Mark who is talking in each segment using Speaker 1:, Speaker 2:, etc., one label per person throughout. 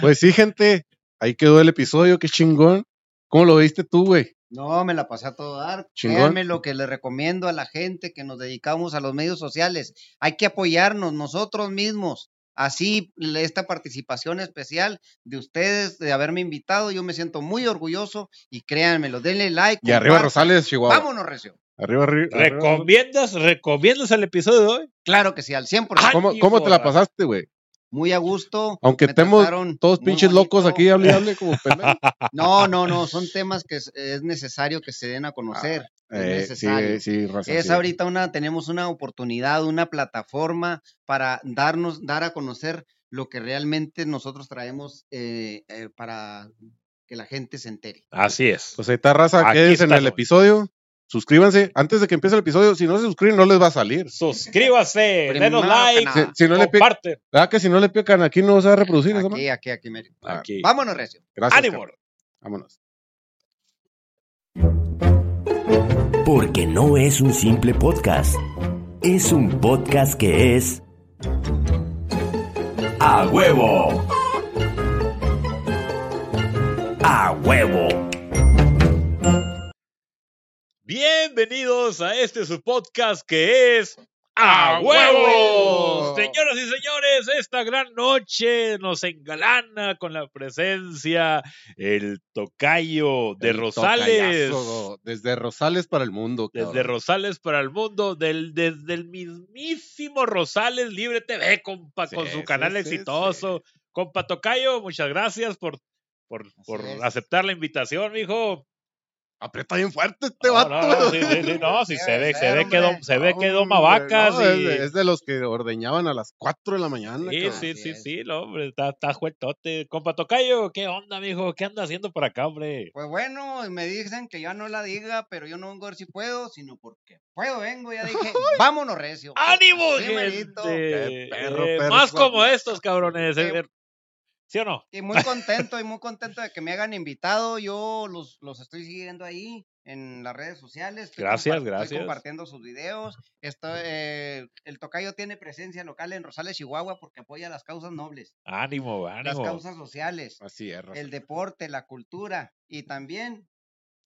Speaker 1: pues sí, gente, ahí quedó el episodio, qué chingón. ¿Cómo lo viste tú, güey?
Speaker 2: No, me la pasé a todo dar.
Speaker 1: Chingón.
Speaker 2: Créanme lo que le recomiendo a la gente que nos dedicamos a los medios sociales. Hay que apoyarnos nosotros mismos. Así, le- esta participación especial de ustedes, de haberme invitado, yo me siento muy orgulloso y créanmelo, denle like.
Speaker 1: Y arriba
Speaker 2: compartan.
Speaker 1: Rosales, Chihuahua.
Speaker 2: Vámonos, Recio.
Speaker 1: Arriba, arri- arriba.
Speaker 3: ¿Recomiendas, recomiendas el episodio de hoy?
Speaker 2: Claro que sí, al 100%.
Speaker 1: ¿Cómo,
Speaker 3: Ay,
Speaker 1: cómo te la
Speaker 3: hijo,
Speaker 1: pasaste, güey?
Speaker 2: Muy a gusto.
Speaker 1: Aunque
Speaker 2: me
Speaker 1: estemos
Speaker 2: trataron
Speaker 1: Todos
Speaker 2: muy
Speaker 1: pinches
Speaker 2: bonito.
Speaker 1: locos aquí, hable, y hable como pendejo.
Speaker 2: No, no, no, son temas que es, es necesario que se den a conocer. Es
Speaker 1: Eh, sí,
Speaker 2: necesario.
Speaker 1: eh, sí, raza,
Speaker 2: Es
Speaker 1: sí.
Speaker 2: ahorita una, tenemos una oportunidad, una plataforma para darnos, dar a conocer lo que realmente nosotros traemos eh, eh, para que la gente se entere.
Speaker 3: Así es.
Speaker 1: Pues ahí está, raza,
Speaker 3: Aquí
Speaker 1: quédense en
Speaker 3: estamos.
Speaker 1: el episodio. Suscríbanse. Antes de que empiece el episodio, si no se suscriben, no les va a salir.
Speaker 3: Suscríbase,
Speaker 2: Primero
Speaker 3: Eh, denos
Speaker 2: que
Speaker 3: like,
Speaker 2: nada.
Speaker 1: Si, si no le pican,
Speaker 3: comparte.
Speaker 1: ¿verdad que si no le pican aquí no se va a reproducir? esa madre?
Speaker 2: Aquí, aquí, aquí. mire.
Speaker 1: Ah,
Speaker 3: Aquí.
Speaker 2: Vámonos, Recio.
Speaker 1: Gracias.
Speaker 3: Ánimo.
Speaker 1: carnal. Vámonos.
Speaker 4: Porque no es un simple podcast, es un podcast que es... ¡A huevo! ¡A huevo!
Speaker 3: Bienvenidos a este su podcast que es
Speaker 1: ¡A
Speaker 3: A
Speaker 1: huevo!
Speaker 3: huevo. Señoras y señores, esta gran noche nos engalana con la presencia el tocayo de
Speaker 1: El
Speaker 3: Rosales.
Speaker 1: tocayazo, Desde Rosales para el mundo.
Speaker 3: Desde
Speaker 1: cabrón.
Speaker 3: Rosales para el mundo, del, desde el mismísimo Rosales Libre TV, compa, con
Speaker 1: Sí,
Speaker 3: su
Speaker 1: sí,
Speaker 3: canal
Speaker 1: sí,
Speaker 3: exitoso. Compa Tocayo, muchas gracias por, por, por
Speaker 2: es.
Speaker 3: aceptar la invitación, mijo.
Speaker 1: Aprieta bien fuerte este
Speaker 3: No,
Speaker 1: vato.
Speaker 3: no, no,
Speaker 1: güey.
Speaker 3: sí, sí, sí, no, sí,
Speaker 2: Debe
Speaker 3: se ve,
Speaker 2: ser,
Speaker 3: se ve que dom-
Speaker 2: hombre.
Speaker 3: se ve que doma
Speaker 1: No, güey,
Speaker 3: vacas
Speaker 1: no, es,
Speaker 3: y-
Speaker 1: de, es de los que ordeñaban a las 4 de la mañana.
Speaker 3: Sí,
Speaker 1: cabrón.
Speaker 3: sí,
Speaker 2: Así
Speaker 3: sí,
Speaker 2: es.
Speaker 3: sí, no, hombre, está, está juetote. Compa Tocayo, ¿qué onda, mijo? ¿Qué anda haciendo por acá, hombre?
Speaker 2: Pues bueno, me dicen que ya no la diga, pero yo no vengo a ver si puedo, sino porque puedo, vengo, ya dije, vámonos, Recio.
Speaker 3: ¡Ánimo,
Speaker 2: Sí,
Speaker 3: gente!
Speaker 2: manito.
Speaker 1: Qué perro,
Speaker 3: este, Eh,
Speaker 1: perro,
Speaker 3: más
Speaker 1: guapo.
Speaker 3: como estos, cabrones. eh,
Speaker 2: Qué-
Speaker 3: eh, ¿Sí o no?
Speaker 2: Y muy contento, y muy contento de que me hayan invitado. Yo los, los estoy siguiendo ahí en las redes sociales. Estoy
Speaker 3: Gracias,
Speaker 2: compar-
Speaker 3: gracias.
Speaker 2: Estoy compartiendo sus videos. Estoy, eh, el Tocayo tiene presencia local en Rosales, Chihuahua, porque apoya las causas nobles,
Speaker 3: Ánimo,
Speaker 2: las
Speaker 3: ánimo.
Speaker 2: causas sociales,
Speaker 1: Así es, raza.
Speaker 2: el deporte, la cultura y también.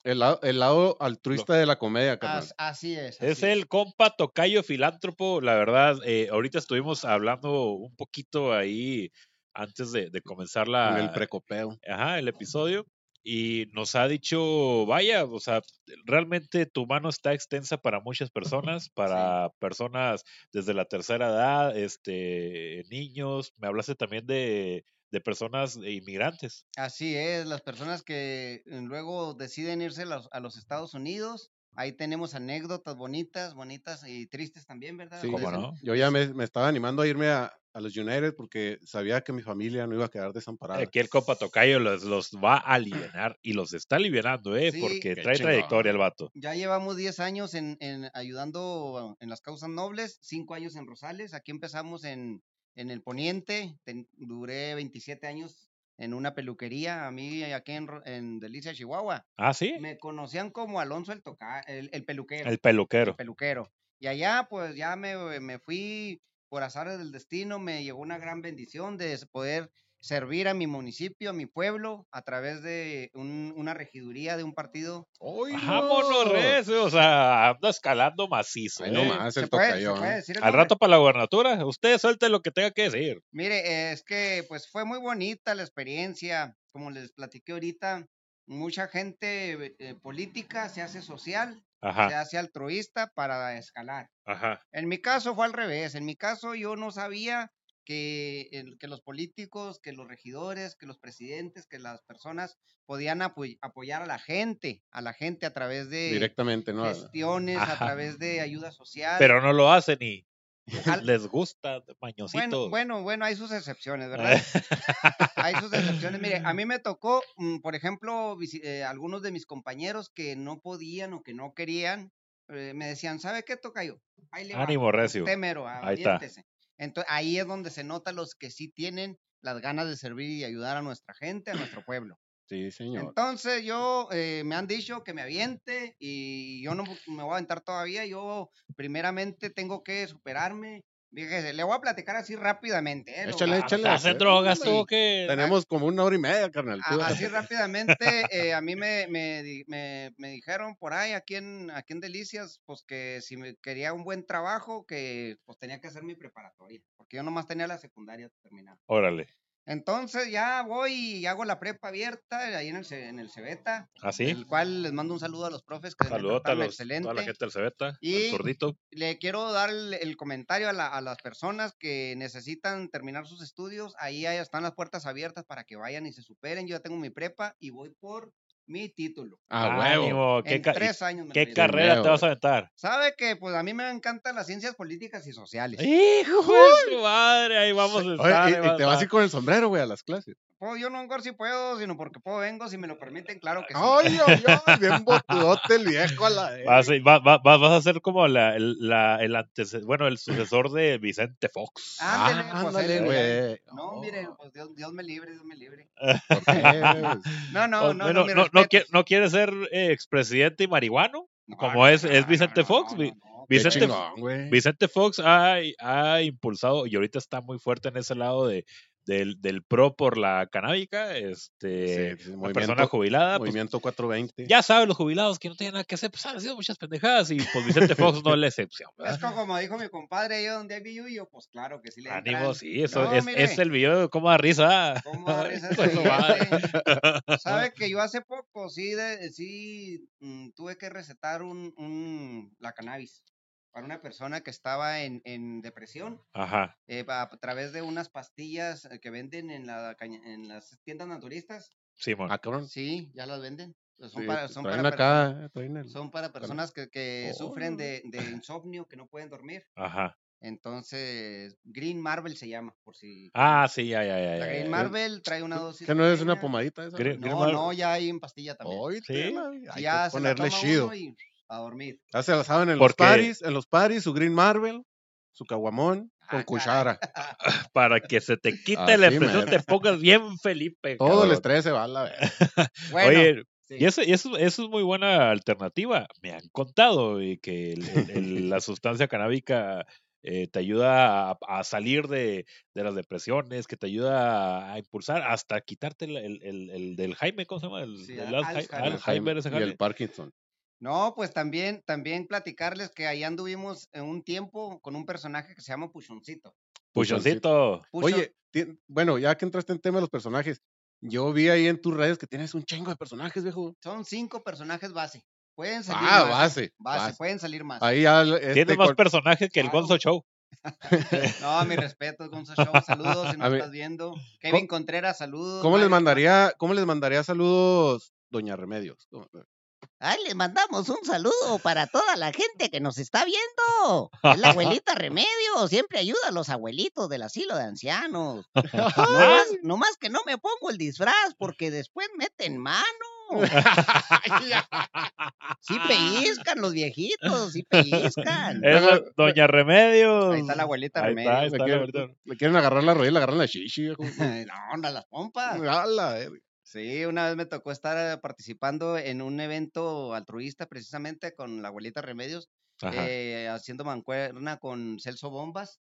Speaker 1: El, lado, el lado altruista de la comedia, carnal.
Speaker 2: as- así es.
Speaker 3: Es
Speaker 2: así
Speaker 3: el compa Tocayo Filántropo, la verdad, eh, ahorita estuvimos hablando un poquito ahí antes de, de comenzar
Speaker 1: Con
Speaker 3: la,
Speaker 1: el precopeo.
Speaker 3: ajá, el episodio y nos ha dicho, vaya, o sea, realmente tu mano está extensa para muchas personas, para personas desde la tercera edad, este, niños, me hablaste también de, de personas eh, inmigrantes.
Speaker 2: Así es, las personas que eh, luego deciden irse a los, a los Estados Unidos, ahí tenemos anécdotas bonitas, bonitas y tristes también, ¿verdad?
Speaker 1: Sí,
Speaker 2: De
Speaker 3: ¿Cómo
Speaker 2: eso.
Speaker 3: no?
Speaker 1: Yo ya me, me estaba animando a irme a, a los United porque sabía que mi familia no iba a quedar desamparada.
Speaker 3: Aquí el compa Tocayo los, los va a aliviar y los está aliviando, ¿eh?
Speaker 2: Sí,
Speaker 3: Porque
Speaker 1: qué
Speaker 3: trae
Speaker 1: chingón.
Speaker 3: trayectoria el vato.
Speaker 2: Ya llevamos 10 años en, en ayudando en las causas nobles, 5 años en Rosales, aquí empezamos en, en el Poniente, ten- duré 27 años en una peluquería, a mí aquí en, Ro- en Delicia, Chihuahua.
Speaker 3: Ah, sí,
Speaker 2: Me conocían como Alonso el, toca, el, el peluquero.
Speaker 3: el peluquero.
Speaker 2: peluquero. Y allá, pues ya me, me fui por azares del destino, me llegó una gran bendición de s- poder servir a mi municipio, a mi pueblo, a través de un- una regiduría de un partido.
Speaker 1: ¡Ay, no!
Speaker 3: Vámonos, res, o sea, anda escalando macizo.
Speaker 1: Ahí
Speaker 3: ¿eh?
Speaker 1: nomás, el tocayo. ¿eh?
Speaker 2: decir el
Speaker 3: Al
Speaker 2: nombre?
Speaker 3: rato para la gobernatura, usted suelte lo que tenga que decir.
Speaker 2: Mire, es que pues fue muy bonita la experiencia, como les platiqué ahorita, mucha gente eh, política se hace social, se
Speaker 3: Ajá,
Speaker 2: hace altruista para escalar.
Speaker 3: ajá.
Speaker 2: En mi caso fue al revés. En mi caso yo no sabía que, el- que los políticos, que los regidores, que los presidentes, que las personas podían apoy- apoyar a la gente, a la gente a través de
Speaker 1: Directamente, ¿no?
Speaker 2: gestiones,
Speaker 3: Ajá.
Speaker 2: a través de ayuda social.
Speaker 3: Pero no lo hacen y
Speaker 2: Al-
Speaker 3: les gusta, mañositos.
Speaker 2: bueno, bueno, bueno, hay sus excepciones, ¿verdad? hay sus excepciones. Mire, a mí me tocó, mm, por ejemplo, visi- eh, algunos de mis compañeros que no podían o que no querían, eh, me decían, ¿sabe qué toca yo? Ahí le va".
Speaker 3: Ánimo, recio.
Speaker 2: Usted mero, ah,
Speaker 3: Ahí está.
Speaker 2: aviéntese. Ento- ahí es donde se nota los que sí tienen las ganas de servir y ayudar a nuestra gente, a nuestro pueblo.
Speaker 1: Sí, señor.
Speaker 2: Entonces yo, eh, me han dicho que me aviente y yo no me voy a aventar todavía. Yo primeramente tengo que superarme, Fíjese, le voy a platicar así rápidamente. ¿eh?
Speaker 3: Ah,
Speaker 2: Lo-
Speaker 1: Échale, échale.
Speaker 5: Hacer drogas tú
Speaker 1: Sí.
Speaker 5: que.
Speaker 1: Tenemos como una hora y media, carnal.
Speaker 2: A-
Speaker 1: tú dale.
Speaker 2: Ah, así rápidamente, eh, a mí me, me, di- me- me dijeron por ahí, aquí en, aquí en Delicias, pues que si me quería un buen trabajo, que pues tenía que hacer mi preparatoria, porque yo nomás tenía la secundaria terminada.
Speaker 3: Órale.
Speaker 2: Entonces ya voy y hago la prepa abierta ahí en el, Ce- en el Cebeta,
Speaker 3: Así.
Speaker 2: el cual les mando un saludo a los profes que me
Speaker 3: ¿Ah, Saludos a
Speaker 2: trataron
Speaker 3: los-
Speaker 2: excelente
Speaker 3: toda la gente del Cebeta,
Speaker 2: Y-
Speaker 3: el zurdito.
Speaker 2: le quiero dar el, el comentario a, la- a las personas que necesitan terminar sus estudios. Ahí ahí están las puertas abiertas para que vayan y se superen. Yo ya tengo mi prepa y voy por mi título.
Speaker 1: A Ah, huevo.
Speaker 3: Ah, Ánimo, Oh, ¿Qué,
Speaker 2: en
Speaker 3: ca-
Speaker 2: tres años. me lo
Speaker 3: qué
Speaker 2: pido.
Speaker 3: carrera
Speaker 1: Nuevo,
Speaker 3: te vas a aventar?
Speaker 2: Sabe que pues a mí me encantan las ciencias políticas y sociales.
Speaker 3: ¡Hijo de su madre! Ahí vamos a
Speaker 1: Oye,
Speaker 3: estar.
Speaker 1: y-
Speaker 3: ahí
Speaker 1: y, te vas
Speaker 3: vamos a
Speaker 1: así con el sombrero, güey, a las clases.
Speaker 2: Pues, yo no vengo si puedo, sino porque puedo vengo si me lo permiten, claro que sí.
Speaker 1: Ay, ay, ay, bien botudote el viejo a la
Speaker 3: Vas, a- va- va- va- vas a ser como la, el, la- el antece- bueno, el sucesor de Vicente Fox.
Speaker 2: Ándale,
Speaker 1: Ah,
Speaker 2: pues,
Speaker 1: ándale,
Speaker 2: él, él.
Speaker 1: güey.
Speaker 2: No,
Speaker 1: Oh,
Speaker 2: mire, pues Dios, Dios me libre, Dios me libre.
Speaker 1: ¿por qué?
Speaker 2: No, no,
Speaker 3: Oh,
Speaker 2: no,
Speaker 3: bueno,
Speaker 2: no, mi
Speaker 3: no,
Speaker 2: respeto.
Speaker 3: quiere, no quiere ser eh, expresidente y marihuano.
Speaker 2: No,
Speaker 3: como
Speaker 1: Ah,
Speaker 3: es- es Vicente Fox, vi-
Speaker 1: Qué
Speaker 3: Vicente-
Speaker 1: chingón, güey.
Speaker 3: Vicente Fox ha, ha impulsado y ahorita está muy fuerte en ese lado de, del, del pro por la canábica, este,
Speaker 1: Sí, sí,
Speaker 3: la
Speaker 1: movimiento-
Speaker 3: persona jubilada. pues,
Speaker 1: Movimiento 420.
Speaker 3: ya saben los jubilados que no tienen nada que hacer, pues han sido muchas pendejadas y pues Vicente Fox no es la excepción. ¿verdad?
Speaker 2: Es que como dijo mi compadre, yo donde hay billuyo, pues claro que sí le entran.
Speaker 3: Ánimo, sí, eso
Speaker 2: No,
Speaker 3: es,
Speaker 2: mire.
Speaker 3: es el video de cómo da risa.
Speaker 2: ¿Cómo da risa
Speaker 3: Hijo de su
Speaker 2: esa
Speaker 3: madre.
Speaker 2: gente? Sabe que yo hace poco sí, de- sí mm, tuve que recetar un, un- la cannabis para una persona que estaba en, en depresión
Speaker 3: Ajá,
Speaker 2: eh, a, a través de unas pastillas eh, que venden en, la, caña- en las tiendas naturistas.
Speaker 3: Simón.
Speaker 1: Ah, cabrón.
Speaker 2: Sí, ya las venden. Pues son,
Speaker 1: Sí,
Speaker 2: para, son,
Speaker 1: traen
Speaker 2: para perso-
Speaker 1: acá, eh, traen el- ¡Oh!
Speaker 2: son para personas que, que sufren de, de insomnio, que no pueden dormir.
Speaker 3: Ajá.
Speaker 2: Entonces, Green Marvel se llama, por si...
Speaker 3: Ah, sí, ya, ya, ya.
Speaker 2: La
Speaker 3: ya,
Speaker 2: Green
Speaker 3: ya.
Speaker 2: Marvel trae una
Speaker 1: ¿Qué-
Speaker 2: dosis.
Speaker 1: ¿Qué no es una
Speaker 2: pequeña.
Speaker 1: pomadita esa?
Speaker 3: Gre- Green
Speaker 2: No,
Speaker 3: Marvel.
Speaker 2: no, ya hay en pastilla también.
Speaker 1: Hoy
Speaker 3: Sí.
Speaker 1: tela, hay
Speaker 2: Si
Speaker 1: que
Speaker 2: ya se la
Speaker 1: ponerle
Speaker 2: toma
Speaker 1: chido.
Speaker 2: uno y a dormir.
Speaker 1: Ya se la saben en
Speaker 3: Porque-
Speaker 1: los paris, en los paris, su Green Marvel, su caguamón, con
Speaker 2: Ah, caray.
Speaker 1: cuchara.
Speaker 3: Para que se te quite
Speaker 1: Así
Speaker 3: la expresión,
Speaker 1: mero.
Speaker 3: te pongas bien Felipe.
Speaker 1: Todo el
Speaker 3: cabrón.
Speaker 1: estrés se va a la vez.
Speaker 2: Bueno,
Speaker 3: Oye,
Speaker 2: sí.
Speaker 3: y eso, y eso, eso es muy buena alternativa. Me han contado y que el- el- el- la sustancia canábica eh, te ayuda a, a salir de, de las depresiones, que te ayuda a, impulsar hasta quitarte el, el- el- el del Jaime, ¿cómo se llama? El,
Speaker 2: Sí,
Speaker 3: del
Speaker 2: al-
Speaker 3: Alzheimer,
Speaker 2: Alzheimer.
Speaker 3: Alzheimer, ese
Speaker 1: y
Speaker 3: jale.
Speaker 1: el Parkinson.
Speaker 2: No, pues también, también platicarles que ahí anduvimos en un tiempo con un personaje que se llama Puchoncito.
Speaker 3: Puchoncito.
Speaker 2: Pucho-
Speaker 1: Oye, ti- bueno, ya que entraste en tema de los personajes, yo vi ahí en tus redes que tienes un chingo de personajes, viejo.
Speaker 2: son cinco personajes base. Pueden salir
Speaker 1: Ah,
Speaker 2: más.
Speaker 1: base.
Speaker 2: base,
Speaker 1: base.
Speaker 2: pueden salir más.
Speaker 1: Ahí ya el- este,
Speaker 3: Tiene más
Speaker 1: con-
Speaker 3: personajes que el
Speaker 2: Claro.
Speaker 3: Gonzo Show.
Speaker 2: No, mi respeto, Gonzo Show, saludos si
Speaker 1: A
Speaker 2: nos
Speaker 1: ver,
Speaker 2: estás viendo. Kevin Contreras, saludos.
Speaker 1: ¿cómo les
Speaker 2: Mario-
Speaker 1: mandaría, cómo les mandaría saludos Doña Remedios? ¿Cómo?
Speaker 6: Ay, les mandamos un saludo para toda la gente que nos está viendo. Es la abuelita Remedio, siempre ayuda a los abuelitos del asilo de ancianos. Nomás, nomás que no me pongo el disfraz porque después meten mano. Sí pellizcan los viejitos, sí pellizcan.
Speaker 3: Es
Speaker 1: Bueno,
Speaker 3: la- Doña Remedios.
Speaker 2: Ahí está la abuelita
Speaker 3: Ahí
Speaker 2: Remedios.
Speaker 3: está, ahí
Speaker 1: Me
Speaker 3: está la
Speaker 1: quiero-
Speaker 3: abuelita.
Speaker 1: Le quieren agarrar la rodilla, le agarran la shishi, viejo.
Speaker 2: No, no, las pompas.
Speaker 1: A la verga.
Speaker 2: Sí, una vez me tocó estar eh, participando en un evento altruista precisamente con la abuelita Remedios,
Speaker 3: Ajá.
Speaker 2: eh, haciendo mancuerna con Celso Bombas.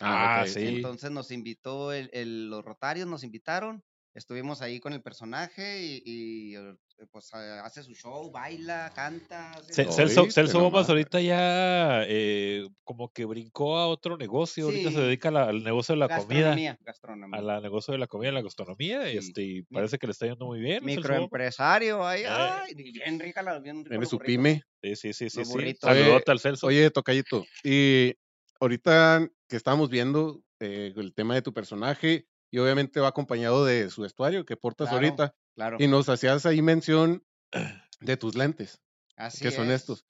Speaker 3: Ah,
Speaker 1: ok.
Speaker 3: sí.
Speaker 2: Entonces nos invitó, el, el- los Rotarios nos invitaron, estuvimos ahí con el personaje y, y, eh, pues eh, hace su show, baila, canta. hace
Speaker 3: Ce-
Speaker 1: Lo
Speaker 2: todo.
Speaker 3: Celso,
Speaker 1: viste
Speaker 3: Celso Bombas
Speaker 1: nomás.
Speaker 3: ahorita ya eh, como que brincó a otro negocio, ahorita se
Speaker 2: Sí.
Speaker 3: dedica a la- al negocio de la comida,
Speaker 2: gastronomía, gastronomía.
Speaker 3: a la negocio de la comida, a la gastronomía,
Speaker 2: Sí.
Speaker 3: este, y parece que le está yendo muy bien. Celso Bombas.
Speaker 2: Microempresario, ahí,
Speaker 3: Eh.
Speaker 2: ay, bien rica la, bien rico
Speaker 1: Tiene
Speaker 2: los
Speaker 1: su
Speaker 2: burritos.
Speaker 1: pyme.
Speaker 3: Sí, sí, sí, sí.
Speaker 2: Los
Speaker 3: sí.
Speaker 2: burritos.
Speaker 3: Saludote al Celso.
Speaker 1: Oye, tocayito, y ahorita que estábamos viendo eh, el tema de tu personaje, y obviamente va acompañado de su vestuario que portas
Speaker 2: Claro.
Speaker 1: ahorita,
Speaker 2: Claro,
Speaker 1: y nos hacías ahí mención de tus lentes,
Speaker 2: así
Speaker 1: que son
Speaker 2: es,
Speaker 1: estos,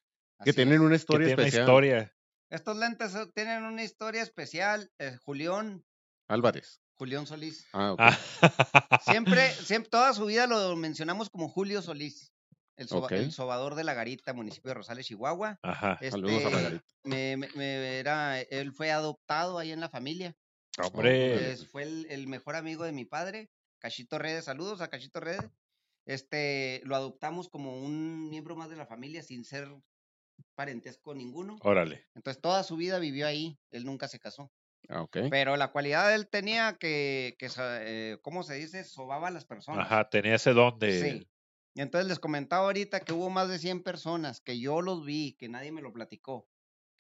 Speaker 1: que
Speaker 2: así
Speaker 1: tienen
Speaker 2: es.
Speaker 1: una
Speaker 3: que
Speaker 1: historia
Speaker 3: tiene una
Speaker 1: especial.
Speaker 3: historia.
Speaker 2: Estos lentes eh, tienen una historia especial, eh, Julián,
Speaker 1: Álvarez.
Speaker 2: Julián Solís.
Speaker 1: Ah, ok.
Speaker 3: Ah.
Speaker 2: Siempre, siempre, toda su vida lo mencionamos como Julio Solís, el, soba- el
Speaker 1: Ok.
Speaker 2: sobador de La Garita, municipio de Rosales, Chihuahua.
Speaker 3: Ajá.
Speaker 1: Saludos a
Speaker 2: Este,
Speaker 1: la garita.
Speaker 2: me- me- me era, él fue adoptado ahí en la familia.
Speaker 3: Hombre.
Speaker 2: es- fue el, el mejor amigo de mi padre, Cachito Redes. Saludos a Cachito Redes. Este, lo adoptamos como un miembro más de la familia sin ser parentesco ninguno.
Speaker 3: Órale.
Speaker 2: eh, Entonces toda su vida vivió ahí. Él nunca se casó.
Speaker 1: Ah, ok.
Speaker 2: Pero la cualidad de él tenía que, que sa- eh, ¿cómo se dice? Sobaba a las personas.
Speaker 3: Ajá, tenía ese don de.
Speaker 2: Sí. Y entonces les comentaba ahorita que hubo más de 100 personas que yo los vi, que nadie me lo platicó,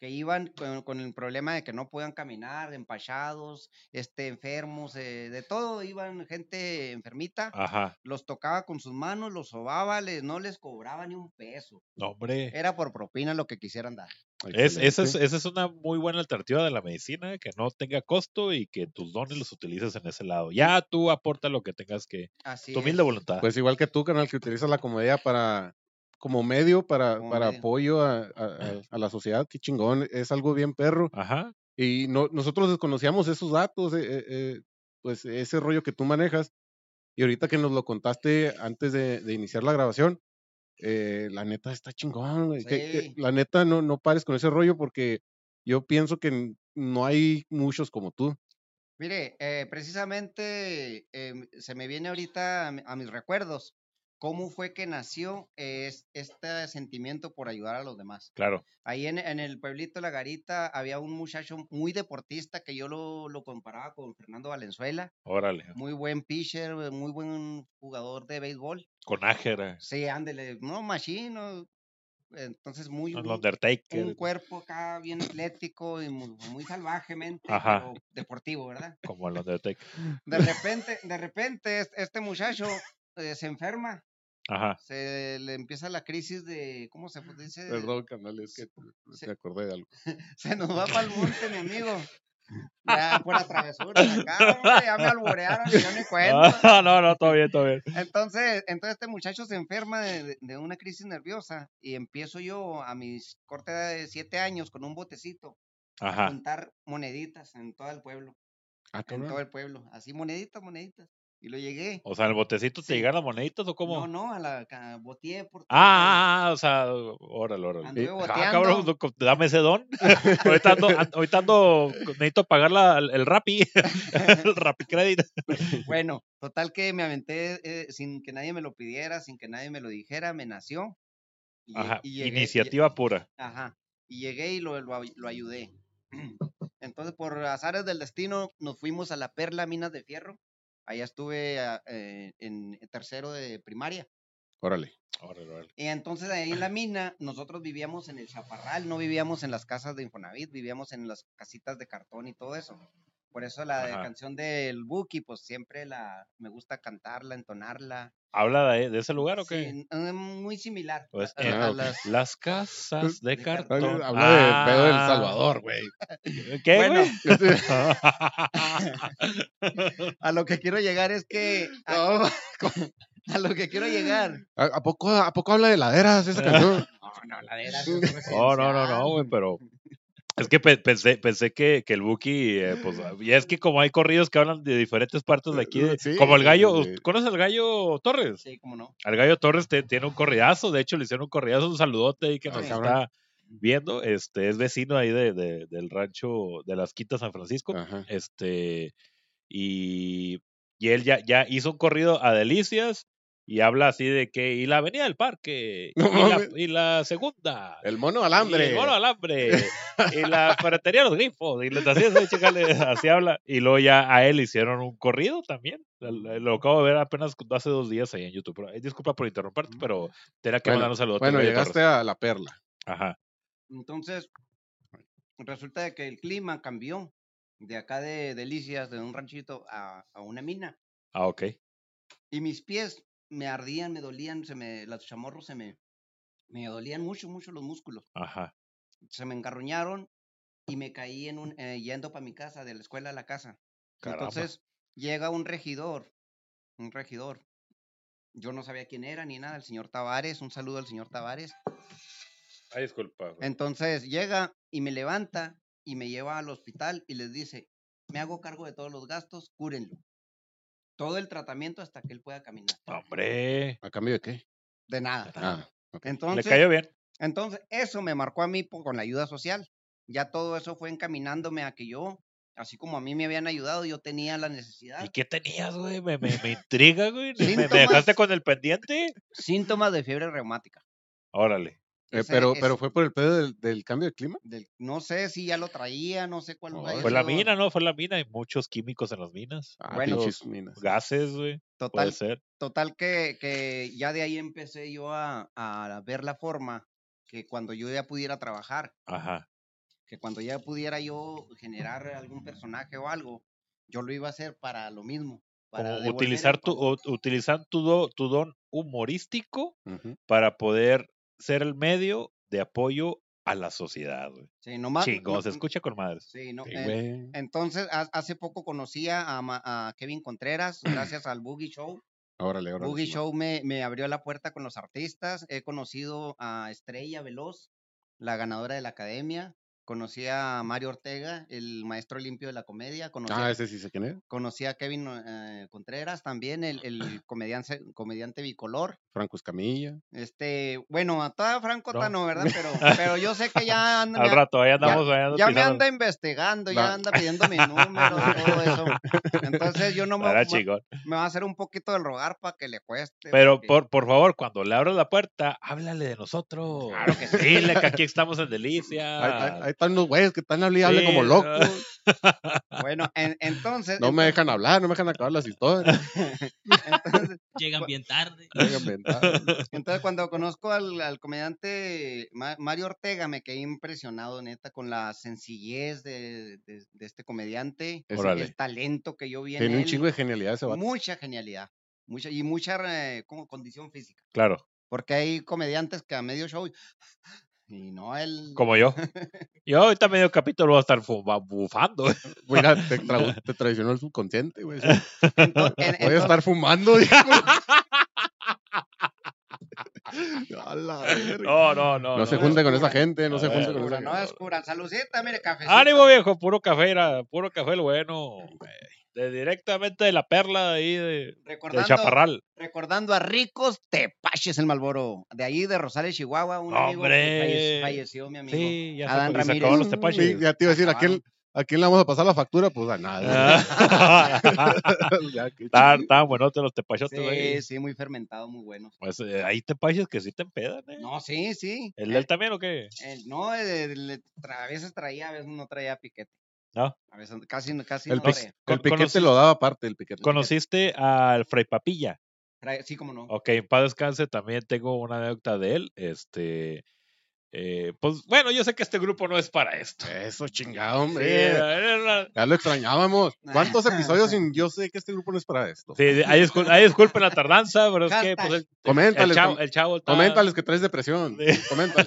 Speaker 2: que iban con, con el problema de que no podían caminar, empachados, este, enfermos, eh, de todo, iban gente enfermita,
Speaker 3: Ajá,
Speaker 2: los tocaba con sus manos, los sobaba, les, no les cobraba ni un peso.
Speaker 3: no, hombre.
Speaker 2: Era por propina lo que quisieran dar.
Speaker 3: Es, esa, es,
Speaker 1: excelente.
Speaker 3: esa es una muy buena alternativa de la medicina, que no tenga costo y que tus dones los utilices en ese lado. Ya tú aporta lo que tengas que.
Speaker 2: Así
Speaker 3: Tu humilde
Speaker 2: es.
Speaker 3: voluntad.
Speaker 1: Pues igual que tú, canal, que utilizas la comedia para como medio para,
Speaker 2: Como
Speaker 1: para
Speaker 2: medio.
Speaker 1: apoyo a, a- a- a la sociedad, qué chingón, es algo bien perro.
Speaker 3: Ajá.
Speaker 1: Y no, nosotros desconocíamos esos datos, eh, eh, eh, pues ese rollo que tú manejas. Y ahorita que nos lo contaste antes de, de iniciar la grabación, eh, la neta está chingón. güey, que- que
Speaker 2: Sí.
Speaker 1: la neta no, no pares con ese rollo porque yo pienso que n- no hay muchos como tú.
Speaker 2: Mire, eh, precisamente eh, m- se me viene ahorita a, mi- a mis recuerdos cómo fue que nació eh, es- este sentimiento por ayudar a los demás.
Speaker 3: Claro.
Speaker 2: Ahí en, en el pueblito La Garita había un muchacho muy deportista que yo lo, lo comparaba con Fernando Valenzuela,
Speaker 3: Órale.
Speaker 2: muy buen pitcher, eh, muy buen jugador de béisbol.
Speaker 3: Con ájera.
Speaker 2: Sí, ándele, no, machino. Entonces, muy,
Speaker 3: El
Speaker 2: muy-
Speaker 3: Undertaker.
Speaker 2: un cuerpo acá bien atlético y muy, muy salvajemente,
Speaker 3: Ajá.
Speaker 2: pero deportivo, ¿verdad?
Speaker 3: Como el Undertaker.
Speaker 2: De repente, de repente, es- este muchacho eh, se enferma,
Speaker 3: Ajá.
Speaker 2: se le empieza la crisis de, ¿cómo se dice?
Speaker 1: Perdón, canal, es que me acordé de algo.
Speaker 2: Se nos va para el monte, mi amigo. Ya, pura travesura. Acá, hombre, ya me alborearon y yo ni cuento.
Speaker 3: no, no, todo bien, todo bien.
Speaker 2: Entonces, entonces este muchacho se enferma de, de- de una crisis nerviosa y empiezo yo a mis corta edad de siete años con un botecito a
Speaker 3: Ajá.
Speaker 2: juntar moneditas en todo el pueblo,
Speaker 1: Ah,
Speaker 2: en
Speaker 1: cabrón.
Speaker 2: todo el pueblo, así moneditas, moneditas. Y lo llegué.
Speaker 3: O sea, ¿el botecito te
Speaker 2: Sí.
Speaker 3: llegaron moneditas o cómo?
Speaker 2: No, no, a la ca- boteé por todo el pueblo.
Speaker 3: Ah, ah, ah, o sea, órale, órale.
Speaker 2: Anduve
Speaker 3: Ah,
Speaker 2: boteando.
Speaker 3: cabrón, no, co- dame ese don. ahorita, ando, an- ahorita ando- necesito pagar la- el, el Rappi, el Rappi Credit.
Speaker 2: Bueno, total que me aventé eh, sin que nadie me lo pidiera, sin que nadie me lo dijera, me nació. y lle-
Speaker 3: Ajá,
Speaker 2: y llegué- lle-
Speaker 3: iniciativa pura.
Speaker 2: ajá, y llegué y lo, lo ay- lo ayudé. Entonces, por azares del destino, nos fuimos a la Perla Minas de Fierro. Allá estuve ah, eh, en tercero de primaria.
Speaker 1: Órale.
Speaker 3: Órale, órale.
Speaker 2: Y entonces ahí en la mina, nosotros vivíamos en el chaparral, no vivíamos en las casas de Infonavit, vivíamos en las casitas de cartón y todo eso. Por eso la de-
Speaker 3: Ajá.
Speaker 2: canción del Buki, pues siempre la me gusta cantarla, entonarla.
Speaker 3: ¿Habla de, de ese lugar o
Speaker 2: Sí,
Speaker 3: qué?
Speaker 2: n- eh, muy similar.
Speaker 3: Pues,
Speaker 2: a-
Speaker 3: eh,
Speaker 2: a
Speaker 1: ah, ok.
Speaker 2: las-
Speaker 3: Las casas de
Speaker 2: de cartón.
Speaker 1: Habla
Speaker 3: cartón.
Speaker 1: del pedo del
Speaker 3: Ah,
Speaker 1: Salvador, güey.
Speaker 3: ¿Qué,
Speaker 2: Bueno,
Speaker 3: güey?
Speaker 2: a lo que quiero llegar es que a, a lo que quiero llegar.
Speaker 1: ¿A, a poco, ¿A poco habla de laderas esa canción?
Speaker 2: No, no, la de pues, la
Speaker 3: Oh, no, no, no, güey, pero. Es que pe- pensé, pensé que, que el Buki, eh, pues, y es que como hay corridos que hablan de diferentes partes de aquí, de-
Speaker 1: Eh, Sí,
Speaker 3: como el gallo,
Speaker 1: güey.
Speaker 3: ¿conoces al gallo Torres?
Speaker 2: Sí, cómo no.
Speaker 3: Al gallo Torres te- tiene un corridazo, de hecho le hicieron un corridazo, un saludote ahí que
Speaker 1: Ah,
Speaker 3: nos
Speaker 1: cabrón.
Speaker 3: está viendo, este, es vecino ahí de, de- del rancho de las Quintas San Francisco,
Speaker 1: Ajá.
Speaker 3: este, y, y él ya, ya hizo un corrido a Delicias y habla así de que, y la avenida del parque,
Speaker 1: No
Speaker 3: y, la,
Speaker 1: mames.
Speaker 3: y la segunda,
Speaker 1: El mono
Speaker 3: y
Speaker 1: alambre.
Speaker 3: el mono alambre. y la ferretería de los grifos. Y les hacía así, chécale, así habla. Y luego ya a él hicieron un corrido también. Lo lo acabo de ver apenas hace dos días ahí en YouTube. Pero, eh, disculpa por interrumperte, pero tenía que
Speaker 1: Bueno,
Speaker 3: mandar un saludo.
Speaker 1: Bueno, llegaste a la perla.
Speaker 3: Ajá.
Speaker 2: Entonces, resulta de que el clima cambió de acá de Delicias, de un ranchito, a, a una mina.
Speaker 3: Ah, ok.
Speaker 2: Y mis pies me ardían, me dolían, se me, los chamorros se me, me dolían mucho, mucho los músculos.
Speaker 3: Ajá.
Speaker 2: Se me engarruñaron y me caí en un, eh, yendo para mi casa, de la escuela a la casa.
Speaker 3: Caramba.
Speaker 2: Entonces, llega un regidor, un regidor. Yo no sabía quién era ni nada, el señor Tavares, un saludo al señor Tavares.
Speaker 3: Ay, disculpa.
Speaker 2: Entonces llega y me levanta y me lleva al hospital y les dice, me hago cargo de todos los gastos, cúrenlo. Todo el tratamiento hasta que él pueda caminar.
Speaker 1: Eh,
Speaker 3: Ah, Hombre.
Speaker 1: ¿A cambio de qué?
Speaker 2: De nada.
Speaker 1: Ah,
Speaker 2: Entonces,
Speaker 3: Le cayó bien.
Speaker 2: entonces, eso me marcó a mí po- con la ayuda social. Ya todo eso fue encaminándome a que yo, así como a mí me habían ayudado, yo tenía la
Speaker 1: ah.
Speaker 2: necesidad.
Speaker 3: ¿Y qué tenías, güey? Me, me, me intriga, güey. Me- Me,
Speaker 2: Síntomas.
Speaker 3: dejaste con el pendiente?
Speaker 2: Síntomas de fiebre reumática.
Speaker 3: Órale.
Speaker 1: Eh,
Speaker 2: Ese-
Speaker 1: pero,
Speaker 2: ese-
Speaker 1: pero fue por el pedo del, del cambio de clima.
Speaker 2: del- no sé si ya lo traía, no sé cuál
Speaker 1: No,
Speaker 2: lo haya
Speaker 3: Fue la
Speaker 2: hecho.
Speaker 3: mina, ¿no? Fue la mina. Hay muchos químicos en las minas.
Speaker 1: Ah,
Speaker 2: Bueno.
Speaker 1: pinches minas.
Speaker 3: Gases, güey. Puede
Speaker 2: Total,
Speaker 3: ser.
Speaker 2: total que, que ya de ahí empecé yo a, a ver la forma que cuando yo ya pudiera trabajar,
Speaker 3: Ajá.
Speaker 2: que cuando ya pudiera yo generar algún personaje o algo, yo lo iba a hacer para lo mismo. Para
Speaker 3: Como
Speaker 2: devolver el
Speaker 3: utilizar tu,
Speaker 2: favor.
Speaker 3: o- utilizar tu, do- tu don humorístico
Speaker 1: Ujú.
Speaker 3: para poder ser el medio de apoyo a la sociedad, güey.
Speaker 2: Sí, nomás.
Speaker 3: Chingón,
Speaker 2: no- mm,
Speaker 3: se escucha con madres.
Speaker 2: Sí, no, eh,
Speaker 1: Sí,
Speaker 2: en-
Speaker 1: güey.
Speaker 2: Entonces, ha- hace poco conocía a, Ma- a Kevin Contreras, gracias al Boogie Show.
Speaker 1: Órale, órale.
Speaker 2: Boogie
Speaker 1: Simón.
Speaker 2: Show me, me abrió la puerta con los artistas. He conocido a Estrella Veloz, la ganadora de la academia. Conocí a Mario Ortega, el maestro limpio de la comedia. Conocí,
Speaker 1: Ah,
Speaker 2: a-
Speaker 1: ese sí se quién es.
Speaker 2: conocí a Kevin eh, Contreras también, el, el comediante, comediante bicolor.
Speaker 1: Franco Escamilla.
Speaker 2: Este, bueno, a toda Francota
Speaker 3: No.
Speaker 2: no, ¿verdad? Pero, pero yo sé que ya anda-
Speaker 3: Al
Speaker 2: me-
Speaker 3: rato, ahí andamos. ahí ando
Speaker 2: ya me
Speaker 3: pisando-
Speaker 2: anda investigando,
Speaker 1: Va.
Speaker 2: ya anda pidiendo mi número, todo eso. Entonces yo no me,
Speaker 3: Estará
Speaker 2: me-
Speaker 3: chingón.
Speaker 2: me va a hacer un poquito del rogar para que le cueste.
Speaker 3: Pero
Speaker 2: porque-
Speaker 3: por, por favor, cuando le abras la puerta, háblale de nosotros.
Speaker 2: Claro que sí.
Speaker 3: Dile que aquí estamos en
Speaker 1: Ahí- ahí-
Speaker 3: Delicia.
Speaker 1: ahí están los güeyes que están hablando y hablan
Speaker 3: Ah. Sí,
Speaker 1: como locos.
Speaker 2: Bueno, en- entonces.
Speaker 1: No me dejan hablar, no me dejan acabar las historias.
Speaker 2: entonces, pues
Speaker 5: Llegan bien tarde.
Speaker 1: Venga, ventaja.
Speaker 2: entonces cuando conozco al, al comediante Ma- Mario Ortega, me quedé impresionado, neta, con la sencillez de, de- de este comediante,
Speaker 1: Ese-
Speaker 3: Órale.
Speaker 2: el talento que yo vi en
Speaker 1: Tiene un
Speaker 2: él,
Speaker 1: chingo de genialidad ese vato.
Speaker 2: mucha genialidad, mucha, y mucha eh, como condición física.
Speaker 3: Claro,
Speaker 2: Porque hay comediantes que a medio show. Y no, él.
Speaker 3: como yo. Yo ahorita medio capítulo voy a estar fuma- bufando.
Speaker 1: Mira, te, tra- te traicionó el subconsciente, güey. Voy
Speaker 2: Ento- en-
Speaker 1: a
Speaker 2: ento-
Speaker 1: estar fumando, dijo. A la verga.
Speaker 3: No, no, no.
Speaker 1: No se
Speaker 2: no
Speaker 1: junte con esa
Speaker 2: descubran.
Speaker 1: gente, no
Speaker 3: A
Speaker 1: se
Speaker 3: ver,
Speaker 1: junte con esa
Speaker 2: Descubran, no
Speaker 1: gente.
Speaker 2: descubran. Salucita, mire, café.
Speaker 3: Ánimo, viejo, puro café, era, puro café el bueno. güey. De directamente de la perla de ahí de, de
Speaker 2: Recordando,
Speaker 3: Chaparral.
Speaker 2: recordando a ricos tepaches el Malboro. De ahí de Rosales, Chihuahua. Un amigo que
Speaker 3: ¡Hombre!
Speaker 2: falle- falleció, mi amigo.
Speaker 3: Sí, ya
Speaker 2: Adán
Speaker 3: se, se
Speaker 2: Ramírez.
Speaker 3: acabaron los tepaches.
Speaker 1: Sí, ya te iba a decir, ¿a quién, ¿a quién le vamos a pasar la factura? Pues a
Speaker 3: Ah.
Speaker 1: nada. Ya, qué
Speaker 3: Tan,
Speaker 1: chingón.
Speaker 3: tan buenotes los tepachotes, güey.
Speaker 2: Sí, sí, muy fermentado, muy bueno.
Speaker 3: Pues, eh, hay tepaches que sí te empedan, ¿eh?
Speaker 2: No, sí, sí.
Speaker 3: ¿El de él también o qué?
Speaker 2: El- no, el- el- tra- a veces traía, a veces no traía piquete.
Speaker 3: No.
Speaker 2: A veces casi, casi
Speaker 1: El
Speaker 2: no
Speaker 1: pic-
Speaker 2: traía.
Speaker 1: El
Speaker 3: Con-
Speaker 1: piquete
Speaker 3: conocí-
Speaker 1: lo daba aparte, el piquete.
Speaker 3: ¿Conociste al Fray Papilla?
Speaker 2: Traía- Sí, como no.
Speaker 3: Ok, en paz descanse, también tengo una anécdota de él. Este, eh, pues bueno, yo sé que este grupo no es para esto.
Speaker 1: Eso, chingado,
Speaker 3: Sí,
Speaker 1: hombre.
Speaker 3: era- era-
Speaker 1: Ya lo extrañábamos. ¿Cuántos
Speaker 5: Ah,
Speaker 1: episodios sin yo sé que este grupo no es para esto?
Speaker 3: sí, sí, ahí discul- ahí disculpen la tardanza, pero es que pues, el, el
Speaker 1: Coméntales,
Speaker 3: chavo,
Speaker 1: com-
Speaker 3: el chavo está-
Speaker 1: coméntales que traes depresión.
Speaker 3: Sí.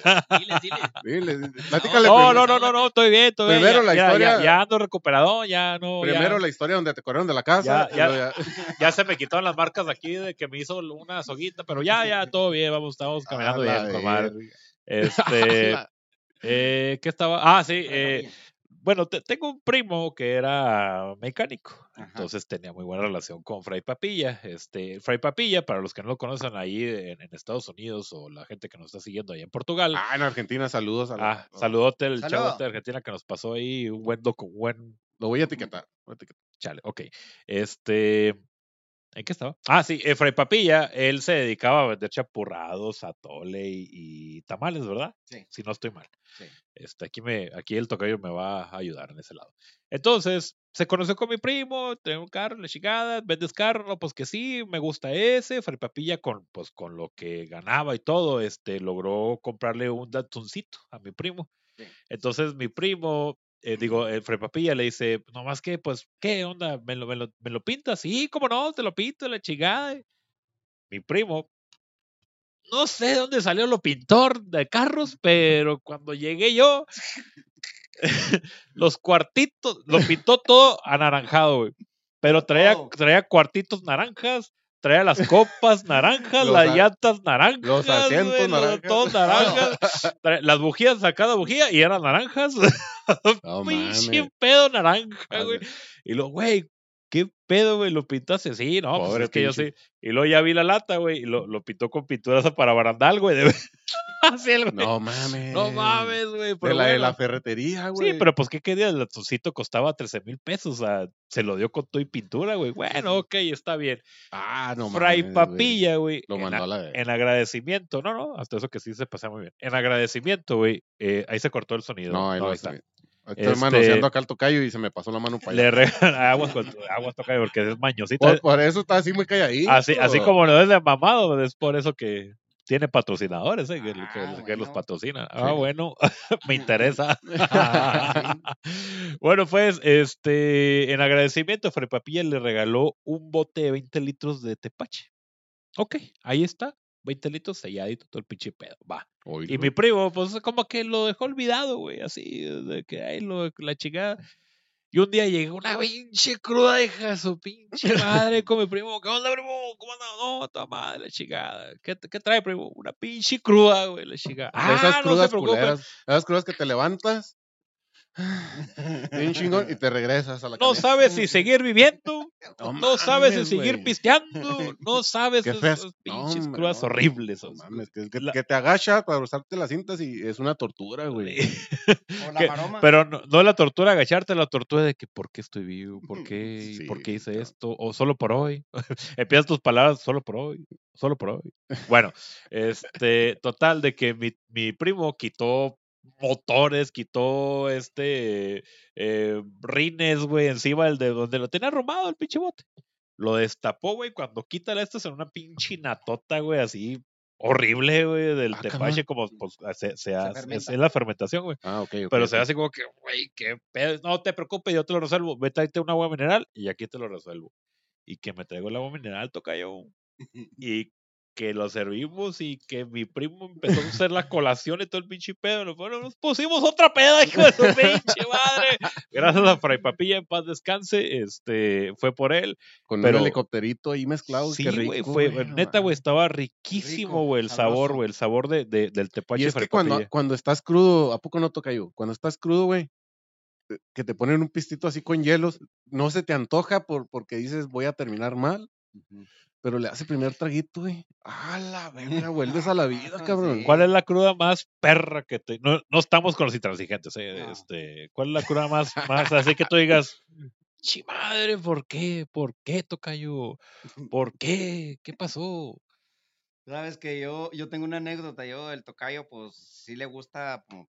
Speaker 1: Coméntales.
Speaker 5: Diles, diles.
Speaker 1: Dile, dile, platícale pues,
Speaker 3: No,
Speaker 1: primero,
Speaker 3: no, no, no, no, estoy bien, estoy bien,
Speaker 1: Primero la
Speaker 3: ya- ya-
Speaker 1: historia-
Speaker 3: Ya, ando recuperado, ya no. ya-
Speaker 1: primero la historia donde te corrieron de la casa.
Speaker 3: Ya, ya.
Speaker 1: y luego ya-
Speaker 3: ya se me quitaron las marcas de aquí de que me hizo una soguita, pero ya, ya, todo bien, vamos, estamos caminando
Speaker 1: A la
Speaker 3: bien, comadre.
Speaker 1: verga.
Speaker 3: Este,
Speaker 1: La-
Speaker 3: eh, ¿qué estaba? Ah, sí,
Speaker 2: Traía
Speaker 3: eh,
Speaker 2: bien.
Speaker 3: Bueno, te- tengo un primo que era mecánico,
Speaker 2: Ajá.
Speaker 3: entonces tenía muy buena relación con Fray Papilla. Este, Fray Papilla, para los que no lo conocen ahí en, en Estados Unidos o la gente que nos está siguiendo ahí en Portugal. Ah,
Speaker 1: Ah, en Argentina, saludos. A la-
Speaker 3: saludote el chavo
Speaker 2: Saludo.
Speaker 3: este de Argentina que nos pasó ahí un buen docu, buen
Speaker 1: Lo voy a etiquetar. voy a etiquetar.
Speaker 3: chale. Ok, este, ¿en qué estaba? Ah, sí, eh, Fray Papilla, él se dedicaba a vender chapurrados, atole y, y tamales, ¿verdad?
Speaker 2: Sí.
Speaker 3: Si no estoy mal.
Speaker 2: Sí.
Speaker 3: Este, aquí, me, aquí el tocayo me va a ayudar en ese lado. Entonces, se conoció con mi primo, tenía un carro, la chingada, vendes carro, no, pues que sí, me gusta ese. Fray Papilla, con, pues, con lo que ganaba y todo, este, logró comprarle un datuncito a mi primo.
Speaker 2: Sí.
Speaker 3: Entonces, mi primo, eh, digo, el Fray Papilla le dice, nomás que, pues, ¿qué onda? ¿Me lo, me lo, me lo pintas? Sí, cómo no, te lo pinto, la chingada. Mi primo, no sé de dónde salió lo pintor de carros, pero cuando llegué yo, los cuartitos, lo pintó todo anaranjado, güey. Pero traía,
Speaker 1: Oh.
Speaker 2: todo.
Speaker 3: traía cuartitos naranjas, traía las copas naranjas,
Speaker 1: Los
Speaker 3: las
Speaker 1: a-
Speaker 3: llantas naranjas,
Speaker 1: los
Speaker 3: güey,
Speaker 1: asientos
Speaker 3: los-
Speaker 1: naranjas.
Speaker 3: todo Ah, naranjas, trae- las bujías, sacada bujía y eran naranjas.
Speaker 1: No
Speaker 3: Pinche
Speaker 1: mames.
Speaker 3: pedo naranja,
Speaker 1: Madre.
Speaker 3: güey. Y luego, güey, ¿Qué pedo, güey? ¿Lo pintaste? Sí, no, pues
Speaker 1: Pobre
Speaker 3: es que yo
Speaker 1: pinche.
Speaker 3: sí. Y luego ya vi la lata, güey, y lo, lo pintó con pinturas para barandal, güey. de- Así el güey.
Speaker 1: No mames.
Speaker 3: No mames, güey.
Speaker 1: De
Speaker 3: pero
Speaker 1: la, de la
Speaker 3: bueno.
Speaker 1: ferretería, güey.
Speaker 3: Sí, pero pues qué quería, el latoncito costaba 13 mil pesos, o sea, se lo dio con todo y pintura, güey. Bueno, ok, está bien.
Speaker 1: Ah, no mames.
Speaker 3: Fray
Speaker 1: güey.
Speaker 3: Papilla, güey.
Speaker 1: Lo
Speaker 3: en
Speaker 1: mandó
Speaker 3: a-
Speaker 1: a la verga.
Speaker 3: en agradecimiento, no, no, hasta eso que sí se pasaba muy bien. En agradecimiento, güey, eh, ahí se cortó el sonido.
Speaker 1: No, ahí
Speaker 3: No,
Speaker 1: lo
Speaker 3: ahí
Speaker 1: está.
Speaker 3: está.
Speaker 1: Estoy
Speaker 3: Este-
Speaker 1: manoseando acá al tocayo y se me pasó la mano para allá.
Speaker 3: Le regalan aguas, con, aguas toca porque es mañosita.
Speaker 1: Por, por eso está así muy calladito.
Speaker 3: Así, así como lo es de mamado, es por eso que tiene patrocinadores, eh, que, que-
Speaker 6: Ah,
Speaker 3: que los
Speaker 6: bueno.
Speaker 3: patrocinan. Ah,
Speaker 1: Sí.
Speaker 3: bueno, me interesa. bueno, pues, este, en agradecimiento, Fray Papilla le regaló un bote de 20 litros de tepache. Ok, ahí está. 20 litros selladito todo el pinche pedo. Va.
Speaker 1: Oílo.
Speaker 3: Y mi primo, pues como que lo dejó olvidado, güey, así, de que ahí lo, la chingada. Y un día llegó una pinche cruda hija de su pinche madre con mi primo. ¿Qué onda, primo? ¿Cómo anda? No, tu madre, la chingada. ¿Qué, ¿Qué trae, primo? Una pinche cruda, güey, la chingada.
Speaker 1: De esas
Speaker 3: Ah, no se
Speaker 1: crudas
Speaker 3: preocupe.
Speaker 1: culeras. Esas crudas que te levantas. Bien chingón y te regresas a la
Speaker 3: No
Speaker 1: canasta.
Speaker 3: sabes si seguir viviendo,
Speaker 1: No
Speaker 3: no, sabes si
Speaker 1: mames,
Speaker 3: seguir
Speaker 1: güey.
Speaker 3: pisteando, no sabes
Speaker 1: Qué
Speaker 3: esas
Speaker 1: feas.
Speaker 3: esas
Speaker 1: No,
Speaker 3: pinches
Speaker 1: hombre,
Speaker 3: crudas
Speaker 1: no, no,
Speaker 3: horribles.
Speaker 1: No
Speaker 3: esas-
Speaker 1: mames, que, que-
Speaker 3: La-
Speaker 1: que te agachas para usarte las cintas y es una tortura, güey.
Speaker 2: O la
Speaker 3: que-
Speaker 2: maroma.
Speaker 3: Pero no, no la tortura agacharte, la tortura de que por qué estoy vivo, por qué, por
Speaker 1: Mm, Sí,
Speaker 3: qué hice
Speaker 1: claro.
Speaker 3: esto, o solo por hoy. Empiezas tus palabras solo por hoy, solo por hoy. Bueno, este, total, de que mi, mi primo quitó motores, quitó este eh, rines, güey, encima del de donde lo tenía arrumado el pinche bote. Lo destapó, güey, cuando quita la estas en una pinche natota, güey, así horrible, güey, del
Speaker 1: Ah,
Speaker 3: tepache, como pues, se, se hace- es
Speaker 2: fermenta.
Speaker 3: la fermentación, güey.
Speaker 1: Ah, ok. ok,
Speaker 3: Pero
Speaker 1: ok.
Speaker 3: se ve así como que, güey, qué pedo. No te preocupes, yo te lo resuelvo. Vete a un agua mineral y aquí te lo resuelvo. Y que me traigo el agua mineral, toca yo. Y que lo servimos y que mi primo empezó a hacer la colación y todo el pinche pedo. Nos, fueron, nos pusimos otra peda, hijo de su pinche madre. Gracias a Fray Papilla, en paz descanse. Este, fue por él.
Speaker 1: Con
Speaker 3: pero-
Speaker 1: un helicópterito ahí mezclado.
Speaker 3: sí,
Speaker 1: qué
Speaker 3: güey,
Speaker 1: rico,
Speaker 3: fue, neta, güey, estaba riquísimo,
Speaker 2: Rico,
Speaker 3: güey, el sabor,
Speaker 2: sabroso.
Speaker 3: güey, el sabor de, de- del tepache
Speaker 1: Y es
Speaker 3: Fray
Speaker 1: que cuando,
Speaker 3: Papilla.
Speaker 1: cuando estás crudo, ¿a poco no toca yo? Cuando estás crudo, güey, eh, que te ponen un pistito así con hielos, no se te antoja por, porque dices voy a terminar mal, pero le hace primer traguito, güey. ¡Ah, la verga! Vuelves a la vida,
Speaker 2: Ah,
Speaker 1: cabrón.
Speaker 2: sí.
Speaker 3: ¿Cuál es la cruda más perra que te.? No, no estamos con los intransigentes, eh,
Speaker 2: No.
Speaker 3: este, ¿Cuál es la cruda más, más así que tú digas, chi madre, ¿por qué? ¿Por qué, Tocayo? ¿Por qué? ¿Qué pasó?
Speaker 2: Sabes que yo, yo tengo una anécdota, yo el tocayo, pues sí le gusta, como,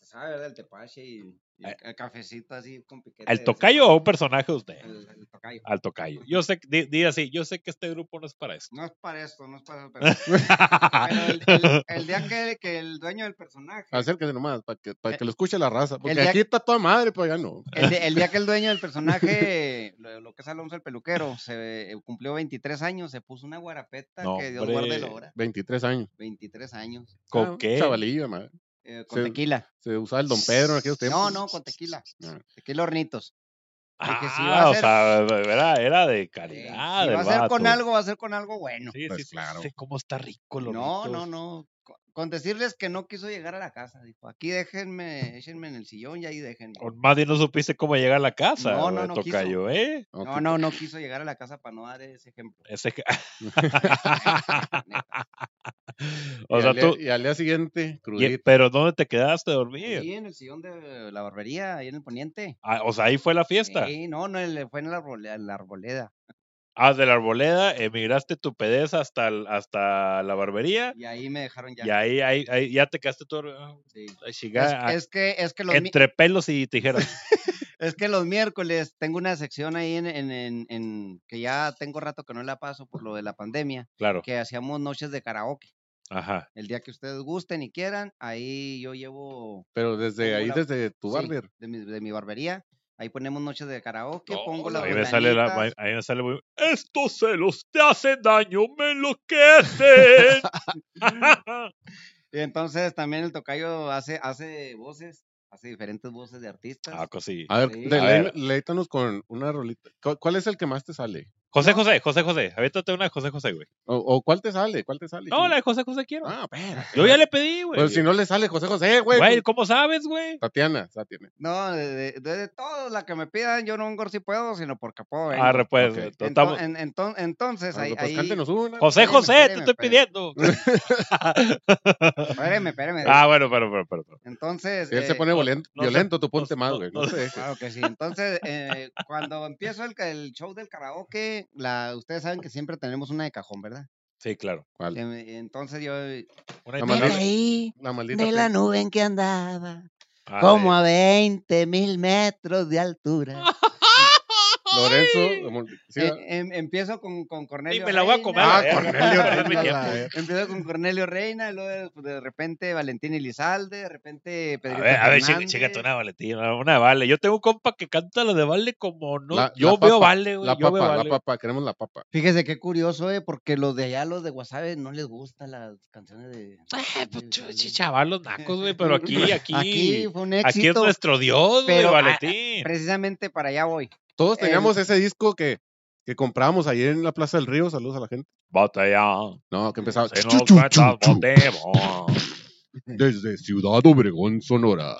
Speaker 2: pues, sabe, ¿verdad? El tepache y, y el,
Speaker 3: Eh.
Speaker 2: el cafecito así con piquete.
Speaker 3: ¿Al
Speaker 2: de
Speaker 3: Tocayo o Ah. a un
Speaker 2: ese-
Speaker 3: personaje de usted?
Speaker 2: El, el tocayo.
Speaker 3: Al Tocayo. Yo sé, que- di, di así, yo sé que este grupo no es para esto.
Speaker 2: No es para esto, no es para eso, pero,
Speaker 3: Ah.
Speaker 2: pero el, el- el día que, que el dueño del personaje,
Speaker 1: Acérquese nomás, para que, para
Speaker 2: Eh,
Speaker 1: que lo escuche la raza. Porque
Speaker 2: día
Speaker 1: aquí
Speaker 2: que-
Speaker 1: está toda madre, pero ya no.
Speaker 2: el, di- el día que el dueño del personaje, lo, lo que es Alonso el peluquero, se eh, cumplió 23 años, se puso una guarapeta
Speaker 3: No,
Speaker 2: que Dios guarde la
Speaker 3: hombre.
Speaker 2: hora,
Speaker 1: 23 años.
Speaker 2: 23 años,
Speaker 3: ¿Con
Speaker 1: Ah,
Speaker 3: qué?
Speaker 1: Chavalillo, de madre.
Speaker 2: eh, con
Speaker 1: Se-
Speaker 2: tequila.
Speaker 1: Se usaba el Don Pedro en aquellos tiempos.
Speaker 2: No, no, con tequila,
Speaker 1: Ah.
Speaker 2: tequila hornitos. que si va
Speaker 3: Ah,
Speaker 2: a
Speaker 3: o
Speaker 2: ser-
Speaker 3: sea, era, era de
Speaker 2: Eh, si
Speaker 3: calidad. el
Speaker 2: va a ser con
Speaker 3: vato.
Speaker 2: algo, va a ser con algo bueno.
Speaker 3: Sí,
Speaker 1: Pues
Speaker 3: sí, sí,
Speaker 1: claro.
Speaker 3: sé ¿Cómo está rico los
Speaker 2: No, no,
Speaker 3: ritos.
Speaker 2: no. co- Con decirles que no quiso llegar a la casa, dijo, aquí déjenme, échenme en el sillón y ahí déjenme.
Speaker 3: O Más bien no supiste cómo llegar a la casa.
Speaker 2: No,
Speaker 3: No,
Speaker 2: no, no quiso.
Speaker 3: Tocayo, ¿eh?
Speaker 1: Ok.
Speaker 2: No, no, no quiso llegar a la casa para no dar ese ejemplo.
Speaker 3: Ese que-
Speaker 2: neta.
Speaker 3: o
Speaker 1: y,
Speaker 3: sea,
Speaker 1: al día,
Speaker 3: tú.
Speaker 1: y al día siguiente,
Speaker 3: y- e
Speaker 1: crudito.
Speaker 3: pero ¿dónde te quedaste a dormir?
Speaker 2: Ahí en el sillón de la barbería, ahí en el poniente.
Speaker 3: Ah, o sea, ahí fue la fiesta.
Speaker 2: Sí, no, no, el- fue en la arboleda. en la arboleda.
Speaker 3: Ah, de la arboleda, emigraste tu pedez hasta, el- hasta la barbería.
Speaker 2: Y ahí me dejaron ya.
Speaker 3: Y ahí, ahí, ahí ya te quedaste tú. ah,
Speaker 2: sí.
Speaker 3: la
Speaker 2: Es,
Speaker 3: chingada, ah,
Speaker 2: es que, es, que los mi-
Speaker 3: entre pelos y tijeras.
Speaker 2: es que los miércoles tengo una sección ahí en, en- en- en- que ya tengo rato que no la paso por lo de la pandemia,
Speaker 3: Claro.
Speaker 2: que hacíamos noches de karaoke.
Speaker 3: Ajá.
Speaker 2: El día que ustedes gusten y quieran, ahí yo llevo
Speaker 1: Pero desde
Speaker 2: Como
Speaker 1: ahí,
Speaker 2: la-
Speaker 1: desde tu
Speaker 2: Sí,
Speaker 1: barber.
Speaker 2: de mi, de mi barbería. Ahí ponemos noches de karaoke,
Speaker 3: No,
Speaker 2: pongo la
Speaker 3: ahí, me sale la-
Speaker 2: bailanitas,
Speaker 3: ahí me sale muy. Estos celos te hacen daño, me enloquecen.
Speaker 2: y Entonces también el tocayo hace, hace voces, hace diferentes voces de artistas.
Speaker 3: ah, cosí.
Speaker 1: A ver,
Speaker 2: Sí.
Speaker 1: de-
Speaker 3: A ver.
Speaker 1: lé- léitanos con una rolita. ¿Cu- ¿Cuál es el que más te sale?
Speaker 3: José José, José José, aviéntate una de José José, güey.
Speaker 1: O, o cuál te sale? ¿Cuál te sale?
Speaker 3: No, la de José José quiero.
Speaker 1: Ah, espera.
Speaker 3: Yo ya le pedí, güey.
Speaker 1: Pero si no le sale José José, güey.
Speaker 3: Güey,
Speaker 1: pues,
Speaker 3: ¿cómo sabes, güey?
Speaker 1: Tatiana, Tatiana.
Speaker 2: No, de, de, de todos la que me pidan, yo no vengo si puedo, sino porque puedo. vengo.
Speaker 3: Arre, pues.
Speaker 1: ok.
Speaker 3: güey,
Speaker 2: Ento-
Speaker 3: estamos-
Speaker 2: en- enton- entonces, ahí,
Speaker 1: Pues
Speaker 2: ahí-
Speaker 1: cántenos una.
Speaker 3: José
Speaker 2: espéreme,
Speaker 3: José, te
Speaker 2: espéreme,
Speaker 3: estoy pidiendo.
Speaker 2: espéreme, espéreme.
Speaker 3: ah, bueno, pero, pero, pero. pero.
Speaker 2: Entonces,
Speaker 1: Si él se
Speaker 2: eh,
Speaker 1: pone violen-
Speaker 3: no sé,
Speaker 1: violento, tú ponte
Speaker 3: no-
Speaker 1: más,
Speaker 3: no-
Speaker 1: güey.
Speaker 3: no
Speaker 1: no te dejes.
Speaker 2: Claro que sí. Entonces, eh, cuando empiezo el, ca- el show del karaoke, la, ustedes saben que siempre tenemos una de cajón, ¿verdad?
Speaker 3: Sí, claro.
Speaker 1: Vale.
Speaker 2: Eh, Entonces yo, eh,
Speaker 3: Una
Speaker 1: La
Speaker 3: y-
Speaker 6: Ven
Speaker 1: maldita-
Speaker 6: ahí,
Speaker 1: La maldita.
Speaker 6: de la nube en que andaba,
Speaker 3: Ah,
Speaker 6: como
Speaker 3: sí.
Speaker 6: a 20 mil metros de altura.
Speaker 1: Lorenzo. amor, sí,
Speaker 2: eh,
Speaker 1: ¿verdad?
Speaker 2: em- empiezo con, con Cornelio.
Speaker 3: Y me la voy a
Speaker 2: Reina.
Speaker 3: comer.
Speaker 1: Ah,
Speaker 3: eh,
Speaker 1: Cornelio
Speaker 3: no,
Speaker 1: Reina,
Speaker 3: mi tiempo.
Speaker 1: la- eh.
Speaker 2: Empiezo con Cornelio Reina, y luego de, de repente Valentín Elizalde, de repente
Speaker 3: A
Speaker 2: Pedrito
Speaker 3: ver, a ver,
Speaker 2: Fernández.
Speaker 3: chécate, una Valentina, una de Vale. Yo tengo un compa que canta la de Vale como no.
Speaker 1: La-
Speaker 3: yo
Speaker 1: la
Speaker 3: veo
Speaker 1: papa,
Speaker 3: Vale, güey.
Speaker 1: La
Speaker 3: yo veo
Speaker 1: papa, la
Speaker 3: Vale.
Speaker 1: papa, queremos la papa.
Speaker 2: Fíjese qué curioso, eh, porque los de allá, los de Wasabe, no les gustan las canciones de...
Speaker 3: Eh, pues, ch- ch- chavalos nacos, güey, pero aquí,
Speaker 2: Aquí
Speaker 3: aquí, aquí,
Speaker 2: fue un
Speaker 3: es
Speaker 2: éxito,
Speaker 3: nuestro dios, güey,
Speaker 2: pero, ah,
Speaker 3: Valentín.
Speaker 2: precisamente para allá voy.
Speaker 1: Todos
Speaker 2: El-
Speaker 1: teníamos ese disco que, que comprábamos ayer en la Plaza del Río. Saludos a la gente.
Speaker 3: Botella,
Speaker 1: No, que empezaba.
Speaker 3: se
Speaker 1: Ah, chu,
Speaker 3: nos
Speaker 1: chu,
Speaker 3: fue
Speaker 1: chu,
Speaker 3: tan
Speaker 1: chu.
Speaker 3: botemo.
Speaker 1: Desde Ciudad Obregón, Sonora.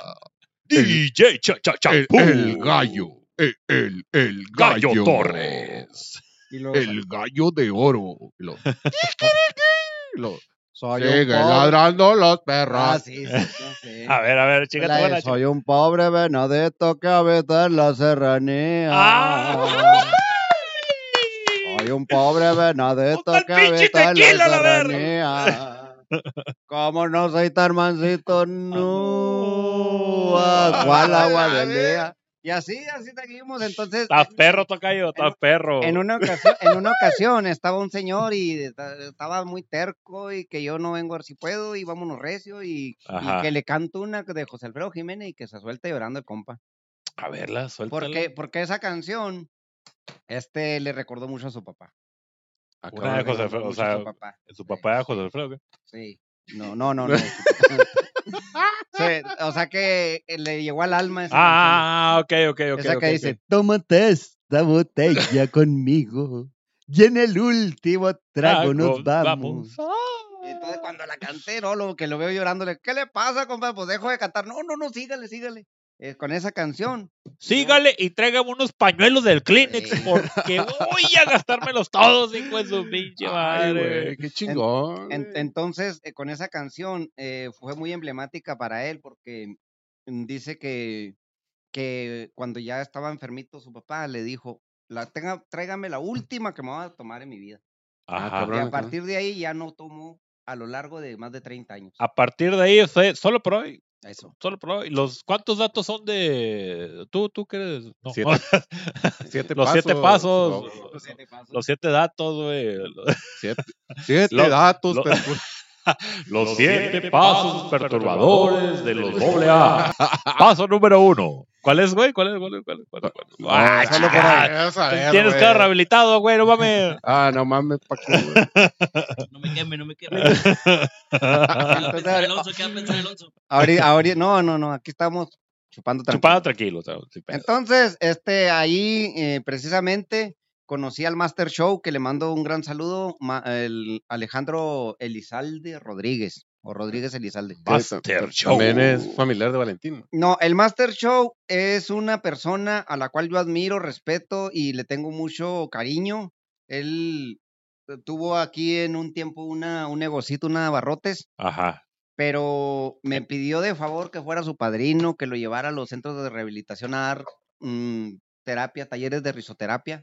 Speaker 3: DJ cha, cha,
Speaker 1: El,
Speaker 3: Champú.
Speaker 1: el gallo. El, el, el gallo.
Speaker 3: Gallo Torres.
Speaker 2: Y luego,
Speaker 1: El gallo de oro. Lo- Lo-
Speaker 2: soy un
Speaker 1: Sigue
Speaker 2: pobre.
Speaker 1: ladrando los
Speaker 2: Ah,
Speaker 1: perros.
Speaker 2: sí, sí, yo sé.
Speaker 3: A ver, a ver, chica,
Speaker 2: La de Pues soy un pobre venadito que habita en la serranía.
Speaker 3: Ah.
Speaker 2: Soy un pobre venadito
Speaker 3: Puta, el
Speaker 2: que
Speaker 3: pinche
Speaker 2: habita en la
Speaker 3: tequila, la verga.
Speaker 2: serranía. Como no soy tan mansito, no.
Speaker 3: Ah, no.
Speaker 2: ¿Cuál agua
Speaker 1: A
Speaker 2: del
Speaker 1: ver.
Speaker 2: día? Y así, así seguimos. Entonces,
Speaker 3: Estás perro, tocayo,
Speaker 2: En-
Speaker 3: estás perro.
Speaker 2: en una, ocasión, en una ocasión estaba un señor y esta- estaba muy terco y que yo no vengo a ver si puedo y vámonos recio y, y
Speaker 3: Ajá.
Speaker 2: que le canto una de José Alfredo Jiménez y que se suelta llorando el compa.
Speaker 3: A verla, suéltala.
Speaker 2: Porque, porque esa canción este le recordó mucho a su papá.
Speaker 3: Una de
Speaker 1: Acaban-
Speaker 3: José
Speaker 2: Le
Speaker 3: Alfredo,
Speaker 2: recordó
Speaker 3: o
Speaker 2: mucho a
Speaker 3: sea,
Speaker 2: su papá,
Speaker 3: Su papá era José Alfredo, ¿qué?
Speaker 2: sí. No, no, no. no. Sí, o sea que eh, le llegó al alma esa canción.
Speaker 3: Ah, ah, ah, ok, ok, ok.
Speaker 2: esa que
Speaker 3: ok,
Speaker 2: dice,
Speaker 3: ok.
Speaker 2: tómate esta botella conmigo y en el último trago nos vamos.
Speaker 3: Ah.
Speaker 2: Y Entonces cuando la canté, no, lo que lo veo llorándole, ¿qué le pasa, compadre? Pues dejo de cantar. No, no, no, sígale, sígale. Eh, con esa canción.
Speaker 3: Sígale y tráigame unos pañuelos del Kleenex
Speaker 2: Sí.
Speaker 3: porque voy a gastármelos todos, hijo de su pinche
Speaker 1: Ay,
Speaker 3: madre.
Speaker 1: güey, qué chingón.
Speaker 2: En- entonces, eh, con esa canción eh, fue muy emblemática para él porque mm, dice que, que cuando ya estaba enfermito su papá le dijo, la tenga, tráigame la última que me voy a tomar en mi vida.
Speaker 1: Ah,
Speaker 3: Ajá.
Speaker 2: Y
Speaker 1: cabrón.
Speaker 2: a
Speaker 1: Órale,
Speaker 2: partir de ahí ya no tomó a lo largo de más de 30 años.
Speaker 3: A partir de ahí, fue solo por hoy,
Speaker 2: Eso.
Speaker 3: solo por hoy. Los, ¿Cuántos datos son de... Tú, tú que eres... No.
Speaker 1: Siete Siete
Speaker 3: los siete pasos.
Speaker 1: no,
Speaker 3: Los- Los siete datos, güey.
Speaker 1: Siete, siete
Speaker 3: Lo-
Speaker 1: datos.
Speaker 3: lo-
Speaker 1: pero-
Speaker 3: Los siete pasos perturbadores de los doble A. Paso número uno. ¿Cuál es, güey? ¿Cuál es, cuál es, cuál es? Cuál es, cuál es? Ah,
Speaker 1: No, solo por
Speaker 3: chingada.
Speaker 1: ahí, vas a ver,
Speaker 3: Tienes que
Speaker 1: güey.
Speaker 3: estar rehabilitado, güey, no mames.
Speaker 1: Ah, no mames, Paco. güey.
Speaker 5: No me queme, no me queme. ¿Qué va a
Speaker 2: Entonces,
Speaker 5: pensar
Speaker 2: ahora-
Speaker 5: Alonso? ¿Qué va a pensar Alonso?
Speaker 2: Ahorita, ahorita- no, no, no, aquí estamos chupando
Speaker 3: Chupado
Speaker 2: tranquilo.
Speaker 3: tranquilo. o sea, sin pedo.
Speaker 2: Entonces, este, ahí eh, precisamente conocí al Master Show, que le mando un gran saludo, ma- el Alejandro Elizalde Rodríguez, o Rodríguez Elizalde.
Speaker 3: Master Show.
Speaker 1: También es familiar de Valentín.
Speaker 2: No, el Master Show es una persona a la cual yo admiro, respeto y le tengo mucho cariño. Él eh, tuvo aquí en un tiempo una, un negocito, una de abarrotes,
Speaker 3: Ajá.
Speaker 2: pero me pidió de favor que fuera su padrino, que lo llevara a los centros de rehabilitación a dar mm, terapia, talleres de risoterapia,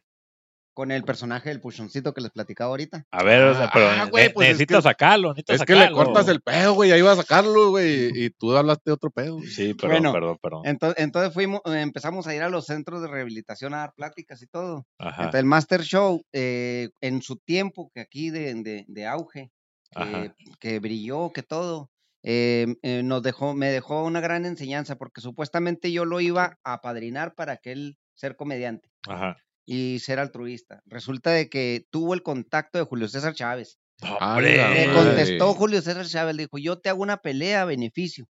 Speaker 2: con el personaje del puchoncito que les platicaba ahorita.
Speaker 3: A ver, o sea, pero
Speaker 1: Ah, güey,
Speaker 3: ne-
Speaker 1: pues es
Speaker 3: necesitas
Speaker 1: que-
Speaker 3: sacarlo, necesitas
Speaker 1: Es que le
Speaker 3: sacarlo.
Speaker 1: cortas el pedo, güey. Ahí iba a sacarlo, güey. Y tú hablaste otro pedo. güey.
Speaker 3: Sí, perdón,
Speaker 2: Bueno.
Speaker 3: perdón, perdón.
Speaker 2: Entonces, entonces fuimos, eh, empezamos a ir a los centros de rehabilitación a dar pláticas y todo.
Speaker 3: Ajá,
Speaker 2: Entonces, el Master Show, eh, en su tiempo, que aquí de, de- de auge,
Speaker 3: ajá.
Speaker 2: que, que brilló, que todo, eh, eh, nos dejó, me dejó una gran enseñanza, porque supuestamente yo lo iba a padrinar para que él ser comediante.
Speaker 3: ajá.
Speaker 2: y ser altruista. Resulta de que tuvo el contacto de Julio César Chávez.
Speaker 3: ¡Hombre!
Speaker 1: Ah,
Speaker 2: Le
Speaker 1: madre.
Speaker 2: contestó Julio César Chávez, le dijo, yo te hago una pelea a beneficio.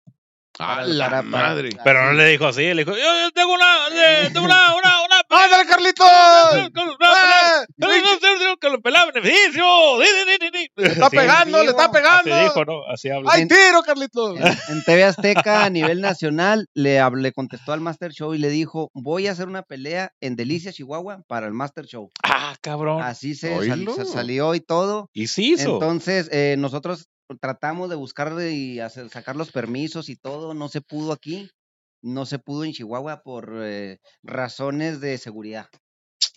Speaker 1: A
Speaker 2: Para-
Speaker 1: la
Speaker 2: para- para-
Speaker 1: madre.
Speaker 3: Pero no le dijo así, le dijo, yo, yo tengo una, eh, tengo una, una, una,
Speaker 1: ¡Ándale, Carlitos! ¡Ah!
Speaker 3: que lo pelaba beneficio. Di, di, di, di, di.
Speaker 1: ¡Está
Speaker 3: Sí,
Speaker 1: pegando, le está
Speaker 3: Así
Speaker 1: pegando!
Speaker 3: dijo, ¿no? Así habla.
Speaker 1: ¡Ay, tiro, Carlitos!
Speaker 2: En, en TV Azteca a nivel nacional le, hab- le contestó al Master Show y le dijo, voy a hacer una pelea en Delicia, Chihuahua para el Master Show.
Speaker 3: Ah, cabrón.
Speaker 2: Así se, sal-
Speaker 1: Oílo.
Speaker 2: se salió y todo.
Speaker 3: Y sí hizo.
Speaker 2: Entonces eh, nosotros tratamos de buscar y hacer- sacar los permisos y todo. No se pudo aquí. No se pudo en Chihuahua por eh, razones de seguridad.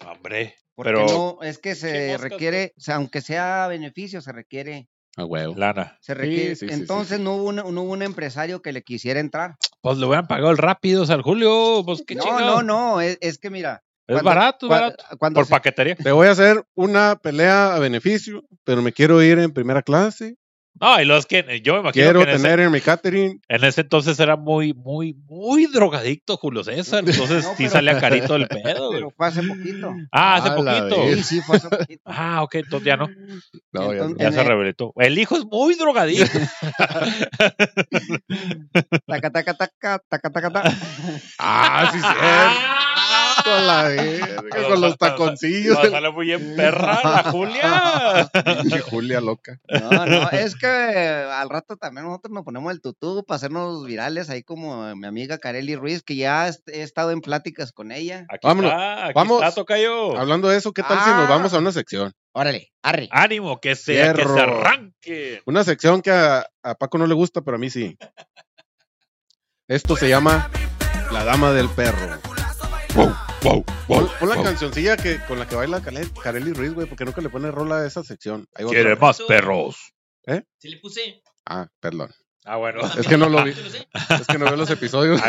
Speaker 3: Hombre,
Speaker 2: Porque
Speaker 3: Pero-
Speaker 2: no, es que se
Speaker 3: moscas, pues?
Speaker 2: requiere, o sea, aunque sea a beneficio, se requiere.
Speaker 1: A huevo.
Speaker 3: lana.
Speaker 2: Se requiere.
Speaker 1: sí, sí, sí,
Speaker 2: Entonces
Speaker 1: sí.
Speaker 2: No, hubo una- no hubo un empresario que le quisiera entrar.
Speaker 3: Pues lo hubieran pagado el rápido, al Julio. Pues qué
Speaker 2: no, no,
Speaker 3: chingado.
Speaker 2: no, es, es que mira.
Speaker 3: Es
Speaker 2: cuando-
Speaker 3: barato,
Speaker 2: cua-
Speaker 3: barato.
Speaker 2: cuando
Speaker 3: Por
Speaker 2: se-
Speaker 3: paquetería.
Speaker 1: Te voy a hacer una pelea a beneficio, pero me quiero ir en primera clase.
Speaker 3: No, y los que yo me imagino
Speaker 1: Quiero
Speaker 3: que en ese,
Speaker 1: tener en mi catering.
Speaker 3: en ese entonces era muy, muy, muy drogadicto Julio César. Entonces
Speaker 2: No,
Speaker 3: sí
Speaker 2: pero-
Speaker 3: salía carito el pedo. güey.
Speaker 2: pero fue hace poquito.
Speaker 3: Ah,
Speaker 1: A
Speaker 3: hace
Speaker 1: la
Speaker 3: poquito.
Speaker 1: verga.
Speaker 2: Sí, sí, fue hace poquito.
Speaker 3: Ah, ok, entonces ya no.
Speaker 1: No, ya no.
Speaker 2: Entonces-
Speaker 3: Ya
Speaker 2: En
Speaker 3: se
Speaker 2: el-
Speaker 3: rehabilitó. El hijo es muy drogadicto.
Speaker 2: Taca, taca, taca, taca, taca, taca.
Speaker 1: Ah, sí, cierto. A la verga, con los taconcillos.
Speaker 3: Ah, Sale muy bien perra la Julia.
Speaker 1: Pinche Julia loca.
Speaker 2: No, no, es que al rato también nosotros nos ponemos el tutú para hacernos virales, ahí como mi amiga Kareli Ruiz, que ya est- he estado en pláticas con ella.
Speaker 3: Aquí
Speaker 1: Vámonos,
Speaker 3: está, aquí
Speaker 1: vamos.
Speaker 3: está, tocayo.
Speaker 1: Hablando de eso, ¿qué tal si nos
Speaker 2: Ah.
Speaker 1: vamos a una sección?
Speaker 6: Órale, arre.
Speaker 3: Ánimo, que se, que
Speaker 1: Fierro.
Speaker 3: se arranque.
Speaker 1: Una sección que a, a Paco no le gusta, pero a mí sí. Esto se llama La Dama del Perro. Pon, pon la cancioncilla que, con la que baila Kale- Kareli Ruiz, güey, porque nunca le pone rola a esa sección. Ahí va otra
Speaker 3: Quiere
Speaker 1: vez.
Speaker 3: más perros.
Speaker 5: Se le puse.
Speaker 1: Ah, perdón.
Speaker 3: Ah, bueno. Ah,
Speaker 1: Es que no lo vi.
Speaker 5: Yo lo sé.
Speaker 1: Es que no veo los episodios.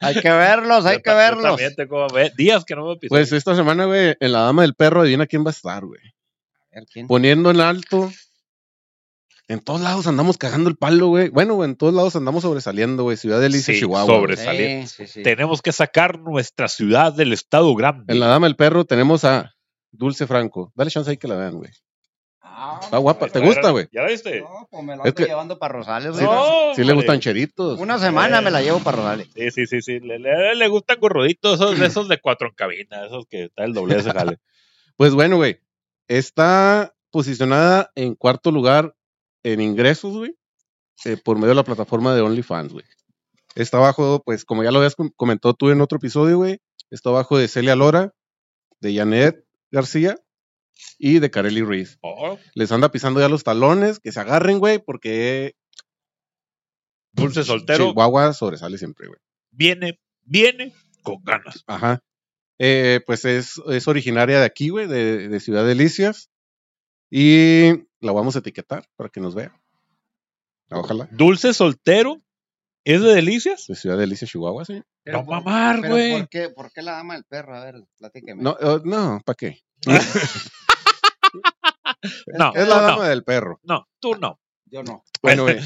Speaker 2: Hay que verlos, hay que
Speaker 3: Yo
Speaker 2: verlos.
Speaker 3: también tengo ve- días que no me piso.
Speaker 1: Pues esta semana, güey, en La Dama del Perro, adivina quién va a estar, güey.
Speaker 2: A ver, ¿quién?
Speaker 1: Poniendo en alto. En todos lados andamos cagando el palo, güey. Bueno, güey, en todos lados andamos sobresaliendo, güey. Ciudad de Lice,
Speaker 3: Sí,
Speaker 1: Chihuahua.
Speaker 3: sobre-
Speaker 1: güey.
Speaker 3: salió.
Speaker 2: Sí, sí, sí.
Speaker 3: Tenemos que sacar nuestra ciudad del estado grande.
Speaker 1: En La Dama del Perro tenemos a Dulce Franco. Dale chance ahí que la vean, güey.
Speaker 2: Ah,
Speaker 1: Está guapa. ¿Te
Speaker 3: Bueno,
Speaker 1: gusta, güey?
Speaker 3: ¿Ya la viste?
Speaker 2: No, pues me la
Speaker 1: Es
Speaker 2: ando
Speaker 1: que-
Speaker 2: llevando para Rosales.
Speaker 1: Sí,
Speaker 2: güey.
Speaker 3: No,
Speaker 1: Sí le
Speaker 3: hombre.
Speaker 1: gustan cheritos.
Speaker 2: Una semana me la llevo para Rosales.
Speaker 3: Sí, sí, sí, sí. Le, le- le gustan gorruditos, esos, de esos de cuatro en cabina, esos que está el doble ese jale.
Speaker 1: Pues bueno, güey. Está posicionada en cuarto lugar en ingresos, güey. eh, por medio de la plataforma de OnlyFans, güey. Está abajo, pues, como ya lo habías com- comentado tú en otro episodio, güey. Está abajo de Celia Lora, de Janet García y de Kareli Ruiz.
Speaker 3: Oh,
Speaker 1: Les anda pisando ya los talones. Que se agarren, güey, porque pues,
Speaker 3: dulce soltero
Speaker 1: Chihuahua sobresale siempre, güey.
Speaker 3: viene, viene con ganas.
Speaker 1: Ajá. Eh, pues es, es originaria de aquí, güey, de, de Ciudad Delicias. Y la vamos a etiquetar para que nos vea. Ojalá.
Speaker 3: Dulce soltero es de delicias.
Speaker 1: De Ciudad Delicias, Chihuahua, sí.
Speaker 3: No mamar,
Speaker 2: pero
Speaker 3: güey.
Speaker 2: ¿por qué, ¿Por qué la ama el perro? A ver, platíqueme.
Speaker 1: No, eh, no, ¿para qué?
Speaker 3: No,
Speaker 1: Es la
Speaker 3: no,
Speaker 1: dama del perro.
Speaker 3: no, tú no.
Speaker 2: Yo no.
Speaker 1: Bueno, güey.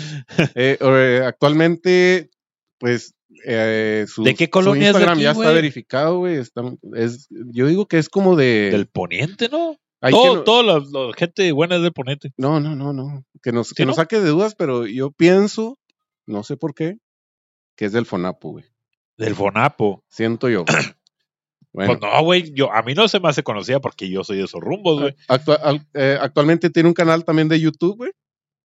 Speaker 1: Eh, eh, actualmente, pues, eh, su,
Speaker 3: ¿De qué
Speaker 1: su
Speaker 3: colonia es de
Speaker 1: Instagram
Speaker 3: aquí,
Speaker 1: ya está
Speaker 3: güey?
Speaker 1: verificado, güey. está- es- yo digo que es como de...
Speaker 3: Del poniente, ¿no?
Speaker 1: hay que
Speaker 3: Todo,
Speaker 1: no-
Speaker 3: todo la, la gente buena es del poniente.
Speaker 1: No, no, no, no. Que nos, que
Speaker 3: ¿Sí,
Speaker 1: nos
Speaker 3: no?
Speaker 1: saque de dudas, pero yo pienso, no sé por qué, que es del Fonapo, güey.
Speaker 3: Del Fonapo.
Speaker 1: Siento yo. güey. Bueno,
Speaker 3: Pues no, güey, yo, a mí no se me hace conocida porque yo soy de esos rumbos, güey.
Speaker 1: actua- al- eh, actualmente tiene un canal también de YouTube, güey.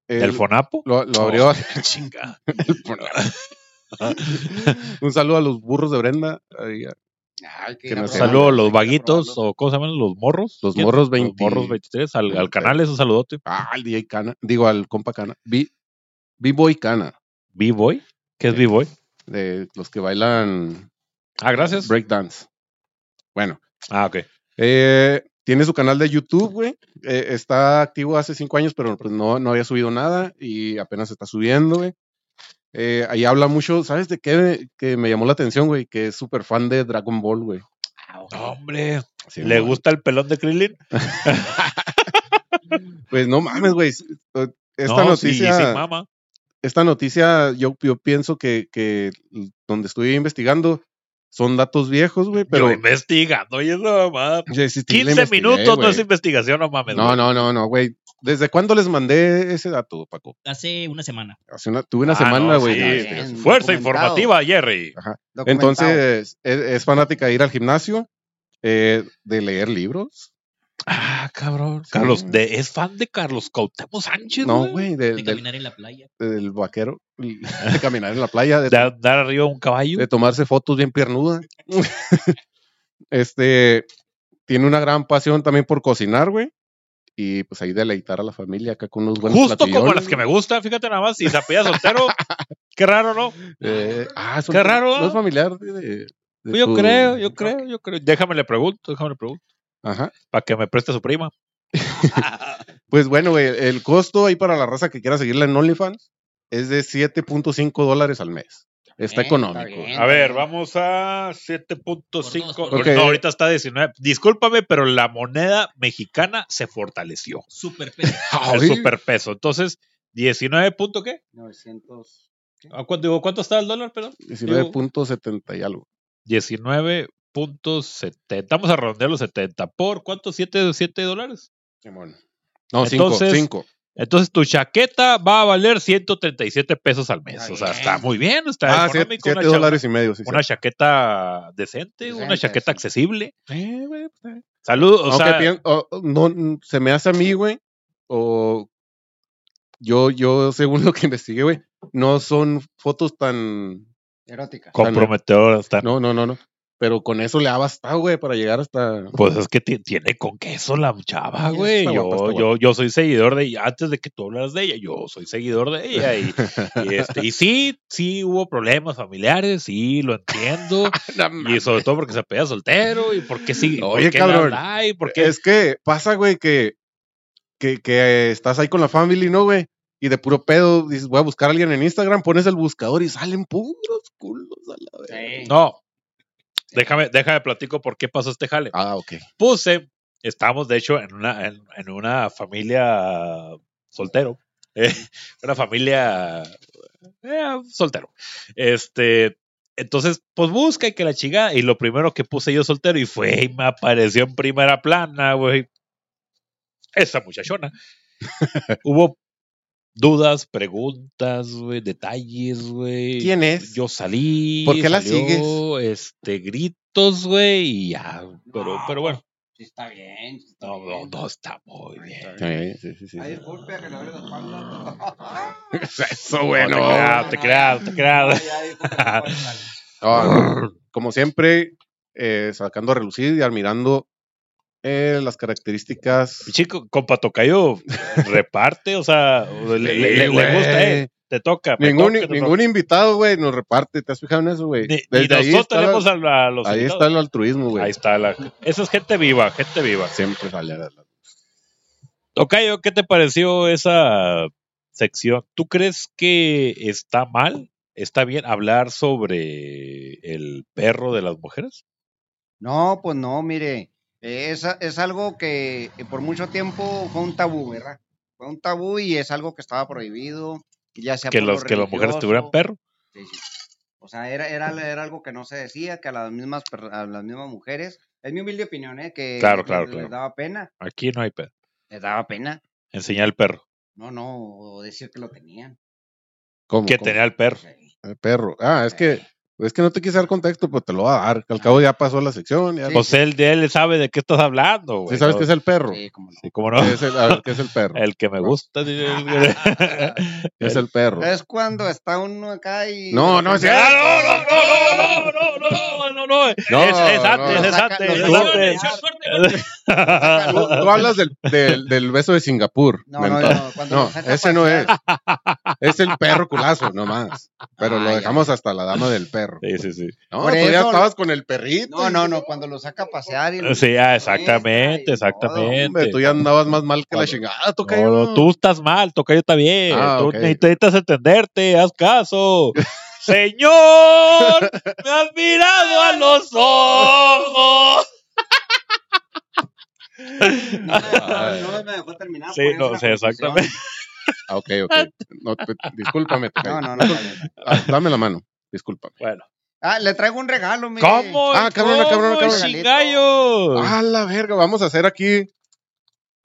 Speaker 1: El-
Speaker 3: ¿Del Fonapo?
Speaker 1: lo, lo abrió.
Speaker 3: Chinga.
Speaker 1: el Fonapo. un saludo a los burros de Brenda. ahí, a-
Speaker 2: Ay,
Speaker 1: Que nos
Speaker 2: probarlo,
Speaker 3: Saludos a
Speaker 2: hay
Speaker 3: los
Speaker 2: que
Speaker 3: vaguitos
Speaker 2: probarlo.
Speaker 3: o ¿cómo se llaman? Los morros.
Speaker 1: Los
Speaker 3: ¿Quién?
Speaker 1: morros
Speaker 3: Los
Speaker 1: 20.
Speaker 3: morros 23. Al, al canal es un saludote.
Speaker 1: Ah, al DJ Cana. Digo, al compa Cana. B- B-Boy Cana.
Speaker 3: B-Boy. ¿Qué es B-Boy?
Speaker 1: De los que bailan
Speaker 3: Ah, gracias.
Speaker 1: breakdance. Bueno.
Speaker 3: Ah, ok.
Speaker 1: Eh, tiene su canal de YouTube, güey. Eh, está activo hace cinco años, pero pues no, no había subido nada y apenas está subiendo, güey. Eh, ahí habla mucho, ¿sabes de qué? Que me llamó la atención, güey, que es súper fan de Dragon Ball, güey.
Speaker 3: No, hombre.
Speaker 1: Sí,
Speaker 3: ¿Le
Speaker 1: no,
Speaker 3: gusta el pelón de Krillin?
Speaker 1: Pues no mames, güey. Eh, Esta
Speaker 3: no, sí,
Speaker 1: noticia,
Speaker 3: sí, mama.
Speaker 1: esta noticia, yo, yo pienso que, que donde estuve investigando, Son datos viejos, güey, pero...
Speaker 3: Yo investigando y esa mamada.
Speaker 1: Ya existí, la
Speaker 3: 15
Speaker 1: investigué,
Speaker 3: minutos no
Speaker 1: güey.
Speaker 3: es investigación, no mames.
Speaker 1: No,
Speaker 3: güey.
Speaker 1: no, no, no, güey. ¿Desde cuándo les mandé ese dato, Paco?
Speaker 5: Hace una semana.
Speaker 1: Hace una, tuve una
Speaker 3: Ah,
Speaker 1: semana,
Speaker 3: no,
Speaker 1: güey.
Speaker 3: sí,
Speaker 1: de-
Speaker 3: sí.
Speaker 1: de-
Speaker 2: Bien. Documentado.
Speaker 3: Fuerza informativa, Jerry.
Speaker 2: documentado.
Speaker 1: Entonces, es, es fanática de ir al gimnasio, eh, de leer libros.
Speaker 3: Ah, cabrón.
Speaker 1: Sí.
Speaker 3: Carlos, de- ¿es fan de Carlos Cautemo Sánchez?
Speaker 1: No, güey, de-
Speaker 5: De
Speaker 1: del,
Speaker 5: caminar en la playa.
Speaker 1: del vaquero, de caminar en la playa, de,
Speaker 3: De andar arriba de un caballo.
Speaker 1: de tomarse fotos bien piernuda. este, tiene una gran pasión también por cocinar, güey. Y pues ahí deleitar a la familia acá con unos buenos
Speaker 3: Justo como
Speaker 1: platillones,
Speaker 3: las que me
Speaker 1: güey.
Speaker 3: gustan, fíjate nada más. Y Zapilla soltero. Qué raro, ¿no?
Speaker 1: Eh, ah, son-
Speaker 3: Qué raro,
Speaker 1: No es
Speaker 3: ¿ah?
Speaker 1: familiar de, de- de
Speaker 3: Pues Yo
Speaker 1: tu-
Speaker 3: creo, yo creo, yo creo. Déjame le pregunto, déjame le pregunto.
Speaker 1: Ajá.
Speaker 3: Para que me preste su prima.
Speaker 1: Pues bueno, güey, el costo ahí para la raza que quiera seguirla en OnlyFans es de 7.5 dólares al mes. Está
Speaker 2: Bien,
Speaker 1: económico.
Speaker 2: está bien.
Speaker 3: A ver, vamos a 7.5.
Speaker 5: Por dos,
Speaker 1: por
Speaker 3: No,
Speaker 1: dos.
Speaker 3: ahorita está 19. Discúlpame, pero la moneda mexicana se fortaleció.
Speaker 5: Súper pedo.
Speaker 3: El
Speaker 1: Ay.
Speaker 3: superpeso. Entonces, 19. Punto ¿Qué?
Speaker 1: eh,
Speaker 2: 900.
Speaker 3: ¿A cuánto, digo, ¿Cuánto está el dólar, perdón?
Speaker 1: 19.70 y algo.
Speaker 3: 19.70. Vamos a redondear los 70. ¿Por cuánto? ¿7, dólares?
Speaker 1: Simón. No, 5,
Speaker 3: Entonces,
Speaker 1: 5.
Speaker 3: Entonces tu chaqueta va a valer 137 pesos al mes.
Speaker 2: Está
Speaker 3: O sea,
Speaker 2: bien.
Speaker 3: está muy bien, está
Speaker 1: Ah,
Speaker 3: económico.
Speaker 1: 7
Speaker 3: una cha-
Speaker 1: dólares y medio. Sí,
Speaker 3: Una chaqueta decente, una
Speaker 2: Decente,
Speaker 3: chaqueta
Speaker 2: sí.
Speaker 3: accesible.
Speaker 1: sí. Eh, güey, pues, eh.
Speaker 3: Saludos, o
Speaker 1: Aunque
Speaker 3: sea,
Speaker 1: pien- o- o no, mm, se me hace a mí, güey, o yo, yo, según lo que investigué, güey, no son fotos tan...
Speaker 2: Erótica.
Speaker 3: comprometedor está.
Speaker 1: No, no, no, no. Pero con eso le ha bastado, güey, para llegar hasta...
Speaker 3: Pues es que ti- tiene con queso la chava,
Speaker 1: Sí,
Speaker 3: güey.
Speaker 1: está
Speaker 3: Yo,
Speaker 1: guapa, está
Speaker 3: yo, yo soy seguidor de ella. Antes de que tú hablaras de ella, yo soy seguidor de ella. Y, y este, y sí, sí hubo problemas familiares, sí, lo entiendo. y sobre todo porque se pega soltero y porque sí.
Speaker 1: Oye,
Speaker 3: porque
Speaker 1: cabrón,
Speaker 3: Ay, porque
Speaker 1: Es que pasa, güey, que, que, que estás ahí con la family, ¿no, güey? Y de puro pedo dices, voy a buscar a alguien en Instagram, pones el buscador y salen puros culos a la vez.
Speaker 3: No. Déjame, déjame platico por qué pasó este jale.
Speaker 1: Ah, ok.
Speaker 3: Puse, estamos de hecho en una, en, en una familia soltero. eh, una familia eh, soltero. Este. Entonces, pues busca y que la chingada. Y lo primero que puse yo soltero y fue, y me apareció en primera plana, güey. Esa muchachona. Hubo dudas, preguntas, güey, detalles, güey.
Speaker 1: ¿Quién es?
Speaker 3: Yo salí.
Speaker 1: ¿Por qué la
Speaker 3: salió,
Speaker 1: sigues?
Speaker 3: Este, gritos, güey, y ya. Pero, pero bueno.
Speaker 2: Sí, está bien. sí está
Speaker 3: No, no,
Speaker 2: bien.
Speaker 3: no, está muy
Speaker 1: Sí,
Speaker 3: bien.
Speaker 1: sí, sí. sí.
Speaker 2: Ay, disculpe, que le abre la espalda.
Speaker 1: Eso,
Speaker 3: No, te
Speaker 1: bueno.
Speaker 3: creas, te creas, te creas.
Speaker 2: Ay, ay, disculpe, que le abre la-
Speaker 1: Ah, como siempre, eh, sacando a relucir y admirando eh, las características.
Speaker 3: Chico, compa Tocayo, reparte, o sea, le, le- le- le
Speaker 1: güey.
Speaker 3: gusta, eh, te toca. me
Speaker 1: Ningún,
Speaker 3: toca, te
Speaker 1: ningún
Speaker 3: toca.
Speaker 1: invitado, güey, nos reparte. ¿Te has fijado en eso, güey?
Speaker 3: Ni, ni
Speaker 1: Desde ahí
Speaker 3: nosotros
Speaker 1: está la-
Speaker 3: tenemos a, a los
Speaker 1: ahí
Speaker 3: invitados.
Speaker 1: está el altruismo,
Speaker 3: Ahí
Speaker 1: güey.
Speaker 3: está la- Esa es gente viva, gente viva.
Speaker 1: Siempre sale a la
Speaker 3: Tocayo, ¿qué te pareció esa sección? ¿Tú crees que está mal? ¿Está bien hablar sobre el perro de las mujeres?
Speaker 2: No, pues no, mire, eh, es, a- es algo que eh, por mucho tiempo fue un tabú, ¿verdad? Fue un tabú y es algo que estaba prohibido, ya sea
Speaker 3: Que,
Speaker 2: por lo
Speaker 3: los, que las mujeres
Speaker 2: religioso.
Speaker 3: tuvieran perro.
Speaker 2: Sí, sí. O sea, era, era, era algo que no se decía, que a las mismas, per- a las mismas mujeres, es mi humilde opinión, ¿eh? Que
Speaker 3: Claro, claro,
Speaker 2: les,
Speaker 3: claro.
Speaker 2: les daba pena,
Speaker 3: Aquí no hay perro.
Speaker 2: les daba pena,
Speaker 3: Enseñar el perro.
Speaker 2: no, no, o decir que lo tenían.
Speaker 1: ¿Cómo?
Speaker 3: Que
Speaker 1: cómo?
Speaker 3: tenía el perro.
Speaker 2: Sí.
Speaker 1: El perro. Ah, es que, es que no te quise dar contexto, pues te lo voy a dar. Al cabo ya pasó la sección. Ya
Speaker 2: Sí,
Speaker 3: Pues él de él sabe de qué estás hablando, güey.
Speaker 1: Sí sabes que es el perro.
Speaker 2: Sí, como no.
Speaker 3: Pues, Sí, ¿Cómo no?
Speaker 1: ¿Qué es el, a ver, ¿qué es el perro?
Speaker 3: El que me gusta.
Speaker 1: ¿Qué es el perro?
Speaker 2: Es cuando está uno acá y...
Speaker 1: No, no, es-
Speaker 3: Ah, no, no, no, no, no, no, no, no, no, no.
Speaker 1: No,
Speaker 3: es, es
Speaker 1: no.
Speaker 3: antes, es
Speaker 2: Saca-
Speaker 3: antes,
Speaker 2: lo
Speaker 3: es
Speaker 2: saca-
Speaker 3: antes.
Speaker 2: mucha
Speaker 1: Tú, tú hablas del, del, del beso de Singapur.
Speaker 2: No, no,
Speaker 1: mental.
Speaker 2: no, cuando
Speaker 1: No,
Speaker 2: lo saca a
Speaker 1: ese no es.
Speaker 2: pasear.
Speaker 1: Es el perro culazo, nomás. Pero lo
Speaker 2: Ay,
Speaker 1: dejamos hasta la dama del perro.
Speaker 3: Sí, sí, sí.
Speaker 1: No,
Speaker 2: Por
Speaker 1: tú ya
Speaker 2: eso-
Speaker 1: estabas con el perrito.
Speaker 2: No, no, no, cuando lo saca a pasear y lo-
Speaker 3: Sí, ah, exactamente,
Speaker 1: Hombre,
Speaker 3: exactamente.
Speaker 1: tú ya andabas más mal que la
Speaker 3: Cuando-
Speaker 1: chingada,
Speaker 3: No,
Speaker 1: tocayo.
Speaker 3: no, tú estás mal, Tocayo está bien.
Speaker 1: Ah,
Speaker 3: tú
Speaker 1: ok.
Speaker 3: necesitas entenderte, haz caso. Señor, me has mirado a los ojos.
Speaker 2: No, no, no, no me dejó terminar.
Speaker 3: Sí,
Speaker 2: por eso
Speaker 3: no,
Speaker 2: la
Speaker 3: sí, exactamente.
Speaker 1: Ah, ok, ok. No, pe- discúlpame, tocayo.
Speaker 2: conclusión. No, no, no. no, no.
Speaker 1: Ah, dame la mano. Discúlpame.
Speaker 3: Bueno,
Speaker 2: Ah, le traigo un regalo, mire.
Speaker 3: ¿Cómo?
Speaker 1: Ah, cabrón,
Speaker 3: ¿Cómo,
Speaker 1: cabrón, cabrón.
Speaker 3: chingallo?
Speaker 1: ¡Ah, la verga! Vamos a hacer aquí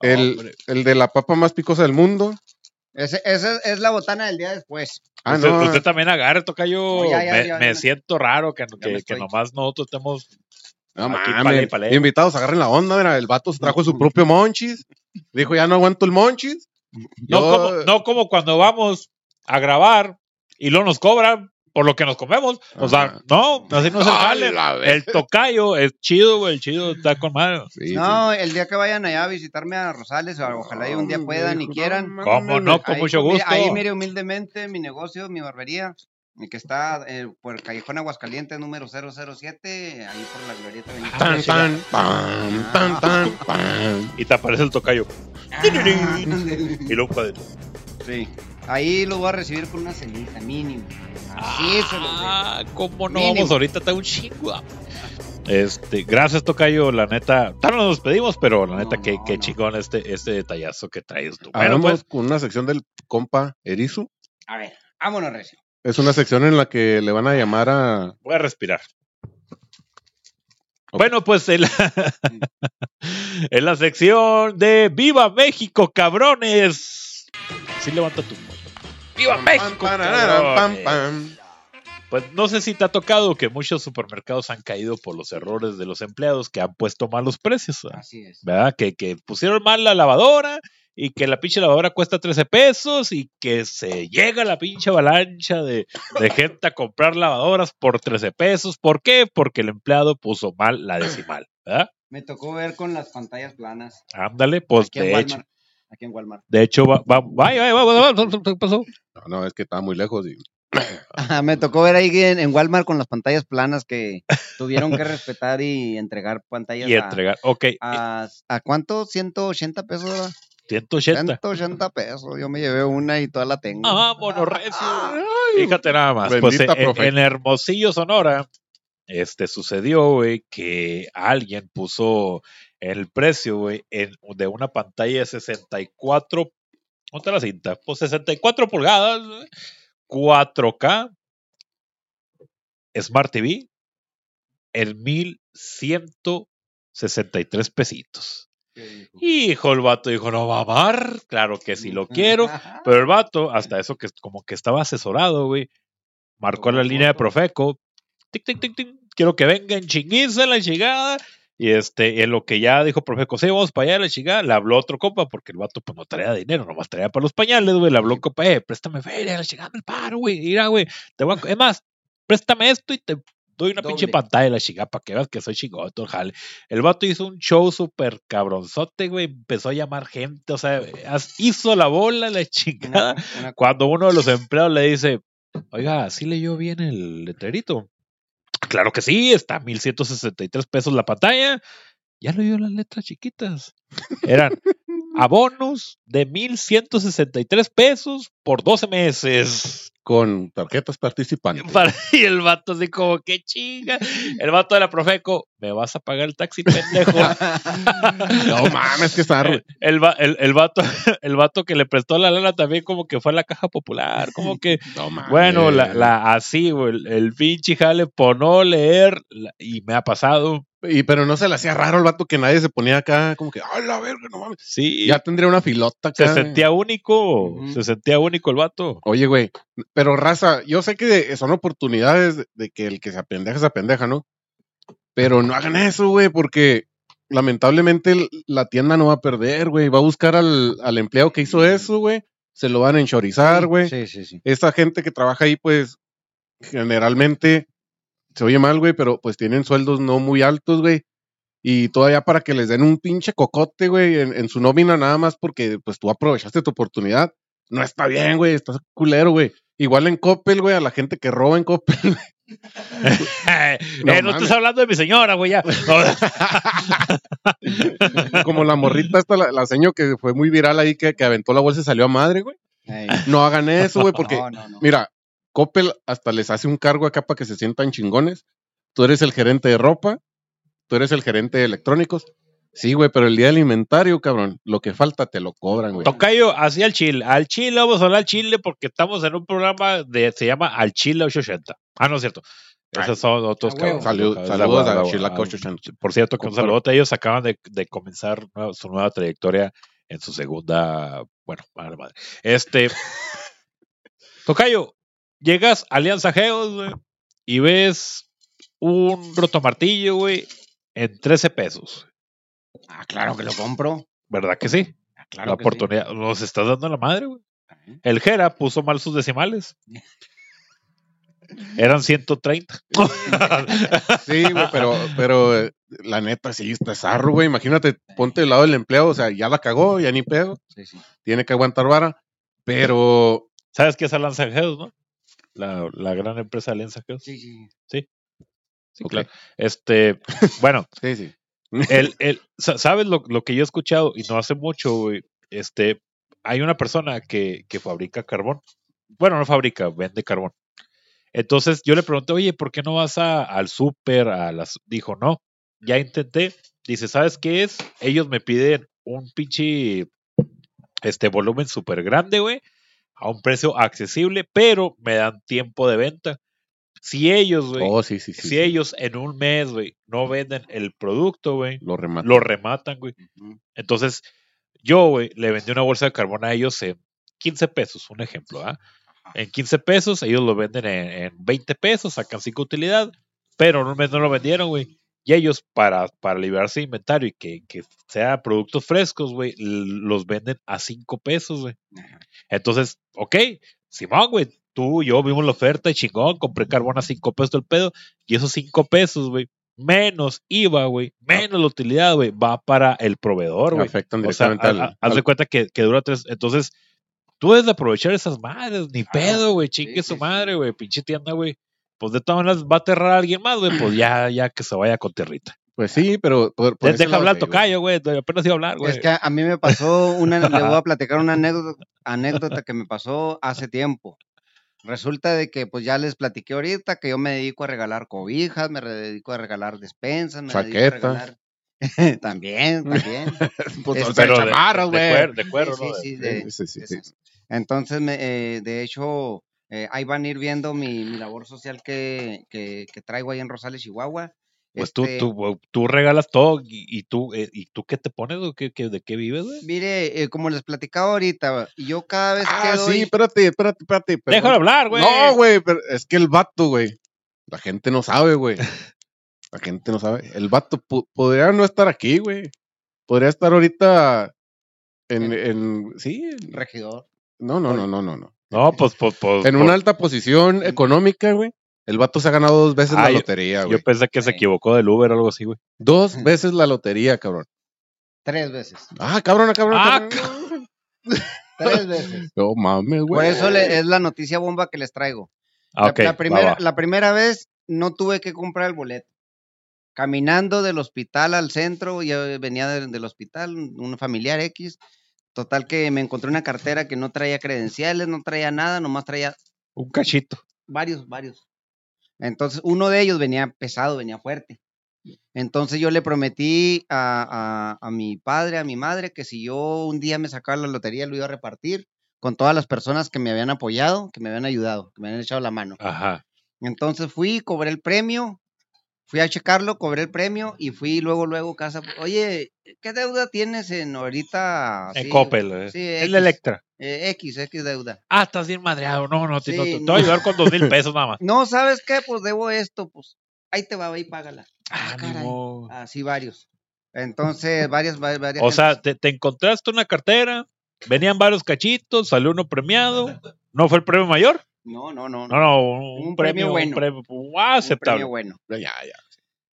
Speaker 1: el, el de la papa más picosa del mundo.
Speaker 2: Ese- esa es la botana del día después.
Speaker 1: Ah,
Speaker 3: usted,
Speaker 1: no.
Speaker 3: usted también agarre, tocayo.
Speaker 2: No, ya, ya,
Speaker 3: me
Speaker 2: ya,
Speaker 3: me
Speaker 2: ya.
Speaker 3: siento raro que, que-
Speaker 2: me
Speaker 3: que
Speaker 2: estoy.
Speaker 3: nomás nosotros estemos.
Speaker 1: No
Speaker 3: Aquí,
Speaker 1: mames.
Speaker 3: pale, pale.
Speaker 1: Invitados, agarren la onda. Mira, el vato se trajo su propio monchis. Dijo, ya no aguanto el monchis.
Speaker 3: No,
Speaker 1: Yo-
Speaker 3: como, no como cuando vamos a grabar y luego nos cobran por lo que nos comemos. O sea,
Speaker 1: Ajá.
Speaker 3: no, así no es el
Speaker 1: ¡A
Speaker 3: jale.
Speaker 1: la verga!
Speaker 3: El tocayo es chido, güey, el chido está con madre.
Speaker 1: Sí,
Speaker 2: no, el día que vayan allá a visitarme a Rosales, ojalá y un día puedan y quieran.
Speaker 3: ¿Cómo no? Con
Speaker 2: Ahí,
Speaker 3: mucho
Speaker 2: mire,
Speaker 3: gusto.
Speaker 2: Ahí, mire, humildemente, mi negocio, mi barbería, eh, que está eh, por Callejón Aguascalientes, número 007, ahí por la glorieta. Benito
Speaker 1: Tan,
Speaker 2: Juárez.
Speaker 1: tan, pam, tan, tan, pam.
Speaker 3: Y te aparece el tocayo.
Speaker 2: Ah,
Speaker 3: Y luego un cuadrito.
Speaker 2: sí. Ahí lo voy a recibir con una cenita mínimo. Así se lo digo.
Speaker 3: Ah, ¿cómo no?
Speaker 2: Mínimo.
Speaker 3: Vamos ahorita, está un chingo. Este, gracias, Tocayo. La neta, tal no nos despedimos, pero la neta,
Speaker 2: No,
Speaker 3: qué,
Speaker 2: no,
Speaker 3: qué
Speaker 2: no.
Speaker 3: chingón este, este detallazo que traes tú. Bueno,
Speaker 1: Hablamos
Speaker 3: pues,
Speaker 1: con una sección del compa Erizo.
Speaker 2: A ver, vámonos, Recio.
Speaker 1: Es una sección en la que le van a llamar a.
Speaker 3: voy a respirar. Bueno, pues en la, en la sección de Viva México, cabrones. Sí, levanta tu. ¡Viva México!
Speaker 1: Pam, pararán, pam,
Speaker 3: cabrones!
Speaker 1: pam.
Speaker 3: Pues no sé si te ha tocado que muchos supermercados han caído por los errores de los empleados que han puesto malos precios. ¿eh? ¿verdad?
Speaker 2: Así es.
Speaker 3: ¿verdad? Que, que pusieron mal la lavadora y que la pinche lavadora cuesta 13 pesos y que se llega la pinche avalancha de, de gente a comprar lavadoras por 13 pesos. ¿Por qué? Porque el empleado puso mal la decimal, ¿verdad?
Speaker 2: Me tocó ver con las pantallas planas.
Speaker 3: Ándale, pues
Speaker 2: aquí en
Speaker 3: de hecho,
Speaker 2: Walmart. Aquí en Walmart.
Speaker 3: de hecho, va, va, vaya, vaya, vaya, vaya, vaya, ¿qué pasó?
Speaker 1: No, no, es que estaba muy lejos. y-
Speaker 3: Ah.
Speaker 2: Ajá, me tocó ver ahí en, en Walmart con las pantallas planas que tuvieron que respetar y entregar pantallas
Speaker 3: Y
Speaker 2: a-
Speaker 3: entregar, ok,
Speaker 2: a, ¿a cuánto? 180 pesos. ¿verdad?
Speaker 3: 180.
Speaker 2: 180 pesos. Yo me llevé una y toda la tengo.
Speaker 3: Ah, Vámonos, recio. Fíjate nada más. Pues
Speaker 1: Bendita
Speaker 3: en, en-
Speaker 1: profe.
Speaker 3: en Hermosillo, Sonora, este sucedió, güey, que alguien puso el precio, güey, en- de una pantalla de 64. ¿Dónde está la cinta? Pues 64 pulgadas, güey, 4K, Smart TV, en 1163 pesitos. Hijo, el vato dijo, no va a amar, claro que sí lo quiero. Pero el vato, hasta eso que como que estaba asesorado, güey, marcó la línea de Profeco. Tic, tic, tic, tic. Quiero que vengan, chinguiza la chingada. Y este, en lo que ya dijo Profeco, sí, vamos para allá, la chingada. Le habló otro compa, porque el vato pues no traía dinero, nomás traía para los pañales, güey. Le habló, compa, eh, préstame feria, la chingada, el paro, güey. Mira, güey, te voy a- Es más, préstame esto y te doy una pinche
Speaker 2: Doble.
Speaker 3: pantalla, la chingada, para que veas que soy chingón, todo el jale. El vato hizo un show súper cabronzote, güey. Empezó a llamar gente, o sea, as- hizo la bola, la chingada.
Speaker 2: Una- una-
Speaker 3: Cuando uno de los empleados le dice, oiga, ¿sí leyó bien el letrerito? Claro que sí, está a 1163 pesos la pantalla. Ya leyó las letras chiquitas. Eran abonos de 1163 pesos por 12 meses.
Speaker 1: Con tarjetas participantes.
Speaker 3: Para- Y el vato así como, qué chinga. El vato de la Profeco, ¿me vas a pagar el taxi, pendejo?
Speaker 1: No mames, que está.
Speaker 3: El, el, va- el- el vato, el vato que le prestó la lana también como que fue a la caja popular, como que
Speaker 1: No mames.
Speaker 3: bueno, la, la- así, güey, el, el pinche jale por no leer, la- y me ha pasado,
Speaker 1: Y, pero no se le hacía raro el vato que nadie se ponía acá, como que, ¡ah, la verga, no mames!
Speaker 3: sí,
Speaker 1: Ya tendría una filota
Speaker 3: se
Speaker 1: acá.
Speaker 3: sentía único,
Speaker 2: Ujú.
Speaker 3: se sentía único el vato.
Speaker 1: Oye, güey, pero raza, yo sé que son oportunidades de- de que el que se apendeja, se apendeja, ¿no? Pero no hagan eso, güey, porque lamentablemente el- la tienda no va a perder, güey. Va a buscar al, al empleado que hizo eso, güey. Se lo van a enchorizar, güey.
Speaker 2: Sí, sí, sí.
Speaker 1: Esta gente que trabaja ahí, pues, generalmente, se oye mal, güey, pero pues tienen sueldos no muy altos, güey. Y todavía para que les den un pinche cocote, güey, en, en su nómina nada más porque, pues, tú aprovechaste tu oportunidad. No está bien, güey, estás culero, güey. Igual en Coppel, güey, a la gente que roba en Coppel.
Speaker 3: Eh,
Speaker 1: No
Speaker 3: no
Speaker 1: mames.
Speaker 3: estás hablando de mi señora, güey, ya. No,
Speaker 1: Como la morrita esta, la, la seño que fue muy viral ahí, que, que aventó la bolsa y salió a madre, güey.
Speaker 2: Ey,
Speaker 1: No hagan eso, güey, porque
Speaker 2: no, no, no.
Speaker 1: Mira, Coppel hasta les hace un cargo acá para que se sientan chingones. Tú eres el gerente de ropa, tú eres el gerente de electrónicos. Sí, güey, pero el día del inventario, cabrón, lo que falta te lo cobran, güey.
Speaker 3: Tocayo, así al chile, al chile, vamos a hablar al chile porque estamos en un programa de, se llama Al Chile 880. Ah, no es cierto. Esos son otros
Speaker 2: A huevo.
Speaker 3: cabrones.
Speaker 1: Salud-
Speaker 3: Cabrones,
Speaker 1: saludos
Speaker 3: la-
Speaker 1: a
Speaker 3: la-
Speaker 1: Sheila
Speaker 3: a-
Speaker 1: Kochuchan.
Speaker 3: Por cierto, que un
Speaker 1: Doctor.
Speaker 3: saludote. Ellos acaban de, de comenzar nueva- su nueva trayectoria en su segunda. Bueno, a la madre. Este. Tocayo, llegas a Alianza Geos, güey, y ves un rotomartillo, güey, en 13 pesos.
Speaker 2: Ah, claro que lo compro.
Speaker 3: ¿Verdad que sí?
Speaker 2: Ah, Claro
Speaker 3: la
Speaker 2: que sí.
Speaker 3: oportunidad. Nos estás dando la madre, güey. El Jera puso mal sus decimales. Eran 130.
Speaker 1: Sí, güey, pero, pero eh, la neta sí está zarro, güey. Imagínate, ponte del lado del empleado, o sea, ya la cagó, ya ni pedo,
Speaker 2: Sí, sí.
Speaker 1: tiene que aguantar vara. Pero
Speaker 3: ¿Sabes qué es Alianza Geos, no? La, la gran empresa Alianza Geos.
Speaker 2: Sí, sí.
Speaker 3: Sí,
Speaker 1: Ok.
Speaker 3: claro. Este, bueno,
Speaker 1: sí, sí.
Speaker 3: el, el, sa- ¿sabes lo, lo que yo he escuchado? Y no hace mucho, güey, este, hay una persona que, que fabrica carbón. Bueno, no fabrica, vende carbón. Entonces yo le pregunté, oye, ¿por qué no vas a- al súper? A las... Dijo, no, ya intenté. Dice, ¿sabes qué es? Ellos me piden un pinche este volumen súper grande, güey, a un precio accesible, pero me dan tiempo de venta. Si ellos, güey,
Speaker 1: Oh, sí, sí, sí.
Speaker 3: si
Speaker 1: sí.
Speaker 3: ellos en un mes, güey, no venden el producto, güey,
Speaker 1: Lo remata.
Speaker 3: lo rematan, güey.
Speaker 2: Ujú.
Speaker 3: Entonces, yo, güey, le vendí una bolsa de carbón a ellos en 15 pesos, un ejemplo, ¿ah? En 15 pesos, ellos lo venden en, en 20 pesos, sacan 5 utilidad, pero en un mes no lo vendieron, güey. Y ellos, para, para liberarse de inventario y que, que sea productos frescos, güey, l- los venden a 5 pesos, güey. Entonces, ok, Simón, güey, tú y yo vimos la oferta y chingón, compré carbón a 5 pesos el pedo, y esos 5 pesos, güey, menos IVA, güey, menos la utilidad, güey, va para el proveedor, güey.
Speaker 1: Afectan
Speaker 3: O sea,
Speaker 1: directamente
Speaker 3: ha-
Speaker 1: al-
Speaker 3: ha- haz de
Speaker 1: al-
Speaker 3: cuenta que, que dura tres. Entonces, tú debes de aprovechar esas madres, ni
Speaker 2: Claro,
Speaker 3: pedo, güey,
Speaker 2: sí,
Speaker 3: chingue
Speaker 2: sí,
Speaker 3: su
Speaker 2: sí.
Speaker 3: madre, güey, pinche tienda, güey. Pues de todas maneras va a aterrar a alguien más, güey, pues ya, ya que se vaya con tierrita.
Speaker 1: Pues sí, pero. por- por
Speaker 3: De-
Speaker 1: ese
Speaker 3: Deja
Speaker 1: lado,
Speaker 3: hablar,
Speaker 1: sí, güey.
Speaker 3: tocayo, güey, apenas iba a hablar, güey.
Speaker 2: Es que a, a mí me pasó una, le voy a platicar una anécdota, anécdota que me pasó hace tiempo. Resulta de que pues ya les platiqué ahorita que yo me dedico a regalar cobijas, me dedico a regalar despensas, me dedico a
Speaker 1: Chaquetas.
Speaker 2: regalar también, también.
Speaker 1: Pues,
Speaker 2: Este,
Speaker 1: o sea,
Speaker 3: Pero de-
Speaker 1: chamarras,
Speaker 3: de-
Speaker 1: güey.
Speaker 3: De cuero, de cuero,
Speaker 2: Sí,
Speaker 3: ¿no?
Speaker 2: sí, sí,
Speaker 3: De-
Speaker 2: de-
Speaker 1: Sí, sí, sí.
Speaker 2: esas. Entonces, me, eh, de hecho, eh, ahí van a ir viendo mi, mi labor social que, que- que traigo ahí en Rosales, Chihuahua.
Speaker 3: Pues
Speaker 2: Este,
Speaker 3: tú, tú, tú regalas todo y, y tú, eh, ¿y tú qué te pones? güey? ¿Qué, qué- de qué vives, güey?
Speaker 2: Mire, eh, como les platicaba ahorita, yo cada vez
Speaker 1: Ah,
Speaker 2: que doy...
Speaker 1: sí, espérate, espérate, espérate. perdón.
Speaker 3: Déjalo hablar, güey.
Speaker 1: pues, No, güey, pero es que el vato, güey. La gente no sabe, güey. La gente no sabe. El vato pu- podría no estar aquí, güey. Podría estar ahorita en, en sí, en-
Speaker 2: regidor.
Speaker 1: no, no, no, no, no, no.
Speaker 3: No, pues, pues, pues.
Speaker 1: En
Speaker 3: pues,
Speaker 1: una alta posición económica, güey. El vato se ha ganado dos veces
Speaker 3: Ah,
Speaker 1: la
Speaker 3: yo-
Speaker 1: lotería,
Speaker 3: Yo
Speaker 1: güey.
Speaker 3: pensé que se equivocó del Uber o algo así, güey.
Speaker 1: Dos veces la lotería, cabrón.
Speaker 2: Tres veces.
Speaker 1: Ah, cabrón, ah, cabrón.
Speaker 3: Ah,
Speaker 1: cabrón.
Speaker 2: Tres veces.
Speaker 1: No mames,
Speaker 2: Por
Speaker 1: güey.
Speaker 2: eso le- es la noticia bomba que les traigo.
Speaker 3: Ah,
Speaker 2: La-
Speaker 3: ok.
Speaker 2: la,
Speaker 3: va,
Speaker 2: primera,
Speaker 3: va.
Speaker 2: la primera vez no tuve que comprar el boleto. Caminando del hospital al centro, yo venía de- del hospital, un familiar X. Total que me encontré una cartera que no traía credenciales, no traía nada, nomás traía
Speaker 3: Un cachito.
Speaker 2: varios, varios. Entonces, uno de ellos venía pesado, venía fuerte. Entonces yo le prometí a, a- a mi padre, a mi madre, que si yo un día me sacaba la lotería, lo iba a repartir con todas las personas que me habían apoyado, que me habían ayudado, que me habían echado la mano.
Speaker 3: Ajá.
Speaker 2: Entonces fui, cobré el premio, fui a checarlo, cobré el premio y fui luego, luego a casa. Oye, ¿qué deuda tienes en ahorita?
Speaker 3: En
Speaker 2: Sí,
Speaker 3: Coppel. eh.
Speaker 2: Sí,
Speaker 3: el
Speaker 2: X,
Speaker 3: de Electra.
Speaker 2: eh, X, X deuda.
Speaker 3: Ah, estás bien madreado. No, no, te-
Speaker 2: Sí,
Speaker 3: no, te, te
Speaker 2: no.
Speaker 3: voy a ayudar con dos mil pesos nada más.
Speaker 2: No, ¿sabes qué? Pues debo esto, pues ahí te va, ve y págala.
Speaker 3: Ah, ni
Speaker 6: caray.
Speaker 3: modo.
Speaker 2: Así varios. Entonces, varias, va- varias.
Speaker 3: O sea,
Speaker 2: gentes-
Speaker 3: te, te encontraste una cartera, venían varios cachitos, salió uno premiado. ¿No fue el premio mayor?
Speaker 2: No, no, no.
Speaker 3: No, no, un,
Speaker 2: Un
Speaker 3: premio,
Speaker 2: premio
Speaker 3: un
Speaker 2: bueno.
Speaker 3: premio uh,
Speaker 2: un premio
Speaker 3: aceptable.
Speaker 2: bueno.
Speaker 1: Ya, ya.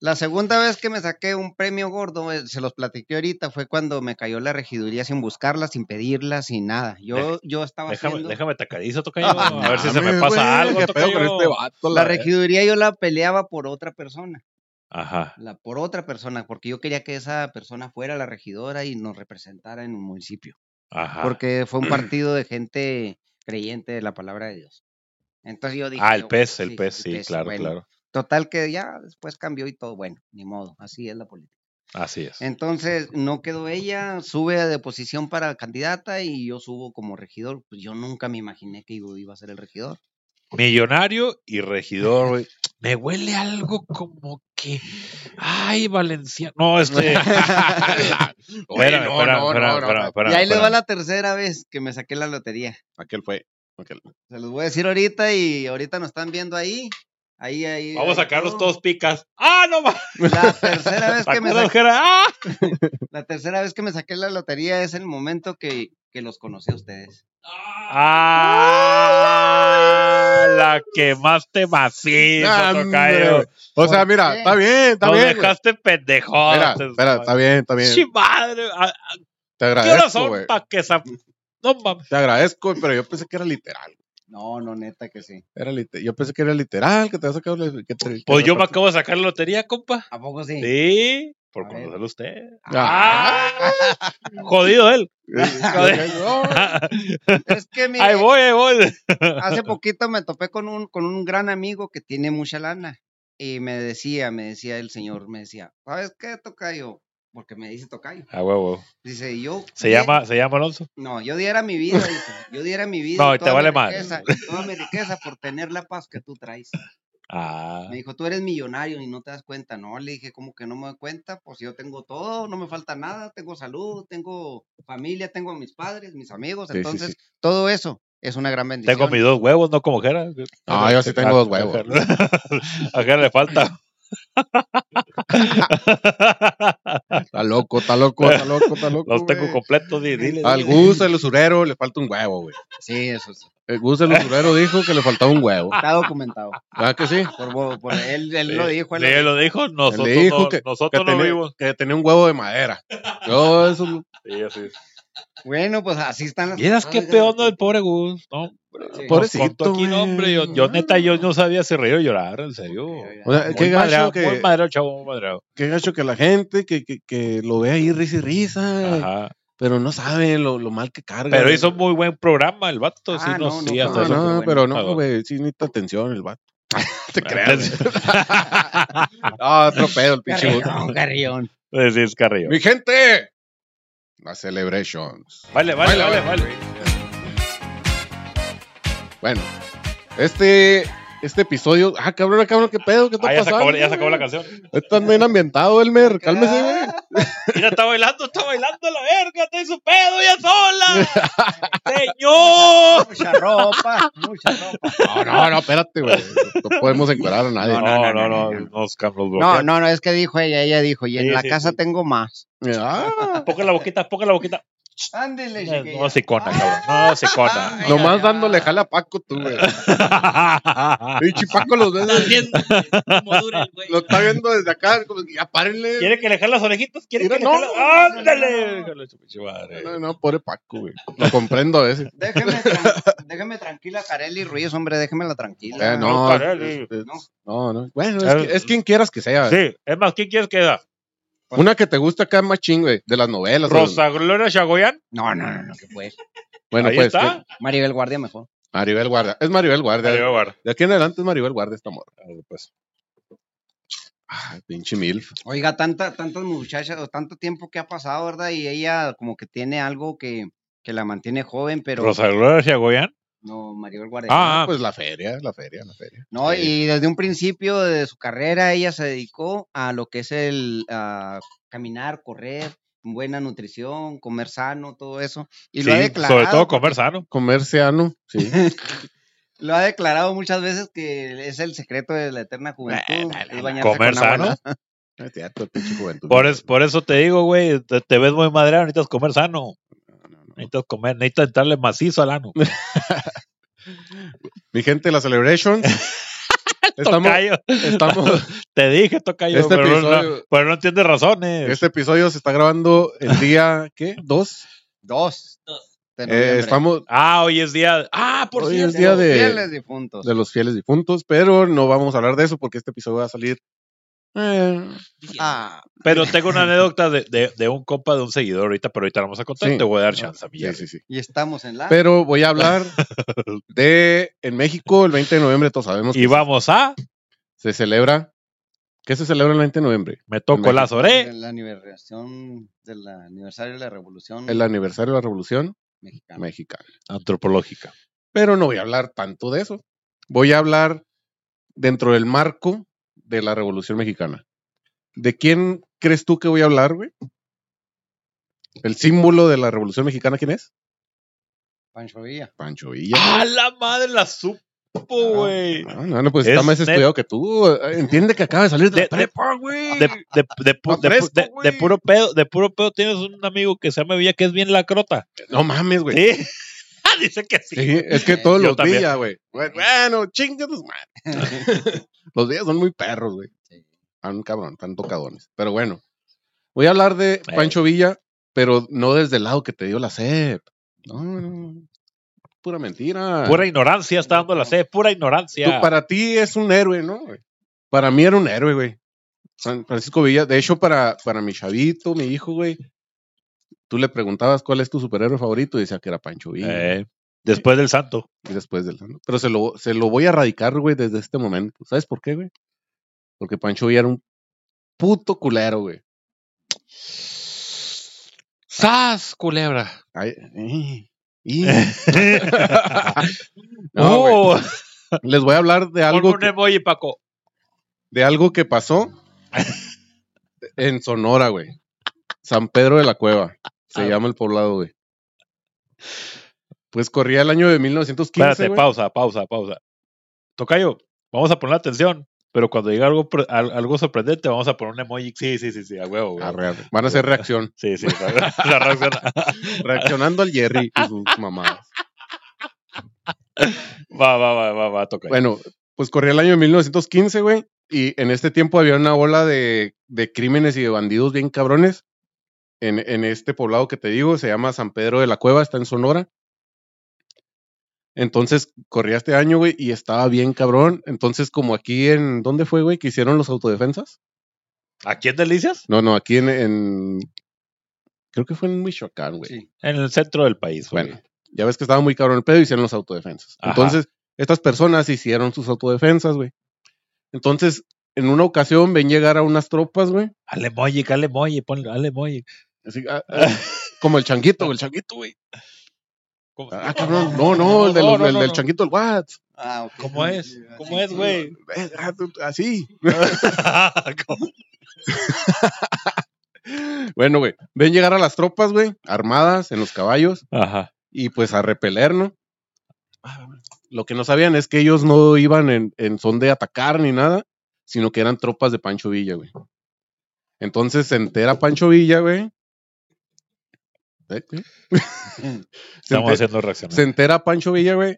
Speaker 2: La segunda vez que me saqué un premio gordo, eh, se los platiqué ahorita, fue cuando me cayó la regiduría sin buscarla, sin pedirla, sin nada. Yo,
Speaker 3: Deja-
Speaker 2: yo estaba
Speaker 3: Déjame,
Speaker 2: haciendo...
Speaker 3: déjame tacadizo, tocayo. a ver si se me
Speaker 1: Mames,
Speaker 3: pasa
Speaker 1: güey,
Speaker 3: algo,
Speaker 1: qué pedo con
Speaker 3: tocayo.
Speaker 1: este vato,
Speaker 2: La
Speaker 3: ¿eh?
Speaker 1: la-
Speaker 2: regiduría yo la peleaba por otra persona,
Speaker 3: Ajá.
Speaker 2: la, por otra persona, porque yo quería que esa persona fuera la regidora y nos representara en un municipio,
Speaker 3: Ajá.
Speaker 2: porque fue un partido de gente creyente de la palabra de Dios. Entonces yo dije...
Speaker 3: ah, el
Speaker 2: "Yo-
Speaker 3: pez, el pez, sí, claro,
Speaker 2: bueno".
Speaker 3: claro.
Speaker 2: Total que ya después cambió y todo, bueno, ni modo, así es la política.
Speaker 3: Así es.
Speaker 2: Entonces no quedó ella, sube a deposición para candidata y yo subo como regidor. Pues yo nunca me imaginé que yo iba a ser el regidor.
Speaker 3: Millonario y regidor, güey. me huele algo como que. Ay, Valencia. No, este.
Speaker 2: Oye, no, no, no, no. y ahí les va la tercera vez que me saqué la lotería.
Speaker 1: Aquel fue. aquel.
Speaker 2: Se los voy a decir ahorita y ahorita nos están viendo ahí. Ahí, ahí.
Speaker 3: Vamos a
Speaker 2: ahí,
Speaker 3: sacarlos
Speaker 2: todo.
Speaker 3: todos picas. ¡Ah, no más!
Speaker 2: La tercera vez que me saqué.
Speaker 3: ¡Ah!
Speaker 2: La tercera vez que me saqué la lotería es el momento que, que los conocí a ustedes.
Speaker 3: ¡Ah! La quemaste macizo,
Speaker 1: Ah,
Speaker 3: tocayo.
Speaker 1: hombre. O sea,
Speaker 2: ¿Por
Speaker 1: mira,
Speaker 2: qué?
Speaker 1: está bien, está
Speaker 3: Nos
Speaker 1: bien. güey.
Speaker 3: dejaste pendejón.
Speaker 1: Mira, espera, está bien, está
Speaker 3: ¡Sí,
Speaker 1: bien.
Speaker 3: madre! ah, ¿A-
Speaker 1: Te
Speaker 3: a ¿Qué horas
Speaker 1: agradezco,
Speaker 3: son
Speaker 1: güey.
Speaker 3: para que sa- No mames.
Speaker 1: Te agradezco, pero yo pensé que era literal.
Speaker 2: No, no, neta que sí.
Speaker 1: Era lite- yo pensé que era literal, que te había sacado. la- Que te- que
Speaker 3: Pues yo me
Speaker 1: repartí-
Speaker 3: acabo de sacar la lotería, compa.
Speaker 2: ¿A poco sí? A
Speaker 3: Sí, por
Speaker 2: ver.
Speaker 3: conocerlo a usted.
Speaker 1: Ah.
Speaker 3: ¡Ah! Jodido él.
Speaker 2: Es que mire,
Speaker 3: Ahí voy, ahí voy.
Speaker 2: hace poquito me topé con un, con un gran amigo que tiene mucha lana. Y me decía, me decía el señor, me decía, ¿sabes qué, Tocayo? Porque me dice Tocayo.
Speaker 3: Ah, huevo.
Speaker 2: Dice, yo.
Speaker 3: ¿Se
Speaker 2: die-
Speaker 3: llama, ¿Se llama Alonso?
Speaker 2: No, yo diera mi vida, dice. Yo diera mi vida.
Speaker 3: No,
Speaker 2: y
Speaker 3: te
Speaker 2: toda mi
Speaker 3: vale madre.
Speaker 2: riqueza, y Toda mi riqueza por tener la paz que tú traes.
Speaker 3: Ah.
Speaker 2: Me dijo, tú eres millonario y no te das cuenta, ¿no? Le dije, ¿cómo que no me doy cuenta? Pues yo tengo todo, no me falta nada, tengo salud, tengo familia, tengo a mis padres, mis amigos,
Speaker 1: Sí, sí,
Speaker 2: entonces
Speaker 1: sí.
Speaker 2: todo eso es una gran bendición.
Speaker 3: Tengo mis dos huevos, no como Jera. Ah,
Speaker 1: No, yo sí tengo dos huevos.
Speaker 3: A Jera le falta.
Speaker 1: Está loco, está loco, está loco, está loco.
Speaker 3: Los tengo
Speaker 1: güey.
Speaker 3: completos, di- dile.
Speaker 1: Al Gus, el usurero, le falta un huevo, güey.
Speaker 2: Sí, eso sí,
Speaker 1: El Gus, el usurero, dijo que le faltaba un huevo.
Speaker 2: está documentado.
Speaker 1: ¿Verdad que sí?
Speaker 2: Por, vo- por él, él lo
Speaker 3: Sí,
Speaker 2: dijo. él
Speaker 3: sí,
Speaker 2: lo-
Speaker 3: lo dijo, nosotros
Speaker 1: le dijo
Speaker 3: no,
Speaker 1: que- Que,
Speaker 3: nosotros no
Speaker 1: tenía,
Speaker 3: vimos.
Speaker 1: que tenía un huevo de madera. Yo, eso.
Speaker 3: Sí, así es.
Speaker 2: Bueno, pues así están las
Speaker 1: Ah,
Speaker 3: Vieras qué
Speaker 2: Oiga,
Speaker 3: peor del pobre Gus, ¿no?
Speaker 2: sí.
Speaker 1: Pobre-
Speaker 3: Nos contó
Speaker 1: Pobrecito,
Speaker 3: aquí, no, hombre, yo,
Speaker 1: güey.
Speaker 3: yo neta, yo no sabía si reír o llorar, en serio.
Speaker 2: Oiga,
Speaker 1: O sea,
Speaker 3: Muy
Speaker 1: qué
Speaker 3: madreado,
Speaker 1: gacho
Speaker 3: muy
Speaker 1: que,
Speaker 3: madreado, chavo, muy madreado.
Speaker 1: qué gacho que la gente que, que, que lo ve ahí risa y risa.
Speaker 3: Ajá.
Speaker 1: Pero no saben lo, lo mal que carga.
Speaker 3: Pero
Speaker 1: güey.
Speaker 3: hizo muy buen programa el vato, sí,
Speaker 2: Ah,
Speaker 3: no,
Speaker 2: no,
Speaker 3: sí,
Speaker 2: no,
Speaker 3: hasta
Speaker 1: No,
Speaker 3: eso.
Speaker 1: no,
Speaker 2: fue
Speaker 1: pero
Speaker 3: bueno.
Speaker 1: no, güey. Sí, necesita atención el vato. Te creas.
Speaker 3: Entonces,
Speaker 1: Ah, otro pedo el pinche Gus.
Speaker 2: Carrión, carrión.
Speaker 3: pues, sí, es carrillo.
Speaker 1: ¡Mi gente! Las celebrations.
Speaker 3: Vale, vale,
Speaker 1: Baila,
Speaker 3: vale,
Speaker 1: baila,
Speaker 3: vale.
Speaker 1: Bueno, este, este episodio. Ah, cabrón, cabrón, qué pedo, qué está
Speaker 3: Ah, ya se,
Speaker 1: pasando.
Speaker 3: acabó, ya se acabó la
Speaker 1: güey?
Speaker 3: canción.
Speaker 1: Estás bien ambientado, Elmer. Cálmese, güey.
Speaker 3: Mira, está bailando, está bailando la verga, está en su pedo ya sola. Señor.
Speaker 2: Mucha ropa, mucha
Speaker 1: No,
Speaker 2: ropa.
Speaker 1: no, no, espérate, güey. Ah, No podemos encuadrar a nadie.
Speaker 3: No, no, no, no,
Speaker 2: no.
Speaker 3: nos Carlos
Speaker 2: No, no, no, es que dijo ella, ella dijo, y en
Speaker 3: Sí,
Speaker 2: la
Speaker 3: sí,
Speaker 2: casa
Speaker 3: sí.
Speaker 2: tengo más.
Speaker 1: Ah,
Speaker 3: Ponga la boquita, ponga la boquita. Eh,
Speaker 2: Ándele,
Speaker 3: No,
Speaker 2: Ah,
Speaker 3: sicona,
Speaker 1: Ah,
Speaker 3: cabrón. No, sicona.
Speaker 1: nomás dándole
Speaker 3: ah.
Speaker 1: jala a Paco, tú, güey. ah, Pinche Paco los ves.
Speaker 5: Estás viendo cómo dura el güey.
Speaker 1: Lo está viendo desde acá, como que ya párenle.
Speaker 3: ¿Quiere que le jale las orejitas? ¿Quiere que
Speaker 1: Mira,
Speaker 3: le
Speaker 1: no.
Speaker 3: jale? ¡Ándale! Híjole, su pinche madre.
Speaker 1: No, no, pobre Paco, güey. Lo comprendo a veces.
Speaker 2: Déjeme, tran- déjeme tranquila, Carelli Ruiz, hombre, déjemela tranquila.
Speaker 1: Eh, no,
Speaker 3: No,
Speaker 1: es-
Speaker 3: para él,
Speaker 1: es- es- no, no. Bueno, es,
Speaker 3: Claro.
Speaker 1: que- es quien quieras que sea.
Speaker 3: Sí, es más, ¿quién quieres que da?
Speaker 1: Una que te gusta acá más ching, güey, de las novelas. o-
Speaker 3: ¿Rosa Gloria Chagoyán?
Speaker 2: No, no, no, no, que pues.
Speaker 1: Bueno,
Speaker 3: Ahí
Speaker 1: pues.
Speaker 3: está.
Speaker 1: que-
Speaker 2: Maribel Guardia mejor.
Speaker 1: Maribel Guardia. Es Maribel Guardia.
Speaker 3: Ahí va, guarda.
Speaker 1: De aquí en adelante es Maribel Guardia esta morra.
Speaker 3: Ahí, pues.
Speaker 1: Ay, pinche milf.
Speaker 2: Oiga, tanta, tantas muchachas, o tanto tiempo que ha pasado, ¿verdad? Y ella como que tiene algo que, que la mantiene joven, pero
Speaker 3: ¿Rosa Gloria Chagoyán?
Speaker 2: no, Maribel Guardia.
Speaker 3: Ah,
Speaker 1: Pues la feria, la feria, la feria.
Speaker 2: no,
Speaker 1: sí.
Speaker 2: y desde un principio de su carrera ella se dedicó a lo que es el ah, caminar, correr, buena nutrición, comer sano, todo eso. Y lo ha
Speaker 3: sí,
Speaker 2: declarado.
Speaker 3: sobre todo comer sano.
Speaker 1: Comerciano, sí.
Speaker 2: Lo ha declarado muchas veces que es el secreto de la eterna juventud. es bañarse
Speaker 3: Comer
Speaker 2: con agua
Speaker 3: sano.
Speaker 1: Es cierto, pinche juventud.
Speaker 3: ¿Ah, Por, es- por eso te digo, güey, te, te ves muy madreado, necesitas comer sano.
Speaker 1: No, no, no.
Speaker 3: Necesitas comer, necesitas entrarle macizo al ano.
Speaker 1: Mi gente, la celebration. estamos,
Speaker 3: Tocayo,
Speaker 1: estamos,
Speaker 3: te dije, tocayo,
Speaker 1: Este
Speaker 3: pero, no,
Speaker 1: episodio-
Speaker 3: pero no entiendes razones.
Speaker 1: este episodio se está grabando el día, ¿qué? ¿Dos?
Speaker 2: Dos.
Speaker 5: Dos.
Speaker 2: de
Speaker 1: Eh,
Speaker 2: noviembre.
Speaker 1: estamos
Speaker 3: Ah, hoy es día. Ah, por
Speaker 1: Hoy
Speaker 3: cierto.
Speaker 1: es día de-
Speaker 2: Fieles difuntos.
Speaker 1: de los fieles difuntos, pero no vamos a hablar de eso porque este episodio va a salir. eh,
Speaker 2: Ah,
Speaker 3: Pero tengo una anécdota de, de, de un compa de un seguidor ahorita, pero ahorita la vamos a contar.
Speaker 1: Sí. Ah,
Speaker 3: Te voy a dar chance, mi
Speaker 1: sí,
Speaker 3: Jerry.
Speaker 1: sí, sí.
Speaker 2: y estamos en la.
Speaker 1: Pero voy a hablar de en México el 20 de noviembre, todos sabemos
Speaker 3: Y
Speaker 1: que
Speaker 3: vamos a.
Speaker 1: se celebra. ¿Qué se celebra el 20 de noviembre?
Speaker 3: Me toco
Speaker 1: México.
Speaker 3: las orejas.
Speaker 2: de la aniversación del aniversario de la Revolución
Speaker 1: El aniversario de la Revolución
Speaker 2: Mexicana.
Speaker 1: Mexicana.
Speaker 3: Antropológica.
Speaker 1: Pero no voy a hablar tanto de eso. Voy a hablar dentro del marco de la Revolución Mexicana. ¿De quién crees tú que voy a hablar, güey? El símbolo de la Revolución Mexicana, ¿quién es?
Speaker 2: Pancho Villa.
Speaker 1: Pancho Villa.
Speaker 3: ¡Ah, la madre la supo, güey!
Speaker 1: No, no, no, pues está
Speaker 3: Es
Speaker 1: más
Speaker 3: net-
Speaker 1: estudiado que tú. Eh, Entiende que acaba de salir de, la
Speaker 3: De- de-
Speaker 1: prepa, güey.
Speaker 3: De, de- de pu-
Speaker 1: Ah,
Speaker 3: de pu-
Speaker 1: fresco,
Speaker 3: de-
Speaker 1: güey.
Speaker 3: de puro pedo, de puro pedo tienes un amigo que se llama Villa que es bien la crota.
Speaker 1: No mames, güey.
Speaker 3: Sí. Ah, Dice que sí.
Speaker 1: Sí, es que todos
Speaker 3: Yo
Speaker 1: los
Speaker 3: también.
Speaker 1: días, güey. Bueno, Bueno, chinga tus Ah, madres. los días son muy perros, güey. Tan cabrón, tan tocadones. Pero bueno, voy a hablar de
Speaker 3: Ey.
Speaker 1: Pancho Villa, pero no desde el lado que te dio la sed. No, no. Pura mentira.
Speaker 3: Pura ignorancia está dando la sed, pura
Speaker 1: Tú,
Speaker 3: ignorancia.
Speaker 1: para ti es un héroe, ¿no? güey? Para mí era un héroe, güey. San Francisco Villa. De hecho, para, para mi chavito, mi hijo, güey, tú le preguntabas cuál es tu superhéroe favorito y decía que era Pancho Villa.
Speaker 3: Eh, después del santo.
Speaker 1: y después del Santo. Pero se lo, se lo voy a erradicar, güey, desde este momento. ¿Sabes por qué, güey? Porque Pancho Villa era un puto culero, güey.
Speaker 3: ¡Sas, culebra!
Speaker 1: Ay, eh, y- No, güey.
Speaker 3: oh,
Speaker 1: Les voy a hablar de algo,
Speaker 3: algo un
Speaker 1: que,
Speaker 3: emoji, Paco.
Speaker 1: de algo que pasó en Sonora, güey. San Pedro de la Cueva.
Speaker 3: Ah.
Speaker 1: Se llama el poblado, güey. Pues corría el año de 1915,
Speaker 3: Espérate,
Speaker 1: güey.
Speaker 3: pausa, pausa, pausa. Tocayo, vamos a poner atención, pero cuando llegue algo, pre- al- algo sorprendente, vamos a poner un emoji. Sí, sí, sí, sí, a huevo, güey.
Speaker 1: Arre, arre. Van a hacer reacción.
Speaker 3: Sí, sí, la la reacción.
Speaker 1: Reaccionando al Jerry y sus mamadas.
Speaker 3: Va, va, va, va, va, Tocayo.
Speaker 1: Bueno, pues corría el año de 1915, güey. Y en este tiempo había una ola de, de crímenes y de bandidos bien cabrones. En, en este poblado que te digo, se llama San Pedro de la Cueva, está en Sonora. Entonces corría este año, güey, y estaba bien cabrón. Entonces, como aquí en. ¿Dónde fue, güey? Que hicieron los autodefensas.
Speaker 3: ¿A quién delicias?
Speaker 1: No, no, aquí en. en- creo que fue en Michoacán, güey.
Speaker 2: Sí.
Speaker 3: En el centro del país, güey.
Speaker 1: Bueno, ya ves que estaba muy cabrón el pedo y hicieron los autodefensas.
Speaker 3: Ajá.
Speaker 1: Entonces, estas personas hicieron sus autodefensas, güey. Entonces, en una ocasión ven llegar a unas tropas, güey.
Speaker 3: Dale emoji, dale emoji, ponle, dale emoji.
Speaker 1: Así, ah, ah, como el changuito, el changuito.
Speaker 3: güey. ¿Cómo,
Speaker 1: Ah, cabrón. No, no, el, de los-
Speaker 3: No, no,
Speaker 1: el
Speaker 3: no,
Speaker 1: del
Speaker 3: no.
Speaker 1: changuito, el what.
Speaker 2: Ah, ok.
Speaker 3: ¿Cómo es? ¿Cómo
Speaker 2: Sí,
Speaker 3: es,
Speaker 2: sí.
Speaker 3: güey?
Speaker 1: Eh, ah, tú- Así.
Speaker 3: ¿Cómo?
Speaker 1: Bueno, güey. Ven llegar a las tropas, güey, armadas en los caballos
Speaker 3: Ajá.
Speaker 1: y pues a repeler, ¿no? Lo que no sabían es que ellos no iban en, en son de atacar ni nada, sino que eran tropas de Pancho Villa, güey. Entonces se entera Pancho Villa, güey. ¿Eh? ¿Qué? se,
Speaker 3: Estamos
Speaker 1: enter-
Speaker 3: haciendo reacciones.
Speaker 1: se entera Pancho Villa, güey.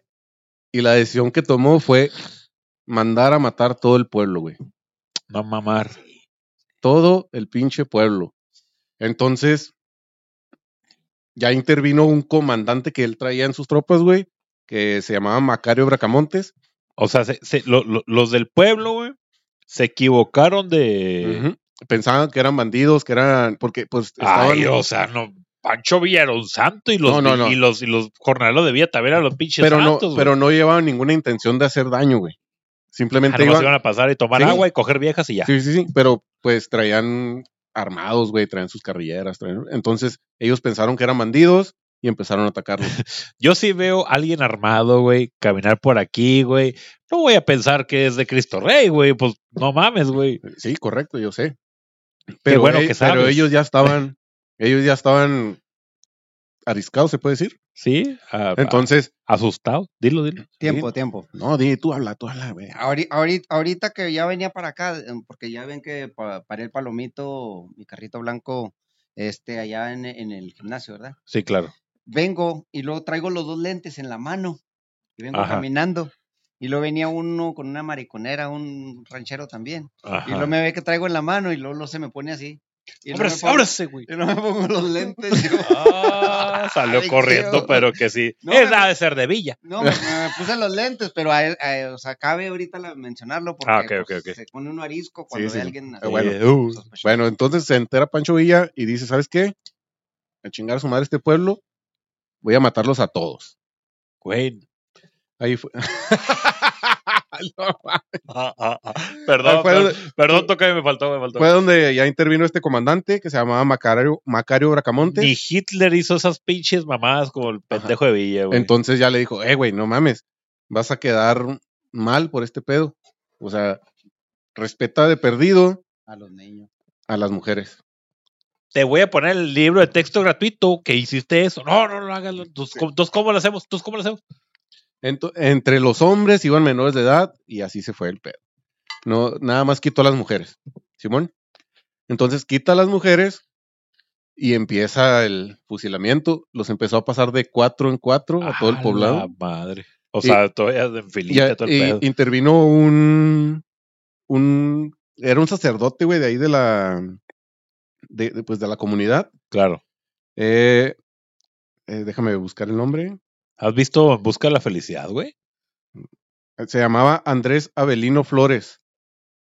Speaker 1: Y la decisión que tomó fue mandar a matar todo el pueblo, güey.
Speaker 3: No mamar.
Speaker 1: Todo el pinche pueblo. Entonces, ya intervino un comandante que él traía en sus tropas, güey, que se llamaba Macario Bracamontes.
Speaker 3: O sea, se- se- lo- lo- los del pueblo, güey, se equivocaron de.
Speaker 1: Ujú. Pensaban que eran bandidos, que eran. Porque, pues.
Speaker 3: Ay,
Speaker 1: estaban-
Speaker 3: o sea, no. Pancho Villa era un santo y los,
Speaker 1: No, no, no.
Speaker 3: Y los, y los jornaleros de Villa también eran los pinches
Speaker 1: pero,
Speaker 3: santos,
Speaker 1: no,
Speaker 3: güey.
Speaker 1: pero no llevaban ninguna intención de hacer daño, güey.
Speaker 3: Ah,
Speaker 1: Simplemente
Speaker 3: nomás
Speaker 1: iban.
Speaker 3: iban a pasar y tomar
Speaker 1: Sí.
Speaker 3: agua y coger viejas y ya.
Speaker 1: Sí, sí, sí. Pero, pues, traían armados, güey, traían sus carrilleras. traían- Entonces, ellos pensaron que eran bandidos y empezaron a atacarlos.
Speaker 3: Yo sí veo a alguien armado, güey, caminar por aquí, güey. No voy a pensar que es de Cristo Rey, güey. Pues no mames, güey.
Speaker 1: sí, correcto, yo sé. Pero,
Speaker 3: bueno
Speaker 1: eh,
Speaker 3: que
Speaker 1: pero
Speaker 3: sabes.
Speaker 1: ellos ya estaban. ellos ya estaban. Ariscados, se puede decir.
Speaker 3: Sí, a- a-
Speaker 1: Entonces,
Speaker 3: asustado. Dilo, dilo.
Speaker 2: Tiempo, tiempo.
Speaker 1: no, di, tú habla, tú habla, güey. Ah,
Speaker 2: Ahori- Ahorita, ahorita que ya venía para acá, em, porque ya ven que pa- paré el palomito, mi carrito blanco, este, allá en, en el gimnasio, ¿verdad?
Speaker 3: Sí, claro.
Speaker 2: Vengo y luego traigo los dos lentes en la mano y vengo
Speaker 3: Ajá.
Speaker 2: caminando. Y luego venía uno con una mariconera, un ranchero también. Y
Speaker 3: Ajá.
Speaker 2: luego me ve que traigo en la mano y luego, luego se me pone así. Y luego me
Speaker 3: Ábrase,
Speaker 2: pongo-
Speaker 3: ábrase, güey.
Speaker 2: y luego me pongo los lentes. y luego-
Speaker 3: Ah, salió
Speaker 2: Ay,
Speaker 3: corriendo,
Speaker 2: tío.
Speaker 3: pero que sí.
Speaker 2: No,
Speaker 3: es
Speaker 2: no.
Speaker 3: la de ser de Villa.
Speaker 2: No, me, me puse los lentes, pero a, a- o sea, cabe ahorita la- mencionarlo porque
Speaker 3: Ah, ok,
Speaker 2: pues,
Speaker 3: ok, ok.
Speaker 2: se pone uno arisco cuando
Speaker 1: Sí,
Speaker 2: ve a
Speaker 1: sí.
Speaker 2: alguien
Speaker 1: Ah, bueno.
Speaker 2: así,
Speaker 3: Sí, uh,
Speaker 2: sospechoso.
Speaker 1: Bueno, entonces se entera Pancho Villa y dice, ¿sabes qué? A chingar a su madre este pueblo, voy a matarlos a todos.
Speaker 3: güey.
Speaker 1: Ahí fue.
Speaker 3: Ah, ah, ah. Perdón,
Speaker 1: Ah, fue
Speaker 3: perdón, perdón, toca me faltó, me faltó.
Speaker 1: Fue donde ya intervino este comandante que se llamaba Macario, Macario Bracamonte.
Speaker 3: Ni Hitler hizo esas pinches mamadas como el pendejo de Villa, güey.
Speaker 1: entonces ya le dijo, eh, güey, no mames, vas a quedar mal por este pedo. O sea, respeta de perdido
Speaker 2: a los niños.
Speaker 1: a las mujeres.
Speaker 3: Te voy a poner el libro de texto gratuito que hiciste eso. No, no, no hágalo. Entonces, ¿cómo- entonces, ¿cómo lo hacemos? Entonces, ¿cómo lo hacemos?
Speaker 1: Ento- entre los hombres iban menores de edad y así se fue el pedo. No, nada más quitó a las mujeres, Simón. Entonces quita a las mujeres y empieza el fusilamiento. Los empezó a pasar de cuatro en cuatro a todo el
Speaker 3: la
Speaker 1: poblado.
Speaker 3: madre. O
Speaker 1: Y-
Speaker 3: sea, todavía en
Speaker 1: Y,
Speaker 3: filita, todo el
Speaker 1: y
Speaker 3: pedo.
Speaker 1: intervino un, un, era un sacerdote, güey, de ahí de la, de, de, pues de la comunidad.
Speaker 3: claro.
Speaker 1: Eh, eh, déjame buscar el nombre.
Speaker 3: ¿Has visto En Busca de la Felicidad, güey?
Speaker 1: Se llamaba Andrés Avelino Flores.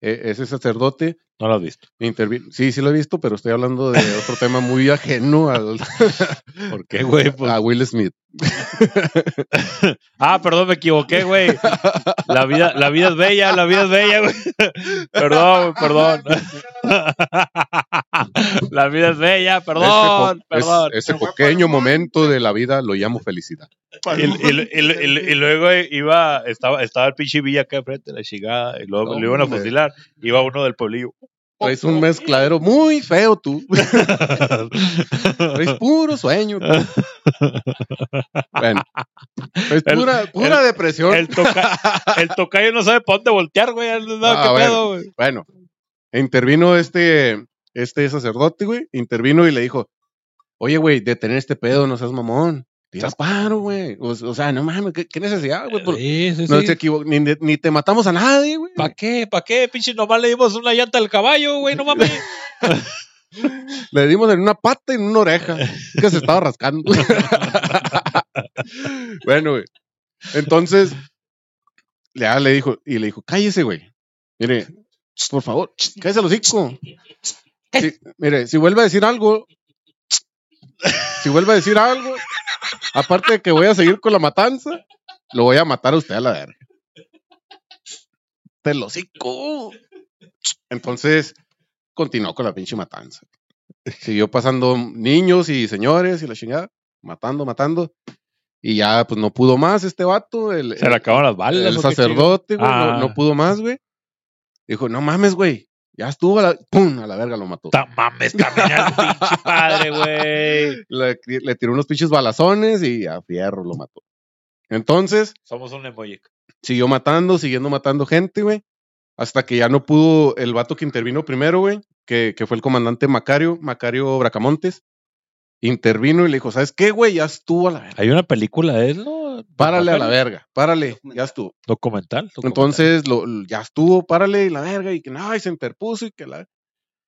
Speaker 1: Eh, ese sacerdote
Speaker 3: No lo has visto.
Speaker 1: Intervi- Sí, sí lo he visto, pero estoy hablando de otro tema muy ajeno al,
Speaker 3: ¿Por qué, güey? Pues-
Speaker 1: a Will Smith.
Speaker 3: Ah, perdón, me equivoqué, güey. La vida, la vida es bella, la vida es bella, güey. Perdón, güey, perdón. La vida es bella, perdón,
Speaker 1: Ese co- es-
Speaker 3: perdón.
Speaker 1: ese pequeño momento de la vida lo llamo felicidad.
Speaker 3: Y, y- y- y- y luego iba, estaba, estaba el pinche Villa acá enfrente, la chingada, y luego
Speaker 1: No,
Speaker 3: lo iban a
Speaker 1: hombre.
Speaker 3: fusilar. Iba uno del pueblillo.
Speaker 1: Traes un mezcladero muy feo tú. Traes puro sueño. tú. Bueno, traes
Speaker 3: El-
Speaker 1: pura, pura depresión.
Speaker 3: El, toca, el tocayo no sabe para dónde voltear, güey. No,
Speaker 1: Ah,
Speaker 3: ¿Qué
Speaker 1: bueno.
Speaker 3: pedo, güey?
Speaker 1: Bueno, intervino este, este sacerdote, güey. Intervino y le dijo: Oye, güey, detener este pedo, no seas mamón. Tira paro, güey. O, o sea, no mames, ¿qué, qué necesidad, güey? Por-
Speaker 3: Sí, sí,
Speaker 1: No
Speaker 3: Eh, sí.
Speaker 1: te equivo- ni, ni te matamos a nadie, güey.
Speaker 3: ¿Para qué? ¿Para qué? Pinche, nomás le dimos una llanta al caballo, güey, no mames.
Speaker 1: Le dimos en una pata y en una oreja que se estaba rascando. bueno, güey. Entonces, ya le dijo, y le dijo, cállese, güey. Mire, por favor, cállese los hocico. Si- mire, si vuelve a decir algo, si vuelve a decir algo, aparte de que voy a seguir con la matanza, lo voy a matar a usted a la verga. Te lo hocico. Entonces, continuó con la pinche matanza. Siguió pasando niños y señores y la chingada, matando, matando. Y ya, pues no pudo más este vato. El,
Speaker 3: Se le
Speaker 1: el-
Speaker 3: acabaron las balas.
Speaker 1: el
Speaker 3: ¿o qué
Speaker 1: sacerdote, güey, no-
Speaker 3: Ah.
Speaker 1: no, pudo más, güey. Dijo, no mames, güey. Ya estuvo, a la, ¡pum! A la verga lo mató.
Speaker 3: Ta mames, también al pinche padre, güey.
Speaker 1: Le, le tiró unos pinches balazones y a fierro lo mató. Entonces,
Speaker 3: Somos un emoji.
Speaker 1: siguió matando, siguiendo matando gente, güey. Hasta que ya no pudo el vato que intervino primero, güey, que, que fue el comandante Macario, Macario Bracamontes. Intervino y le dijo, ¿sabes qué, güey? Ya estuvo a la verga.
Speaker 3: Hay una película de él, ¿no?
Speaker 1: Párale a la
Speaker 3: Documental.
Speaker 1: verga, párale, ya estuvo.
Speaker 3: Documental. documental.
Speaker 1: Entonces, lo, lo- ya estuvo, párale, y la verga, y que no, y se interpuso, y que la...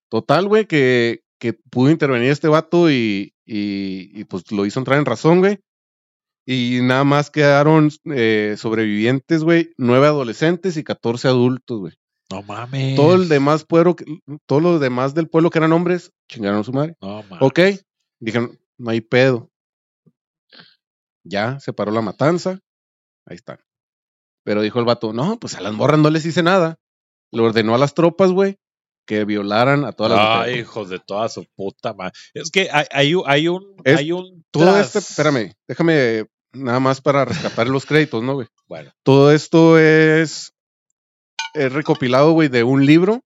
Speaker 1: Total, güey, que, que pudo intervenir este vato y, y, y, pues lo hizo entrar en razón, güey. Y nada más quedaron eh, sobrevivientes, güey, nueve adolescentes y 14 adultos, güey.
Speaker 3: No mames.
Speaker 1: Todo el demás pueblo, que- todos los demás del pueblo que eran hombres, chingaron a su madre.
Speaker 3: No mames.
Speaker 1: Ok, dijeron, no hay pedo. Ya, se paró la matanza. Ahí está. Pero dijo el vato, no, pues a las morras no les hice nada. Le ordenó a las tropas, güey, que violaran a todas las
Speaker 3: Ay,
Speaker 1: mujeres.
Speaker 3: Ah, hijos de toda su puta madre. Es que hay, hay, un- hay un.
Speaker 1: Es
Speaker 3: hay un
Speaker 1: Todo
Speaker 3: tras-
Speaker 1: este, espérame, déjame nada más para rescatar los créditos, ¿no, güey?
Speaker 3: Bueno,
Speaker 1: Todo esto es, es recopilado, güey, de un libro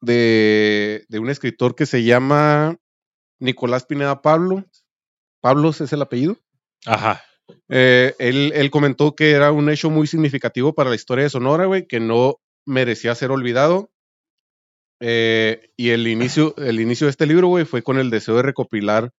Speaker 1: de, de un escritor que se llama Nicolás Pineda Pablo. Pablos es el apellido.
Speaker 3: ajá.
Speaker 1: Eh, él, él comentó que era un hecho muy significativo para la historia de Sonora, güey, que no merecía ser olvidado. Eh, y el inicio, el inicio de este libro, güey, fue con el deseo de recopilar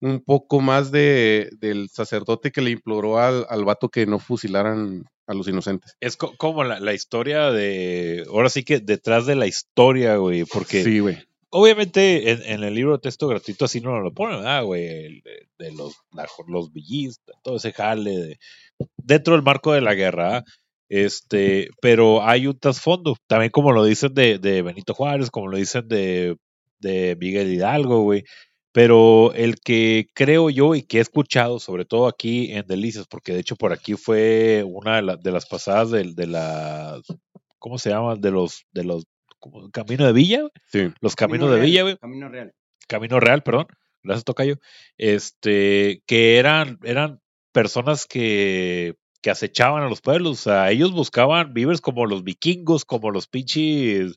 Speaker 1: un poco más de, del sacerdote que le imploró al, al vato que no fusilaran a los inocentes.
Speaker 3: Es co- como la, la historia de. Ahora sí que detrás de la historia, güey. Porque.
Speaker 1: Sí, güey.
Speaker 3: Obviamente en, en el libro de texto gratuito así no lo ponen, ¿verdad, güey? El- De, de los, la- los villistas, todo ese jale de- dentro del marco de la guerra, ¿verdad? este, pero hay un trasfondo, también como lo dicen de, de Benito Juárez, como lo dicen de, de Miguel Hidalgo, güey. Pero el que creo yo y que he escuchado, sobre todo aquí en Delicias, porque de hecho por aquí fue una de, la- de las pasadas del- de, la, ¿cómo se llama? De los, de los, como Camino de Villa,
Speaker 1: Sí.
Speaker 3: los caminos de
Speaker 2: real,
Speaker 3: Villa, güey.
Speaker 2: Camino real.
Speaker 3: Camino Real, perdón. Gracias, Tocayo. Este, que eran, eran personas que que acechaban a los pueblos. O sea, ellos buscaban víveres como los vikingos, como los pinches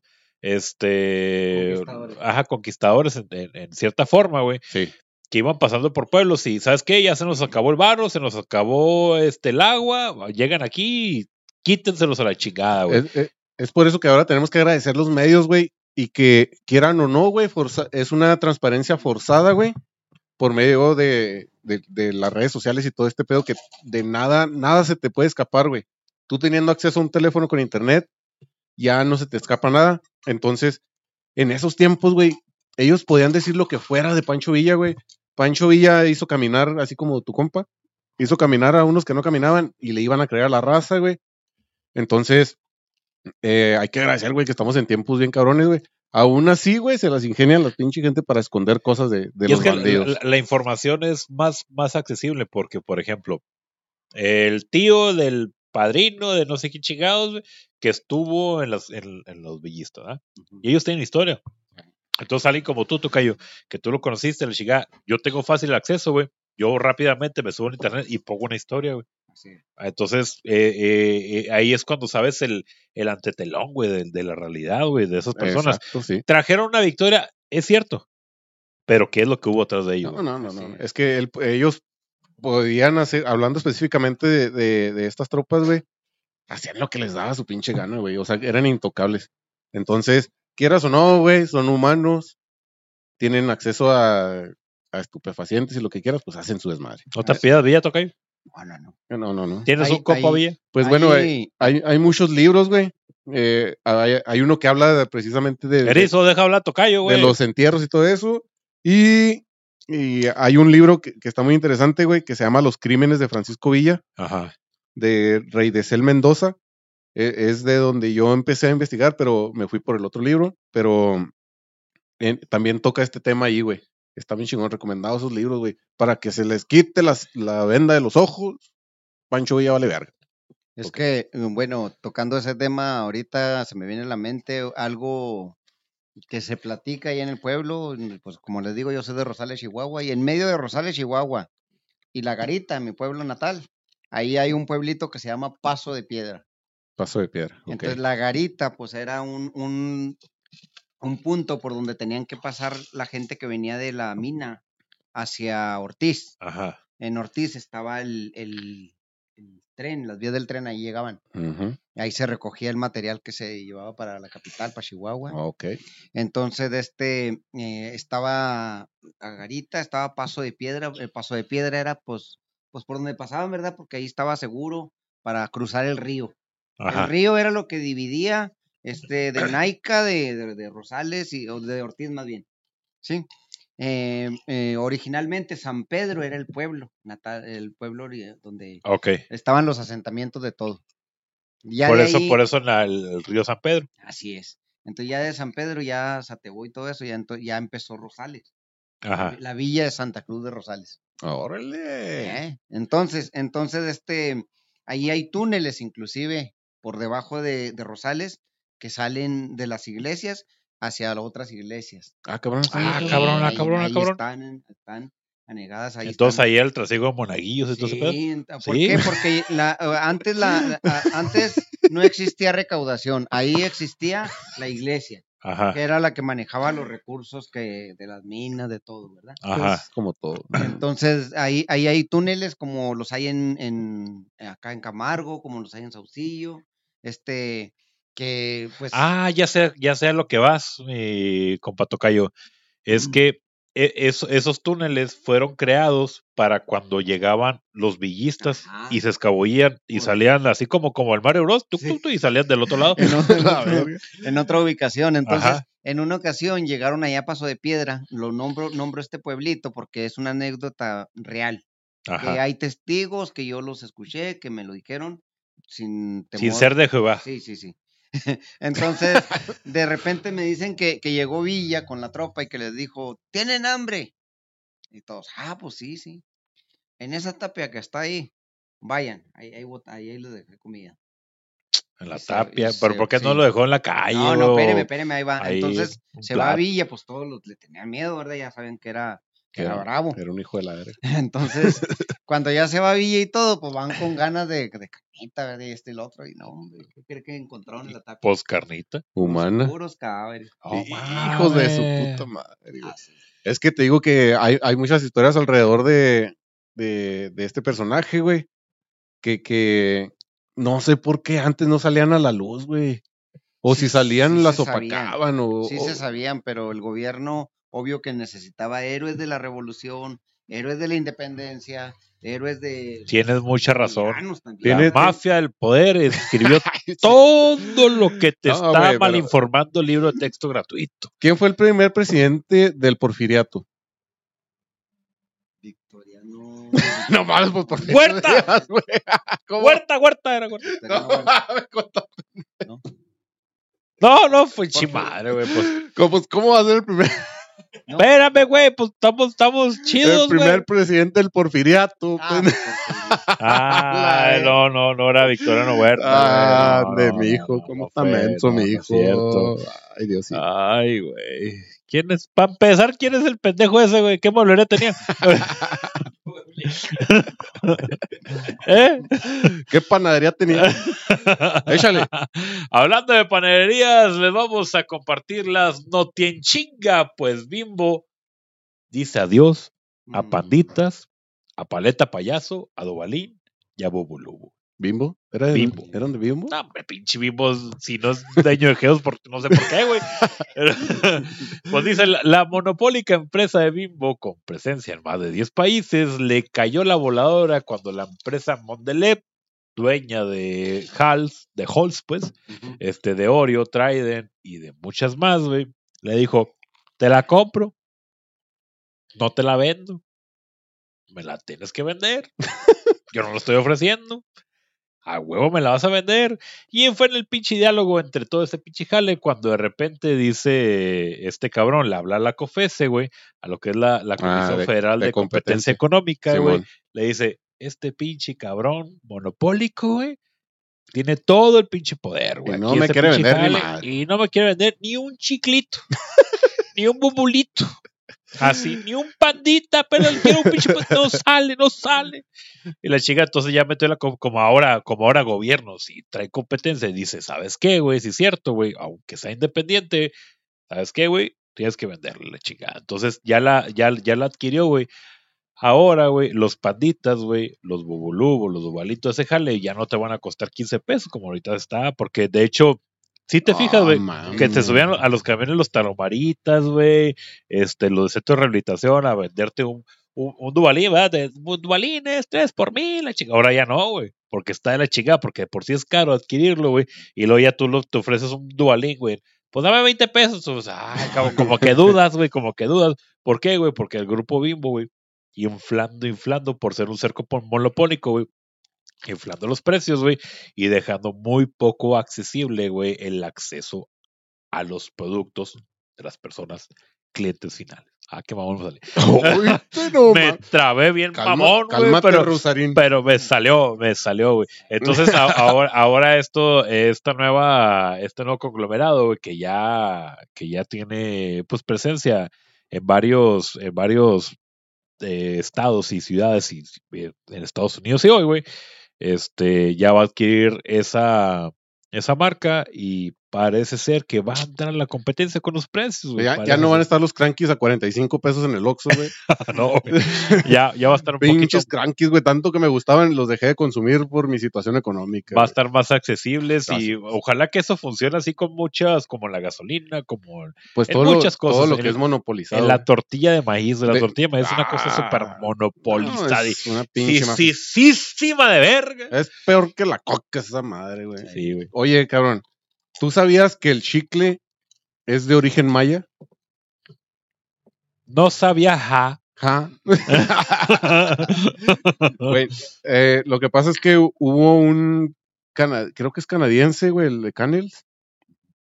Speaker 3: este
Speaker 2: Conquistadores.
Speaker 3: ajá, conquistadores en, en- en cierta forma, güey.
Speaker 1: Sí.
Speaker 3: Que iban pasando por pueblos y, ¿sabes qué? Ya se nos acabó el barro, se nos acabó este el agua, llegan aquí y quítenselos a la chingada, güey.
Speaker 1: Es, es- es por eso que ahora tenemos que agradecer los medios, güey, y que quieran o no, güey, forza- es una transparencia forzada, güey, por medio de, de- de las redes sociales y todo este pedo que de nada, nada se te puede escapar, güey. Tú teniendo acceso a un teléfono con internet, ya no se te escapa nada. Entonces, en esos tiempos, güey, ellos podían decir lo que fuera de Pancho Villa, güey. Pancho Villa hizo caminar, así como tu compa, hizo caminar a unos que no caminaban y le iban a creer a la raza, güey. Entonces, eh, hay que agradecer, güey, que estamos en tiempos bien cabrones, güey. Aún así, güey, se las ingenian las pinche gente para esconder cosas de, de
Speaker 3: y es
Speaker 1: los
Speaker 3: que la,
Speaker 1: bandidos.
Speaker 3: la- la información es más, más accesible porque, por ejemplo, el tío del padrino de no sé qué chingados güey, que estuvo en, las, en, en los villistas, ¿verdad? Y ellos tienen historia. Entonces alguien como tú, Tocayo, que tú lo conociste, le chingada, yo tengo fácil acceso, güey. Yo rápidamente me subo a internet y pongo una historia, güey. Entonces, eh, eh, eh, ahí es cuando sabes el, el antetelón, güey, de, de la realidad, güey, de esas personas
Speaker 1: Exacto, sí.
Speaker 3: trajeron una victoria, es cierto. Pero ¿qué es lo que hubo atrás de ellos?
Speaker 1: No, no, no, no.
Speaker 2: Así
Speaker 1: Es que el- ellos podían hacer, hablando específicamente de, de- de estas tropas, güey, hacían lo que les daba su pinche gana, güey. O sea, eran intocables. Entonces, quieras o no, güey, son humanos, tienen acceso a, a estupefacientes y lo que quieras, pues hacen su desmadre.
Speaker 3: ¿No te pidas Villa, Tocayo?
Speaker 2: No, no, no.
Speaker 1: Eh, No, no, no.
Speaker 3: ¿Tienes
Speaker 2: eh, Ahí-
Speaker 3: un copa
Speaker 2: ahí-
Speaker 3: Villa?
Speaker 1: Pues bueno, eh,
Speaker 2: Ahí-
Speaker 1: hay, hay muchos libros, güey. Eh, hay, hay uno que habla de- precisamente de, de-
Speaker 3: Erizo, deja hablar a Tocayo,
Speaker 1: de
Speaker 3: güey.
Speaker 1: los entierros y todo eso. Y, y hay un libro que, que está muy interesante, güey, que se llama Los Crímenes de Francisco Villa,
Speaker 3: Ajá.
Speaker 1: de Rey de Cel Mendoza. E- es de donde yo empecé a investigar, pero me fui por el otro libro. Pero en- también toca este tema ahí, güey. Está bien chingón, recomendado esos libros, güey. Para que se les quite las- la venda de los ojos, Pancho Villa vale verga.
Speaker 2: Es que, mm, bueno, tocando ese tema, ahorita se me viene a la mente algo que se platica ahí en el pueblo. mm, Pues como les digo, yo soy de Rosales, Chihuahua, y en medio de Rosales, Chihuahua, y La Garita, mi pueblo natal, ahí hay un pueblito que se llama Paso de Piedra.
Speaker 1: Paso de piedra. ok.
Speaker 2: Entonces, La Garita, pues era un, un, un punto por donde tenían que pasar la gente que venía de la mina hacia Ortiz.
Speaker 3: Ajá.
Speaker 2: En Ortiz estaba el- el- el tren, las vías del tren ahí llegaban.
Speaker 1: Ujú,
Speaker 2: Ahí se recogía el material que se llevaba para la capital, para Chihuahua.
Speaker 3: Oh.
Speaker 1: ok.
Speaker 2: Entonces, de este, eh, estaba a Garita, estaba Paso de Piedra. El Paso de Piedra era, pues, pues por donde pasaban, ¿verdad? Porque ahí estaba seguro para cruzar el río.
Speaker 3: Ajá.
Speaker 2: El río era lo que dividía este, de Naica, de, de- de Rosales y o de Ortiz más bien. Sí. Eh, eh, originalmente San Pedro era el pueblo, natal, el pueblo ori- donde
Speaker 3: Ok.
Speaker 2: estaban los asentamientos de todo. Ya
Speaker 3: por
Speaker 2: de
Speaker 3: eso,
Speaker 2: ahí-
Speaker 3: por eso en la- el río San Pedro.
Speaker 2: Así es. Entonces ya de San Pedro, ya Satebo y todo eso, ya, ento- ya empezó Rosales,
Speaker 3: Ajá.
Speaker 2: la villa de Santa Cruz de Rosales.
Speaker 1: Órale.
Speaker 2: ¿eh? Entonces, entonces, este, ahí hay túneles inclusive por debajo de, de Rosales que salen de las iglesias hacia las otras iglesias.
Speaker 1: Ah, cabrón. sí,
Speaker 3: Ah,
Speaker 1: cabrón.
Speaker 3: cabrón, ah,
Speaker 2: ahí-
Speaker 3: cabrón, ah,
Speaker 2: ahí
Speaker 3: cabrón.
Speaker 2: Están, en- están anegadas ahí.
Speaker 3: Entonces
Speaker 2: están-
Speaker 3: ahí el trasiego de monaguillos y todo ese pedo.
Speaker 2: Sí, ent- ¿Por
Speaker 3: Sí.
Speaker 2: qué? Porque la- eh, antes, la, la- a- antes no existía recaudación, ahí existía la iglesia.
Speaker 3: Ajá.
Speaker 2: que era la que manejaba los recursos que de las minas, de todo, ¿verdad?
Speaker 3: Ajá.
Speaker 1: Es como todo.
Speaker 2: Entonces, ahí, ahí hay túneles como los hay en, en- acá en Camargo, como los hay en Saucillo, este, que pues...
Speaker 3: Ah, ya sé, ya sé a lo que vas, mi compa Tocayo. Es que e- eso- esos túneles fueron creados para cuando llegaban los villistas
Speaker 2: Ajá.
Speaker 3: y se escabullían y
Speaker 2: Por-
Speaker 3: salían así como, como el Mario Bros. tuc,
Speaker 2: Sí.
Speaker 3: tuc, tuc, y salían del otro lado.
Speaker 2: En, otro- en
Speaker 1: La
Speaker 2: otro-
Speaker 1: verga.
Speaker 2: en otra ubicación. Entonces,
Speaker 3: Ajá.
Speaker 2: en una ocasión llegaron allá a Paso de Piedra, lo nombro, nombro este pueblito porque es una anécdota real. Que
Speaker 3: Ajá.
Speaker 2: hay testigos que yo los escuché, que me lo dijeron sin temor.
Speaker 3: Sin ser de Jehová.
Speaker 2: Sí, sí, sí. Entonces, de repente me dicen que, que llegó Villa con la tropa y que les dijo, ¿tienen hambre? Y todos, ah, pues sí, sí. En esa tapia que está ahí, vayan, ahí, ahí, bota- ahí, ahí les dejé comida.
Speaker 3: En la
Speaker 2: Y se- y
Speaker 3: tapia.
Speaker 2: se-
Speaker 3: Pero ¿por qué no
Speaker 2: sí.
Speaker 3: lo dejó en la calle?
Speaker 2: no,
Speaker 3: oh,
Speaker 2: no,
Speaker 3: o-
Speaker 2: espéreme, espéreme, ahí va.
Speaker 3: ahí
Speaker 2: Entonces
Speaker 3: un
Speaker 2: se va a
Speaker 3: plato.
Speaker 2: Villa, pues todos los- le tenían miedo, ¿verdad? Ya saben que era que era bravo.
Speaker 1: Era un hijo de la verga.
Speaker 2: Entonces, cuando ya se va Villa y todo, pues van con ganas de, de carnita, de este y el otro. Y no, hombre, ¿qué cree que encontraron en la taca?
Speaker 3: Post pues, carnita.
Speaker 1: Humana.
Speaker 2: Puros cadáveres.
Speaker 3: Oh,
Speaker 1: Hijos de su puta madre. güey. Es que te digo que hay, hay muchas historias alrededor de, de, de este personaje, güey. Que, que no sé por qué antes no salían a la luz, güey. O
Speaker 2: Sí,
Speaker 1: si salían
Speaker 2: sí
Speaker 1: las
Speaker 2: se sabían.
Speaker 1: opacaban o...
Speaker 2: Sí
Speaker 1: o-
Speaker 2: se sabían, pero el gobierno, obvio que necesitaba héroes de la revolución, héroes de la independencia, héroes de...
Speaker 3: Tienes mucha razón.
Speaker 2: Villanos también.
Speaker 1: Tiene-
Speaker 3: La mafia del poder escribió todo lo que te
Speaker 1: No,
Speaker 3: está
Speaker 1: güey, pero-
Speaker 3: mal informando el libro de texto gratuito.
Speaker 1: ¿Quién fue el primer presidente del porfiriato?
Speaker 2: Victoriano.
Speaker 1: No mames, pues por
Speaker 3: ¡Huerta!
Speaker 1: Dios, güey. ¿Cómo?
Speaker 3: Huerta, huerta, era huerta.
Speaker 1: No,
Speaker 2: Victoriano Huerta.
Speaker 1: mames, con to-
Speaker 3: No, no, fue
Speaker 1: Por favor.
Speaker 3: chimadre, güey. Pues,
Speaker 1: ¿Cómo, pues, ¿Cómo va a ser el primer,
Speaker 3: espérame, güey, pues estamos, estamos
Speaker 1: el
Speaker 3: chidos, güey.
Speaker 1: primer presidente del porfiriato?
Speaker 2: Ah,
Speaker 1: pues?
Speaker 3: Ah,
Speaker 1: La-
Speaker 3: no, no, no era Victoriano Huerta.
Speaker 1: Ah,
Speaker 3: güey,
Speaker 1: de
Speaker 3: no, no,
Speaker 1: mi
Speaker 3: no,
Speaker 1: hijo,
Speaker 3: no
Speaker 1: cómo está
Speaker 3: fue,
Speaker 1: menso
Speaker 3: no,
Speaker 1: mi
Speaker 3: no es
Speaker 1: hijo.
Speaker 3: cierto.
Speaker 1: Ay, Dios mío.
Speaker 3: Ay, güey. ¿Quién es? Para empezar, ¿quién es el pendejo ese, güey? ¿Qué molera tenía? ¿Eh?
Speaker 1: ¿Qué panadería tenía? Échale.
Speaker 3: Hablando de panaderías, les vamos a compartir las notienchinga, pues Bimbo dice adiós a
Speaker 2: Mm.
Speaker 3: Panditas, a Paleta Payaso, a Dobalín y a Bobulubu.
Speaker 1: ¿Bimbo? ¿Era de
Speaker 3: Bimbo.
Speaker 1: Bimbo? ¿Eran de Bimbo?
Speaker 3: No, hombre, pinche Bimbo, si no es dueño de Geos, por- no sé por qué, güey. pues dice, la, la monopólica empresa de Bimbo, con presencia en más de 10 países, le cayó la voladora cuando la empresa Mondelez, dueña de Hals, de Halls, pues,
Speaker 2: Ujú.
Speaker 3: este, de Oreo, Trident y de muchas más, güey, le dijo, te la compro, no te la vendo, me la tienes que vender, yo no lo estoy ofreciendo, a huevo me la vas a vender. Y fue en el pinche diálogo entre todo ese pinche jale cuando de repente dice este cabrón, le habla a la COFESE, güey, a lo que es la, la Comisión
Speaker 1: Ah, de-
Speaker 3: Federal de,
Speaker 1: de Competencia.
Speaker 3: Competencia Económica, güey
Speaker 1: Simón.
Speaker 3: le dice, este pinche cabrón monopólico, güey, tiene todo el pinche poder, güey.
Speaker 1: Y no
Speaker 3: Aquí
Speaker 1: me
Speaker 3: ese
Speaker 1: quiere
Speaker 3: pinche
Speaker 1: vender ni madre.
Speaker 3: Y no me quiere vender ni un chiclito, ni un bumbulito. Así, ni un pandita, pero él quiere un pinche pan- no sale, no sale. Y la chica entonces ya metió la co- como ahora, como ahora gobierno, si trae competencia y dice, ¿sabes qué, güey? Si es cierto, güey, aunque sea independiente, ¿sabes qué, güey? Tienes que venderle la chica. Entonces ya la, ya, ya la adquirió, güey. Ahora, güey, los panditas, güey, los bubulubos, los dubalitos, ese jale ya no te van a costar 15 pesos como ahorita está, porque de hecho, si te fijas,
Speaker 1: Ah,
Speaker 3: güey,
Speaker 1: mames.
Speaker 3: que te subían a los camiones los talomaritas, güey, este, los de centro de rehabilitación a venderte un, un, un dubalín, ¿verdad? De, un dubalín es tres por mil, la chica. Ahora ya no, güey, porque está de la chingada, porque de por sí es caro adquirirlo, güey, y luego ya tú lo, te ofreces un dubalín, güey. Pues dame 20 pesos, o sea, ay, como, como que dudas, güey, como que dudas. ¿Por qué, güey? Porque el grupo Bimbo, güey, inflando, inflando por ser un cerco pon- monopólico, güey. Inflando los precios, güey, y dejando muy poco accesible, güey, el acceso a los productos de las personas clientes finales. Ah, qué mamón me salí.
Speaker 1: Uy, te no,
Speaker 3: me
Speaker 1: ma-
Speaker 3: trabé bien
Speaker 1: Calma-
Speaker 3: mamón, güey,
Speaker 1: cálmate,
Speaker 3: pero,
Speaker 1: Rosarín.
Speaker 3: pero me salió, me salió, güey. Entonces a- ahora, ahora esto, esta nueva, este nuevo conglomerado, güey, que ya, que ya tiene, pues, presencia en varios, en varios eh, estados y ciudades y, eh, en Estados Unidos y hoy, güey, este, ya va a adquirir esa, esa marca y parece ser que va a entrar a la competencia con los precios, güey.
Speaker 1: Ya, ya
Speaker 3: Parece
Speaker 1: no van a
Speaker 3: ser.
Speaker 1: estar los crankies a 45 pesos en el Oxxo, güey.
Speaker 3: No, güey. ya, ya va a estar un poquito
Speaker 1: Pinches crankies, güey. Tanto que me gustaban, los dejé de consumir por mi situación económica.
Speaker 3: va a
Speaker 1: güey.
Speaker 3: estar más accesibles y
Speaker 1: Gracias.
Speaker 3: ojalá que eso funcione así con muchas, como la gasolina, como el-
Speaker 1: Pues
Speaker 3: en
Speaker 1: todo, lo,
Speaker 3: muchas cosas,
Speaker 1: todo lo
Speaker 3: en
Speaker 1: que
Speaker 3: el-
Speaker 1: es monopolizado.
Speaker 3: en la tortilla de maíz. La
Speaker 1: Ve-
Speaker 3: tortilla de maíz es una cosa
Speaker 1: Ah,
Speaker 3: súper monopolizada.
Speaker 1: No,
Speaker 3: y
Speaker 1: es una pinche mafia.
Speaker 3: sisísima de verga.
Speaker 1: Es peor que la coca esa madre, Eh, güey.
Speaker 3: Sí, güey.
Speaker 1: Oye, cabrón, ¿tú sabías que el chicle es de origen maya?
Speaker 3: No sabía ja.
Speaker 1: Ja. Güey, eh, lo que pasa es que hubo un, cana- creo que es canadiense, güey, el de Canels,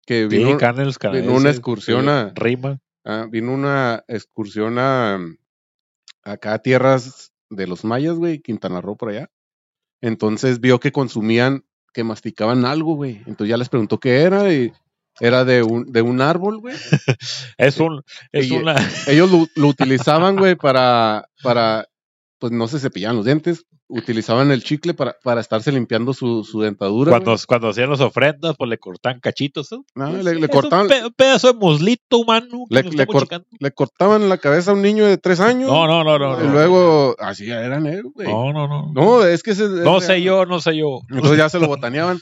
Speaker 1: que vino,
Speaker 3: Sí, Canels, eh,
Speaker 1: vino una excursión a,
Speaker 3: Rima.
Speaker 1: Ah, vino una excursión a mm, acá a tierras de los mayas, güey, Quintana Roo por allá. Entonces vio que consumían, que masticaban algo, güey. Entonces ya les preguntó qué era y Era de un, de un árbol, güey.
Speaker 3: Es un, es
Speaker 1: Y- eh,
Speaker 3: una,
Speaker 1: Ellos lo, lo utilizaban, güey, para, para, pues no se cepillaban los dientes. Utilizaban el chicle para, para estarse limpiando su, su dentadura. güey.
Speaker 3: cuando, cuando hacían las ofrendas, pues le cortaban cachitos. ¿no?
Speaker 1: No,
Speaker 3: Es-
Speaker 1: Ah, le- le
Speaker 3: es un
Speaker 1: cortaban-
Speaker 3: pe- un pedazo de muslito humano. que
Speaker 1: Le-
Speaker 3: lo
Speaker 1: le
Speaker 3: estamos
Speaker 1: cort-
Speaker 3: checando.
Speaker 1: Le cortaban la cabeza a un niño de tres años.
Speaker 3: No, no, no, no.
Speaker 1: Y
Speaker 3: no.
Speaker 1: luego, así eran, eh, güey.
Speaker 3: No, no, no.
Speaker 1: No, es que ese-
Speaker 3: No
Speaker 1: ese-
Speaker 3: sé yo, no sé yo.
Speaker 1: Entonces ya se lo botaneaban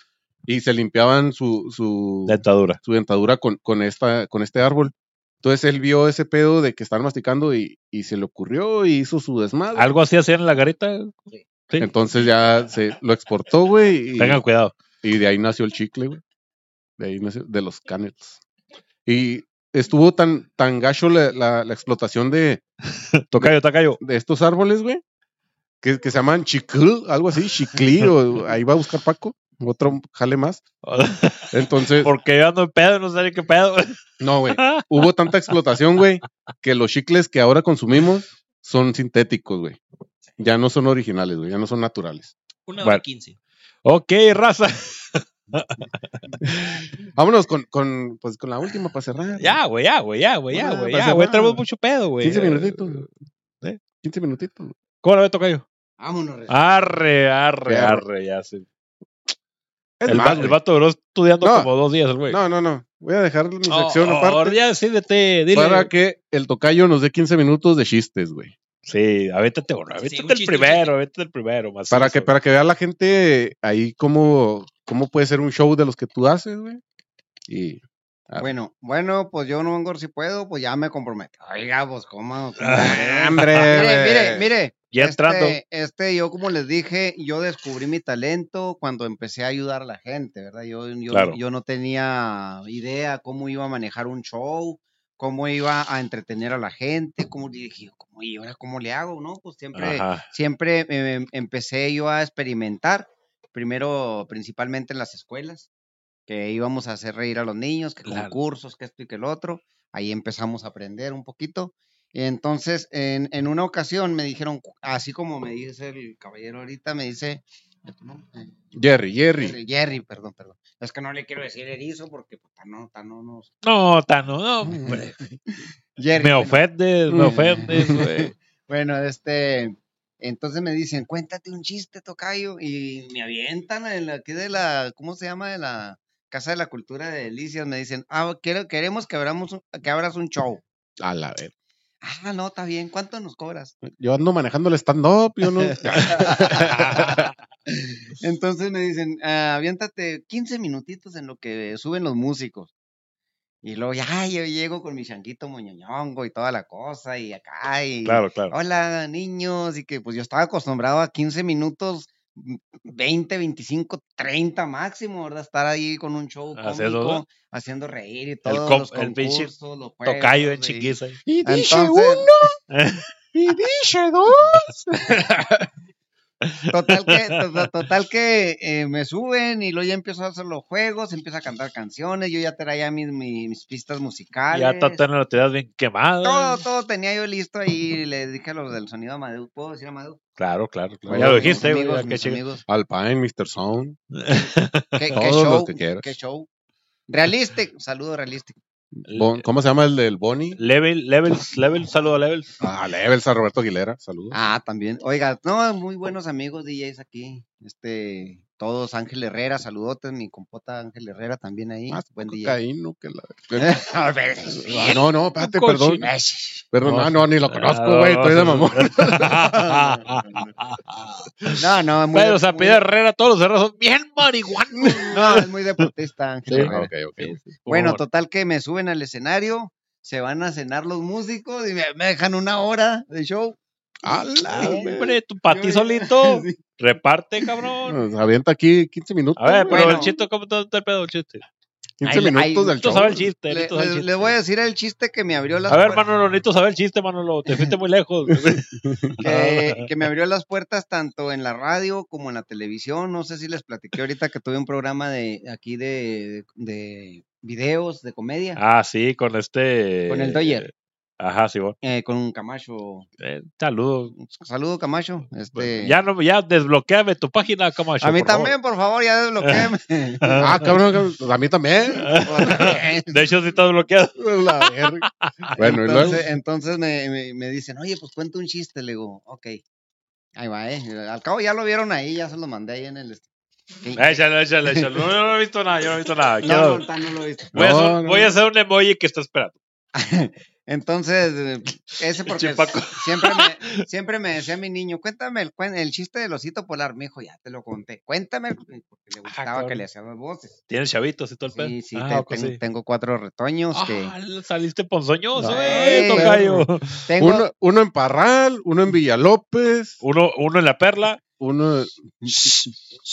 Speaker 1: y se limpiaban su, su,
Speaker 3: Dentadura.
Speaker 1: su dentadura con, con, esta, con este árbol. Entonces él vio ese pedo de que están masticando y, y se le ocurrió y hizo su desmadre.
Speaker 3: Algo así hacían en la garita. Sí.
Speaker 1: Entonces ya se lo exportó, güey. Y,
Speaker 3: Tengan cuidado.
Speaker 1: y de ahí nació el chicle, güey. De ahí nació, de los canels. Y estuvo tan, tan gacho la, la- la explotación de,
Speaker 3: Tocayo, tocayo.
Speaker 1: de estos árboles, güey. Que, que se llaman chicl, algo así, chiclí, o ahí va a buscar Paco, otro jale más. Entonces,
Speaker 3: Porque yo ando en pedo, no sé qué pedo.
Speaker 1: no, güey. hubo tanta explotación, güey, que los chicles que ahora consumimos son sintéticos, güey. Ya no son originales, güey, ya no son naturales.
Speaker 5: Una
Speaker 3: Bueno.
Speaker 5: hora quince.
Speaker 3: ok, raza.
Speaker 1: Vámonos con, con, pues, con la última para cerrar.
Speaker 3: Ya, güey, ya, güey, ya, güey, ya,
Speaker 1: Bueno,
Speaker 3: güey.
Speaker 1: pues,
Speaker 3: Ya, güey,
Speaker 1: hermano.
Speaker 3: traemos mucho pedo, güey.
Speaker 1: 15 minutitos.
Speaker 3: Pues, ¿Eh?
Speaker 1: 15 minutitos.
Speaker 3: ¿Cómo la ve, tocayo?
Speaker 2: Vámonos.
Speaker 1: Ah,
Speaker 2: Rezo.
Speaker 3: Arre, arre,
Speaker 1: Perro.
Speaker 3: arre, ya sí.
Speaker 1: Es
Speaker 3: El, va-
Speaker 1: más,
Speaker 3: el
Speaker 1: güey.
Speaker 3: vato duró estudiando
Speaker 1: No.
Speaker 3: como dos días, el güey.
Speaker 1: No, no, no. Voy a dejar mi
Speaker 3: Oh,
Speaker 1: sección
Speaker 3: oh,
Speaker 1: aparte
Speaker 3: ya decídete, dile.
Speaker 1: para que el tocayo nos dé 15 minutos de chistes, güey.
Speaker 3: Sí, avéntate uno,
Speaker 5: Sí,
Speaker 3: avéntate
Speaker 5: un
Speaker 3: el
Speaker 5: chiste, un
Speaker 3: primero,
Speaker 5: chiste.
Speaker 3: avéntate el primero. Más
Speaker 1: Para que, para que vea la gente ahí cómo, cómo puede ser un show de los que tú haces, güey. Y Ah.
Speaker 2: Bueno, bueno, pues yo no vengo si puedo, pues ya me comprometo. Oiga, pues cómo.
Speaker 1: hambre,
Speaker 2: mire, mire,
Speaker 1: güey.
Speaker 2: mire.
Speaker 3: Ya entrando.
Speaker 2: Este, este, yo como les dije, yo descubrí mi talento cuando empecé a ayudar a la gente, ¿verdad? Yo, yo,
Speaker 3: Claro.
Speaker 2: yo no tenía idea cómo iba a manejar un show, cómo iba a entretener a la gente, cómo dije, ¿cómo, ¿y ahora cómo le hago? ¿No? Pues siempre,
Speaker 3: Ajá.
Speaker 2: siempre eh, em- empecé yo a experimentar, primero principalmente en las escuelas, que íbamos a hacer reír a los niños, que
Speaker 5: Claro.
Speaker 2: concursos, que esto y que el otro, ahí empezamos a aprender un poquito. Y entonces, en, en una ocasión me dijeron, cu- así como me dice el caballero ahorita, me dice, ¿tu nombre? Eh,
Speaker 1: Jerry, Jerry.
Speaker 2: Jerry, Jerry, perdón, perdón. Es que no le quiero decir erizo porque puta, no, ta, no nos...
Speaker 3: No, Tano, no,
Speaker 1: Mm.
Speaker 3: hombre.
Speaker 2: Jerry,
Speaker 3: Me
Speaker 2: bueno.
Speaker 3: ofendes, me ofendes, güey.
Speaker 2: Bueno, este, entonces me dicen, cuéntate un chiste, tocayo, y me avientan en la, aquí de la, ¿cómo se llama? De la Casa de la Cultura de Delicias, me dicen, ah, quiero, queremos que, abramos un- que abras un show.
Speaker 1: A la ver.
Speaker 2: Ah, no, está bien, ¿cuánto nos cobras?
Speaker 1: Yo ando manejando el stand-up, yo no.
Speaker 2: Entonces me dicen, "Ah, aviéntate 15 minutitos en lo que suben los músicos. Y luego ya yo llego con mi changuito moñoñongo y toda la cosa, y acá, y...
Speaker 3: Claro, claro.
Speaker 2: hola niños, y que pues yo estaba acostumbrado a 15 minutos, mm, 20, 25, 30 máximo, ¿verdad? Estar ahí con un show
Speaker 3: Haciendo-
Speaker 2: cómico, haciendo reír y todo,
Speaker 3: com-
Speaker 2: los
Speaker 3: el pinche
Speaker 2: concursos, los juegos,
Speaker 3: Tocayo en
Speaker 2: y- "Uh,
Speaker 3: chinguiza. ah,
Speaker 1: y
Speaker 2: Entonces,
Speaker 1: y dice dos.
Speaker 2: total que, total, total que eh, me suben y luego ya empiezo a hacer los juegos, empiezo a cantar canciones, yo ya traía mis, mis, mis pistas musicales.
Speaker 3: Ya está Tano, la tenías bien quemada.
Speaker 2: todo, todo tenía yo listo ahí, le dije a los del sonido a Madeu, ¿puedo decir a Madeu?
Speaker 3: Claro, claro. claro.
Speaker 1: Bueno,
Speaker 3: Ya lo
Speaker 1: mis
Speaker 3: dijiste, güey.
Speaker 2: amigos,
Speaker 3: ya que
Speaker 2: mis
Speaker 3: chingue-
Speaker 2: amigos.
Speaker 1: Alpine, Mr. Sound.
Speaker 2: ¿Qué, qué
Speaker 1: Todos los
Speaker 2: show?
Speaker 1: que quieras.
Speaker 2: ¿Qué show? Realistic, saludo realistic.
Speaker 3: eh.
Speaker 1: Bon- ¿Cómo se llama el del Bonnie?
Speaker 3: Level, levels, levels, saludo a levels.
Speaker 1: Ah, Levels a Roberto Aguilera. Saludos.
Speaker 2: Ah, también. Oiga, no, muy buenos amigos DJs aquí. Este, todos Ángel Herrera, saludotes, mi compota Ángel Herrera también ahí.
Speaker 1: Más
Speaker 2: Ah, buen DJ.
Speaker 1: cocaíno que la-
Speaker 2: A ver, sí.
Speaker 1: Ah, no, no, espérate,
Speaker 3: Un
Speaker 1: perdón.
Speaker 3: cochino.
Speaker 1: Perdón,
Speaker 3: No,
Speaker 1: no, no, ni lo conozco,
Speaker 3: Ah,
Speaker 1: güey.
Speaker 3: no,
Speaker 1: Estoy de
Speaker 3: no,
Speaker 1: mamón.
Speaker 2: No, no, muy
Speaker 3: Pero
Speaker 2: de-
Speaker 3: se
Speaker 2: muy
Speaker 3: pide
Speaker 2: de-
Speaker 3: Herrera, todos los herreros son bien marihuanos.
Speaker 2: No, es muy deportista Ángel
Speaker 1: Sí,
Speaker 2: Herrera.
Speaker 1: Ah, ok, ok.
Speaker 2: Bueno,
Speaker 3: Por-
Speaker 2: total que me suben al escenario, se van a cenar los músicos y me, me dejan una hora de show.
Speaker 1: A Ah, la ver.
Speaker 3: hombre, tu patí solito. Reparte, cabrón.
Speaker 1: Nos avienta aquí 15 minutos.
Speaker 3: A ver,
Speaker 1: güey.
Speaker 3: pero
Speaker 2: Bueno.
Speaker 3: el chiste, ¿cómo te está el pedo el chiste?
Speaker 1: 15
Speaker 2: ahí- ahí-
Speaker 1: minutos del
Speaker 3: Tú
Speaker 1: show.
Speaker 3: sabes el chiste.
Speaker 2: Le,
Speaker 3: Nito sabe el
Speaker 2: le-
Speaker 3: chiste.
Speaker 2: le voy a decir el chiste que me abrió las
Speaker 3: A ver,
Speaker 2: puertas.
Speaker 3: Manolo, necesito saber el chiste, Manolo. Te fuiste muy lejos.
Speaker 2: que, que me abrió las puertas tanto en la radio como en la televisión. No sé si les platiqué ahorita que tuve un programa de aquí de, de videos de comedia.
Speaker 3: ah, sí, con este.
Speaker 2: Con el Doyer.
Speaker 3: Ajá, sí, bueno.
Speaker 2: eh, con Camacho.
Speaker 3: Eh, saludos.
Speaker 2: Saludo, Camacho. Este,
Speaker 3: Pues, Ya, no, ya desbloqueame tu página, Camacho.
Speaker 2: a mí
Speaker 3: por favor.
Speaker 2: también, por favor, ya desbloqueame.
Speaker 1: Ah, cabrón, cabrón, a mí también.
Speaker 3: De hecho, sí está desbloqueado.
Speaker 1: La verga. Bueno, y luego.
Speaker 2: entonces, entonces me, me- me dicen, oye, pues cuenta un chiste. Le digo, ok. Ahí va, ¿eh? Al cabo ya lo vieron ahí, ya se lo mandé ahí en el... este,
Speaker 3: Échale, échale, échale. No, no, no he visto nada, yo no he visto nada.
Speaker 2: No,
Speaker 3: Quiero-
Speaker 2: no, no lo he visto.
Speaker 3: voy, a hacer,
Speaker 1: No, no,
Speaker 3: voy a
Speaker 1: no.
Speaker 3: hacer un emoji que está esperando.
Speaker 2: Entonces, eh, ese porque
Speaker 3: Chipaco.
Speaker 2: siempre me, siempre me decía mi niño, cuéntame el, cuen- el chiste del osito polar, mijo, ya te lo conté, cuéntame, el- porque le gustaba que
Speaker 3: cabrón.
Speaker 2: le hacían las voces.
Speaker 3: Tiene chavitos y todo el pedo.
Speaker 2: Sí, sí,
Speaker 3: Ah,
Speaker 2: te-
Speaker 3: ok,
Speaker 2: tengo,
Speaker 3: sí.
Speaker 2: tengo cuatro retoños que...
Speaker 3: Ah, saliste ponzoñoso,
Speaker 2: No,
Speaker 3: eh,
Speaker 2: eh,
Speaker 3: tocayo.
Speaker 2: Tengo,
Speaker 1: Uno, uno en Parral, uno en Villalópez,
Speaker 3: Uno, uno en la perla.
Speaker 1: uno,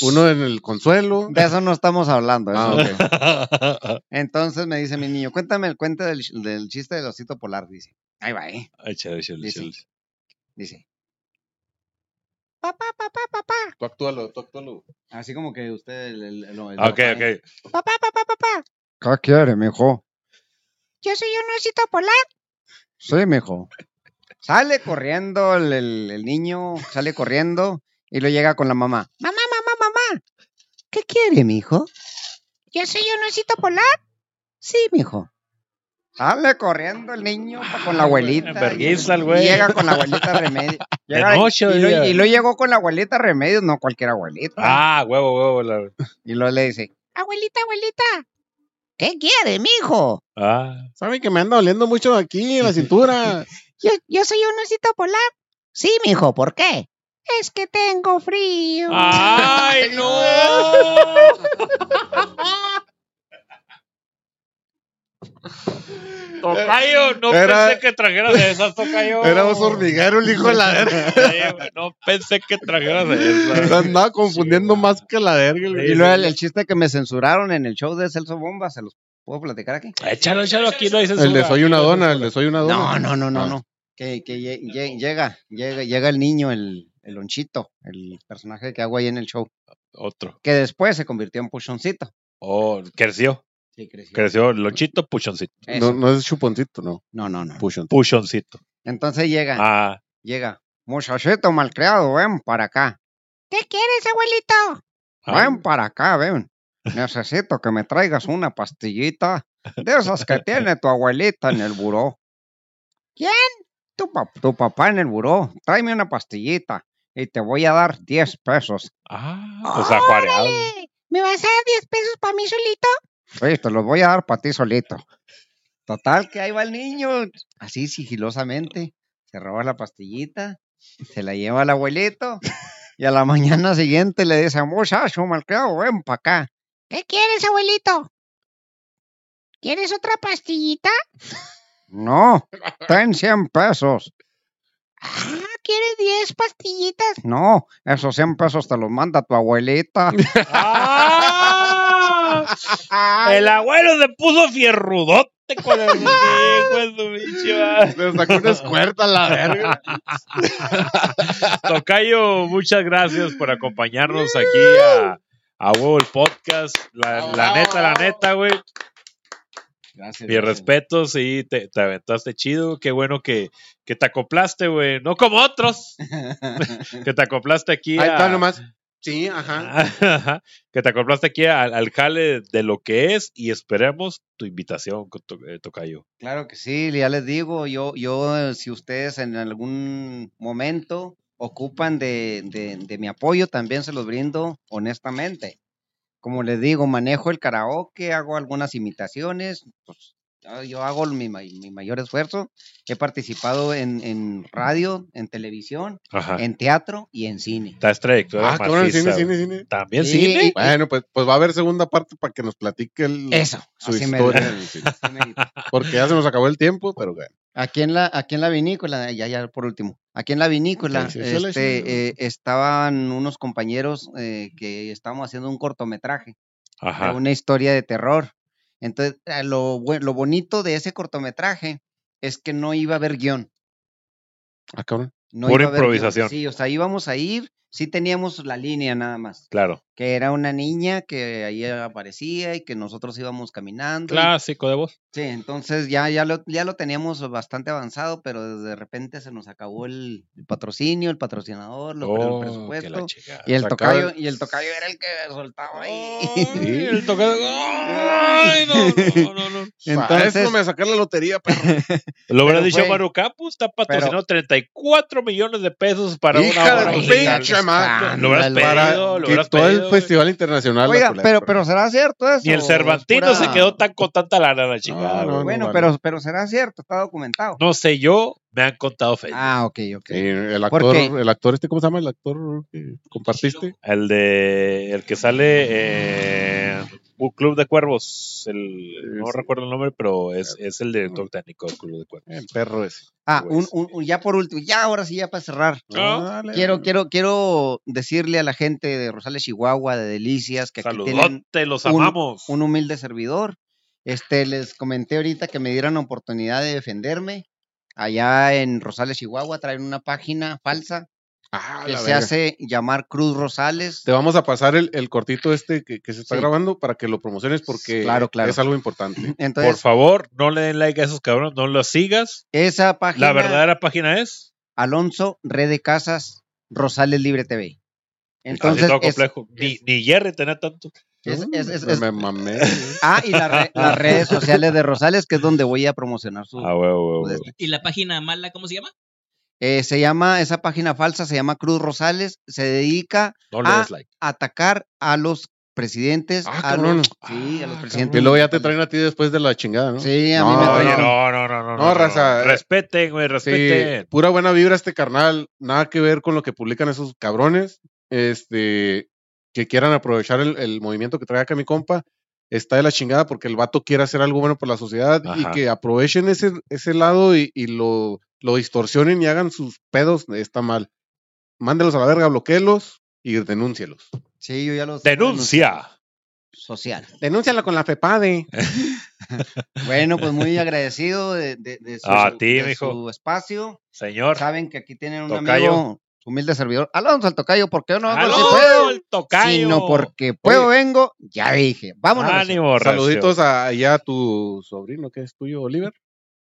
Speaker 1: uno en el Consuelo.
Speaker 2: De eso no estamos hablando. eso
Speaker 1: Ah,
Speaker 2: no. Entonces me dice mi niño, cuéntame el cuento del, ch- del chiste del osito polar, dice. Ahí va, ¿eh?
Speaker 3: échale, échale,
Speaker 2: Sí, sí.
Speaker 3: échale.
Speaker 2: Dice.
Speaker 6: Papá, papá, papá,
Speaker 1: Tú actúalo, tú actúalo.
Speaker 2: Así como que usted... El, el- el- el-
Speaker 3: Ok,
Speaker 2: el-
Speaker 3: ok.
Speaker 6: papá, papá, papá.
Speaker 2: ¿Qué quiere, mijo?
Speaker 6: Yo soy un osito polar.
Speaker 2: Sí, mijo. Sale corriendo el, el- el niño, sale corriendo y lo llega con la mamá.
Speaker 6: Mamá, mamá, mamá.
Speaker 2: ¿Qué quiere, mijo?
Speaker 6: Yo soy un osito polar.
Speaker 2: Sí, mijo. Sale corriendo el niño pa- con la abuelita.
Speaker 3: Ah, En vergüenza, el güey.
Speaker 2: Llega con la abuelita Remedios.
Speaker 3: En
Speaker 2: Llega-
Speaker 3: ocho
Speaker 2: y, lo,
Speaker 3: días.
Speaker 2: y lo llegó con la abuelita Remedios, no cualquier abuelita.
Speaker 3: Ah, huevo, huevo. la-
Speaker 2: Y luego le dice,
Speaker 6: Abuelita, abuelita. ¿Qué quiere, mijo?
Speaker 3: Ah,
Speaker 1: Saben que me anda oliendo mucho aquí en la cintura.
Speaker 6: Yo, yo soy un osito polar. Sí, mijo, ¿por qué? Es que tengo frío.
Speaker 3: Ah. ¡Ay, no! Tocayo, no
Speaker 1: Era-
Speaker 3: pensé que trajeras de esas, Tocayo.
Speaker 1: Era un hormiguero, el hijo de la verga.
Speaker 3: Sí, güey, No pensé que trajeras de esas.
Speaker 1: Andaba confundiendo
Speaker 3: Sí,
Speaker 1: más que la verga. el-
Speaker 2: Y luego el, el chiste que me censuraron en el show de Celso Bomba, ¿se los puedo platicar aquí?
Speaker 3: Échalo, échalo, aquí no dices.
Speaker 1: El de soy una dona, el de soy una dona.
Speaker 2: No, no, no, no,
Speaker 1: Ah.
Speaker 2: no. Que, que lle- lle- llega, llega, llega el niño, el, el lonchito, el personaje que hago ahí en el show,
Speaker 3: Otro.
Speaker 2: que después se convirtió en puchoncito.
Speaker 3: Oh, creció.
Speaker 2: Sí, creció.
Speaker 3: Creció. Lonchito, puchoncito.
Speaker 1: No, no es chuponcito, no.
Speaker 2: No, no, no.
Speaker 1: Puchon.
Speaker 3: Puchoncito.
Speaker 2: Entonces llega,
Speaker 3: Ah,
Speaker 2: llega. Muchachito malcriado, ven para acá.
Speaker 6: ¿Qué quieres, abuelito?
Speaker 3: ah,
Speaker 2: Ven para acá, ven. Necesito que me traigas una pastillita de esas que tiene tu abuelita en el buró.
Speaker 6: ¿Quién?
Speaker 2: Tu, pap- tu papá en el buró. Tráeme una pastillita y te voy a dar 10 pesos.
Speaker 3: ah, pues acuareado.
Speaker 6: Eh, ¿Me vas a dar 10 pesos para mí solito?
Speaker 2: Sí, te los voy a dar para ti solito. Total, que ahí va el niño. Así sigilosamente. Se roba la pastillita, se la lleva al abuelito. Y a la mañana siguiente le dice, muchacho malcriado, ven para acá.
Speaker 6: ¿Qué quieres, abuelito? ¿Quieres otra pastillita?
Speaker 2: No, ten 100 pesos.
Speaker 6: Ah, ¿quieres 10 pastillitas?
Speaker 2: No, esos 100 pesos te los manda tu abuelita.
Speaker 3: ¡Ah! El abuelo se puso fierrudote con el sí, pues, su pinche madre.
Speaker 1: Le sacó una escuerta a la verga.
Speaker 3: Tocayo, muchas gracias por acompañarnos aquí a, a Huevo el Podcast. La, la neta, la neta, güey.
Speaker 2: Gracias.
Speaker 3: Mis respetos, sí, te, te aventaste chido. Qué bueno que, que te acoplaste, güey. No como otros, que te acoplaste aquí.
Speaker 1: Ahí
Speaker 2: ah.
Speaker 3: a-
Speaker 1: está nomás. Sí, ajá.
Speaker 3: Ajá, que te acoplaste aquí al, al jale de lo que es y esperemos tu invitación, co- to- eh, Tocayo.
Speaker 2: Claro que sí, ya les digo, yo, yo, eh, si ustedes en algún momento ocupan de, de- de mi apoyo, también se los brindo honestamente. Como les digo, manejo el karaoke, hago algunas imitaciones, pues, ah, yo hago mi, ma- mi mayor esfuerzo. He participado en, en radio, en televisión,
Speaker 3: Ajá.
Speaker 2: en teatro y en cine.
Speaker 3: Estás trayectoria
Speaker 1: Ah, cabrón,
Speaker 3: maciza,
Speaker 1: cine,
Speaker 3: güey.
Speaker 1: cine, cine.
Speaker 3: También
Speaker 2: Sí,
Speaker 3: cine.
Speaker 2: y-
Speaker 1: Bueno, pues, pues va a haber segunda parte para que nos platique el-
Speaker 2: Eso,
Speaker 1: su
Speaker 2: así me-
Speaker 1: historia. del cine.
Speaker 2: así me-
Speaker 1: Porque ya se nos acabó el tiempo, pero bueno.
Speaker 2: Aquí en la, aquí en la vinícola, ya, ya por último, aquí en la vinícola
Speaker 1: Ok, sí, sí, la
Speaker 2: este,
Speaker 1: hicimos.
Speaker 2: eh, estaban unos compañeros eh, que estábamos haciendo un cortometraje, de
Speaker 3: Ajá.
Speaker 2: una historia de terror. Entonces, eh, lo, bue- lo bonito de ese cortometraje es que no iba a haber guión.
Speaker 1: Ah, cabrón.
Speaker 2: No
Speaker 3: Pura
Speaker 2: iba a haber guión.
Speaker 3: improvisación.
Speaker 2: Sí, o sea, íbamos a ir, sí teníamos la línea nada más.
Speaker 3: Claro.
Speaker 2: que era una niña que ahí aparecía y que nosotros íbamos caminando. y-
Speaker 3: Clásico de voz.
Speaker 2: Sí, entonces ya, ya, lo, ya lo teníamos bastante avanzado, pero de repente se nos acabó el, el patrocinio, el patrocinador,
Speaker 1: Oh,
Speaker 2: lo,
Speaker 3: Oh,
Speaker 2: el presupuesto. Y el,
Speaker 1: Se acaba el-
Speaker 2: tocayo, y el tocayo era el que soltaba ahí.
Speaker 1: Sí.
Speaker 3: el tocado. Ay, no, no, no, no.
Speaker 1: Ah, Entonces,
Speaker 2: Entonces-
Speaker 1: me saqué la lotería, perro.
Speaker 3: Lo hubiera
Speaker 2: Pero,
Speaker 3: dicho
Speaker 2: güey,
Speaker 3: Maru Campos, está patrocinado 34 millones de pesos para
Speaker 1: Hija
Speaker 3: una obra
Speaker 1: de tu
Speaker 3: musical.
Speaker 1: pinche madre.
Speaker 3: Lo hubieras
Speaker 2: Ándale.
Speaker 1: Para
Speaker 3: pedido, lo
Speaker 1: que
Speaker 3: hubieras
Speaker 1: todo
Speaker 3: pedido,
Speaker 1: el
Speaker 3: güey.
Speaker 1: Festival Internacional. la
Speaker 2: Oiga,
Speaker 1: culebra.
Speaker 2: pero, pero será cierto eso.
Speaker 3: Ni el
Speaker 2: ¿O es
Speaker 3: Cervantino
Speaker 2: pura-
Speaker 3: se quedó tan con tanta lana, la
Speaker 1: No,
Speaker 3: chingada.
Speaker 1: no,
Speaker 3: güey.
Speaker 2: Bueno,
Speaker 1: vale.
Speaker 2: pero, pero será cierto, está documentado.
Speaker 3: No sé yo, me han contado fake.
Speaker 2: Ah, ok, ok.
Speaker 1: Sí, el
Speaker 2: ¿Por
Speaker 1: actor,
Speaker 2: qué?
Speaker 1: el actor este, ¿cómo se llama? El actor que compartiste.
Speaker 3: El de el que sale eh, un club de cuervos, el, no
Speaker 1: Sí.
Speaker 3: recuerdo el nombre, pero es, es el director técnico del club de cuervos.
Speaker 1: El perro ese. Pues,
Speaker 2: Ah,
Speaker 3: güey,
Speaker 2: un,
Speaker 3: sí.
Speaker 2: un- un- ya por último, ya ahora sí, ya para cerrar.
Speaker 3: Ah,
Speaker 1: Dale.
Speaker 2: Quiero, quiero, quiero decirle a la gente de Rosales, Chihuahua, de Delicias, que aquí tienen
Speaker 3: Saludote, los
Speaker 2: un-
Speaker 3: amamos.
Speaker 2: un humilde servidor. Este, les comenté ahorita que me dieran la oportunidad de defenderme. Allá en Rosales, Chihuahua, traen una página falsa
Speaker 1: Ah,
Speaker 2: que
Speaker 1: la
Speaker 2: se
Speaker 1: verga.
Speaker 2: hace llamar Cruz Rosales.
Speaker 1: Te vamos a pasar el, el cortito este que, que se está
Speaker 2: Sí.
Speaker 1: grabando para que lo promociones porque
Speaker 2: Claro, claro.
Speaker 1: es algo importante.
Speaker 3: Por
Speaker 2: Entonces,
Speaker 3: favor, no le den like a esos cabrones, no los sigas.
Speaker 2: esa página,
Speaker 3: La verdadera página es
Speaker 2: Alonso, Red de Casas, Rosales Libre TV.
Speaker 3: Entonces,
Speaker 2: Entonces,
Speaker 3: todo
Speaker 2: es-
Speaker 3: complejo. ni, ni Jerry tenía tanto.
Speaker 2: es- es- es-
Speaker 1: No
Speaker 2: es-
Speaker 1: me mamé.
Speaker 2: ah, y la re- las redes sociales de Rosales, que es donde voy a promocionar su,
Speaker 3: Ah, huevo, huevo,
Speaker 2: Pues,
Speaker 3: huevo.
Speaker 5: ¿Y la página mala cómo se llama?
Speaker 2: Eh, se llama, esa página falsa se llama Cruz Rosales, se dedica
Speaker 3: No le
Speaker 2: ah,
Speaker 3: des like.
Speaker 2: a atacar a los presidentes,
Speaker 1: Ah,
Speaker 2: a,
Speaker 1: cabrón.
Speaker 2: los, sí, a
Speaker 3: Ah,
Speaker 2: los presidentes.
Speaker 1: Y luego ya te traen a ti después de la chingada, ¿no?
Speaker 2: Sí, a
Speaker 1: No,
Speaker 2: mí me
Speaker 3: No, oye,
Speaker 2: traen.
Speaker 3: no, no, no, no.
Speaker 1: No, raza, eh.
Speaker 3: Respeten, güey,
Speaker 1: Sí,
Speaker 3: respeten.
Speaker 1: pura buena vibra este carnal, nada que ver con lo que publican esos cabrones, este, que quieran aprovechar el, el movimiento que trae acá mi compa, está de la chingada porque el vato quiere hacer algo bueno por la sociedad
Speaker 3: Ajá.
Speaker 1: y que aprovechen ese, ese lado y, y lo, lo distorsionen y hagan sus pedos, está mal. Mándelos a la verga, bloqueelos y denúncielos.
Speaker 2: Sí, yo ya los
Speaker 3: Denuncia.
Speaker 2: social.
Speaker 1: Denúncialo con la FEPADE.
Speaker 3: Eh,
Speaker 2: Bueno, pues muy agradecido de, de- de su,
Speaker 3: A ti,
Speaker 2: de
Speaker 3: mijo.
Speaker 2: su espacio.
Speaker 3: Señor.
Speaker 2: Saben que aquí tienen un
Speaker 3: Tocayo.
Speaker 2: amigo humilde servidor. Alonso al tocayo, porque yo no hago si
Speaker 3: Alonso,
Speaker 2: puedo,
Speaker 3: el tocayo.
Speaker 2: sino porque puedo vengo, ya dije. Vámonos. Rocío.
Speaker 3: Ánimo,
Speaker 1: Saluditos a, allá a tu sobrino que es tuyo, Oliver.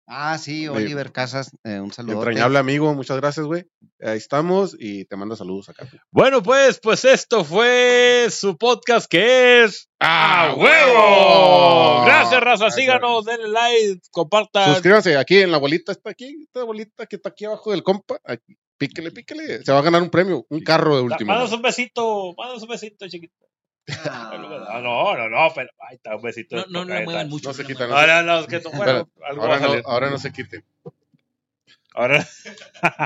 Speaker 2: Ah, sí, Oliver Casas, eh, un saludo.
Speaker 1: Entrañable amigo, muchas gracias, güey. Ahí estamos y te mando saludos acá.
Speaker 3: Bueno, pues, pues esto fue su podcast que es
Speaker 1: ¡A
Speaker 3: ¡A huevo!
Speaker 1: huevo!
Speaker 3: Gracias, raza.
Speaker 1: Gracias.
Speaker 3: Síganos, denle like, compartan.
Speaker 1: Suscríbanse aquí en la bolita, está aquí, esta bolita que está aquí abajo del compa. Aquí, Píquele, píquele. Se va a ganar un premio, un carro de último.
Speaker 3: Mándanos un besito, mándanos un besito, chiquito. Ah, no, no, no, pero ahí está un besito.
Speaker 5: No, no, no la
Speaker 3: Ahí
Speaker 5: muevan
Speaker 3: está.
Speaker 5: mucho.
Speaker 1: No se
Speaker 5: la
Speaker 1: quitan.
Speaker 5: muevan.
Speaker 3: No, no, no, es que bueno, algo va
Speaker 1: Ahora
Speaker 3: a salir.
Speaker 1: no, ahora no se quite.
Speaker 3: Ahora-
Speaker 1: Que-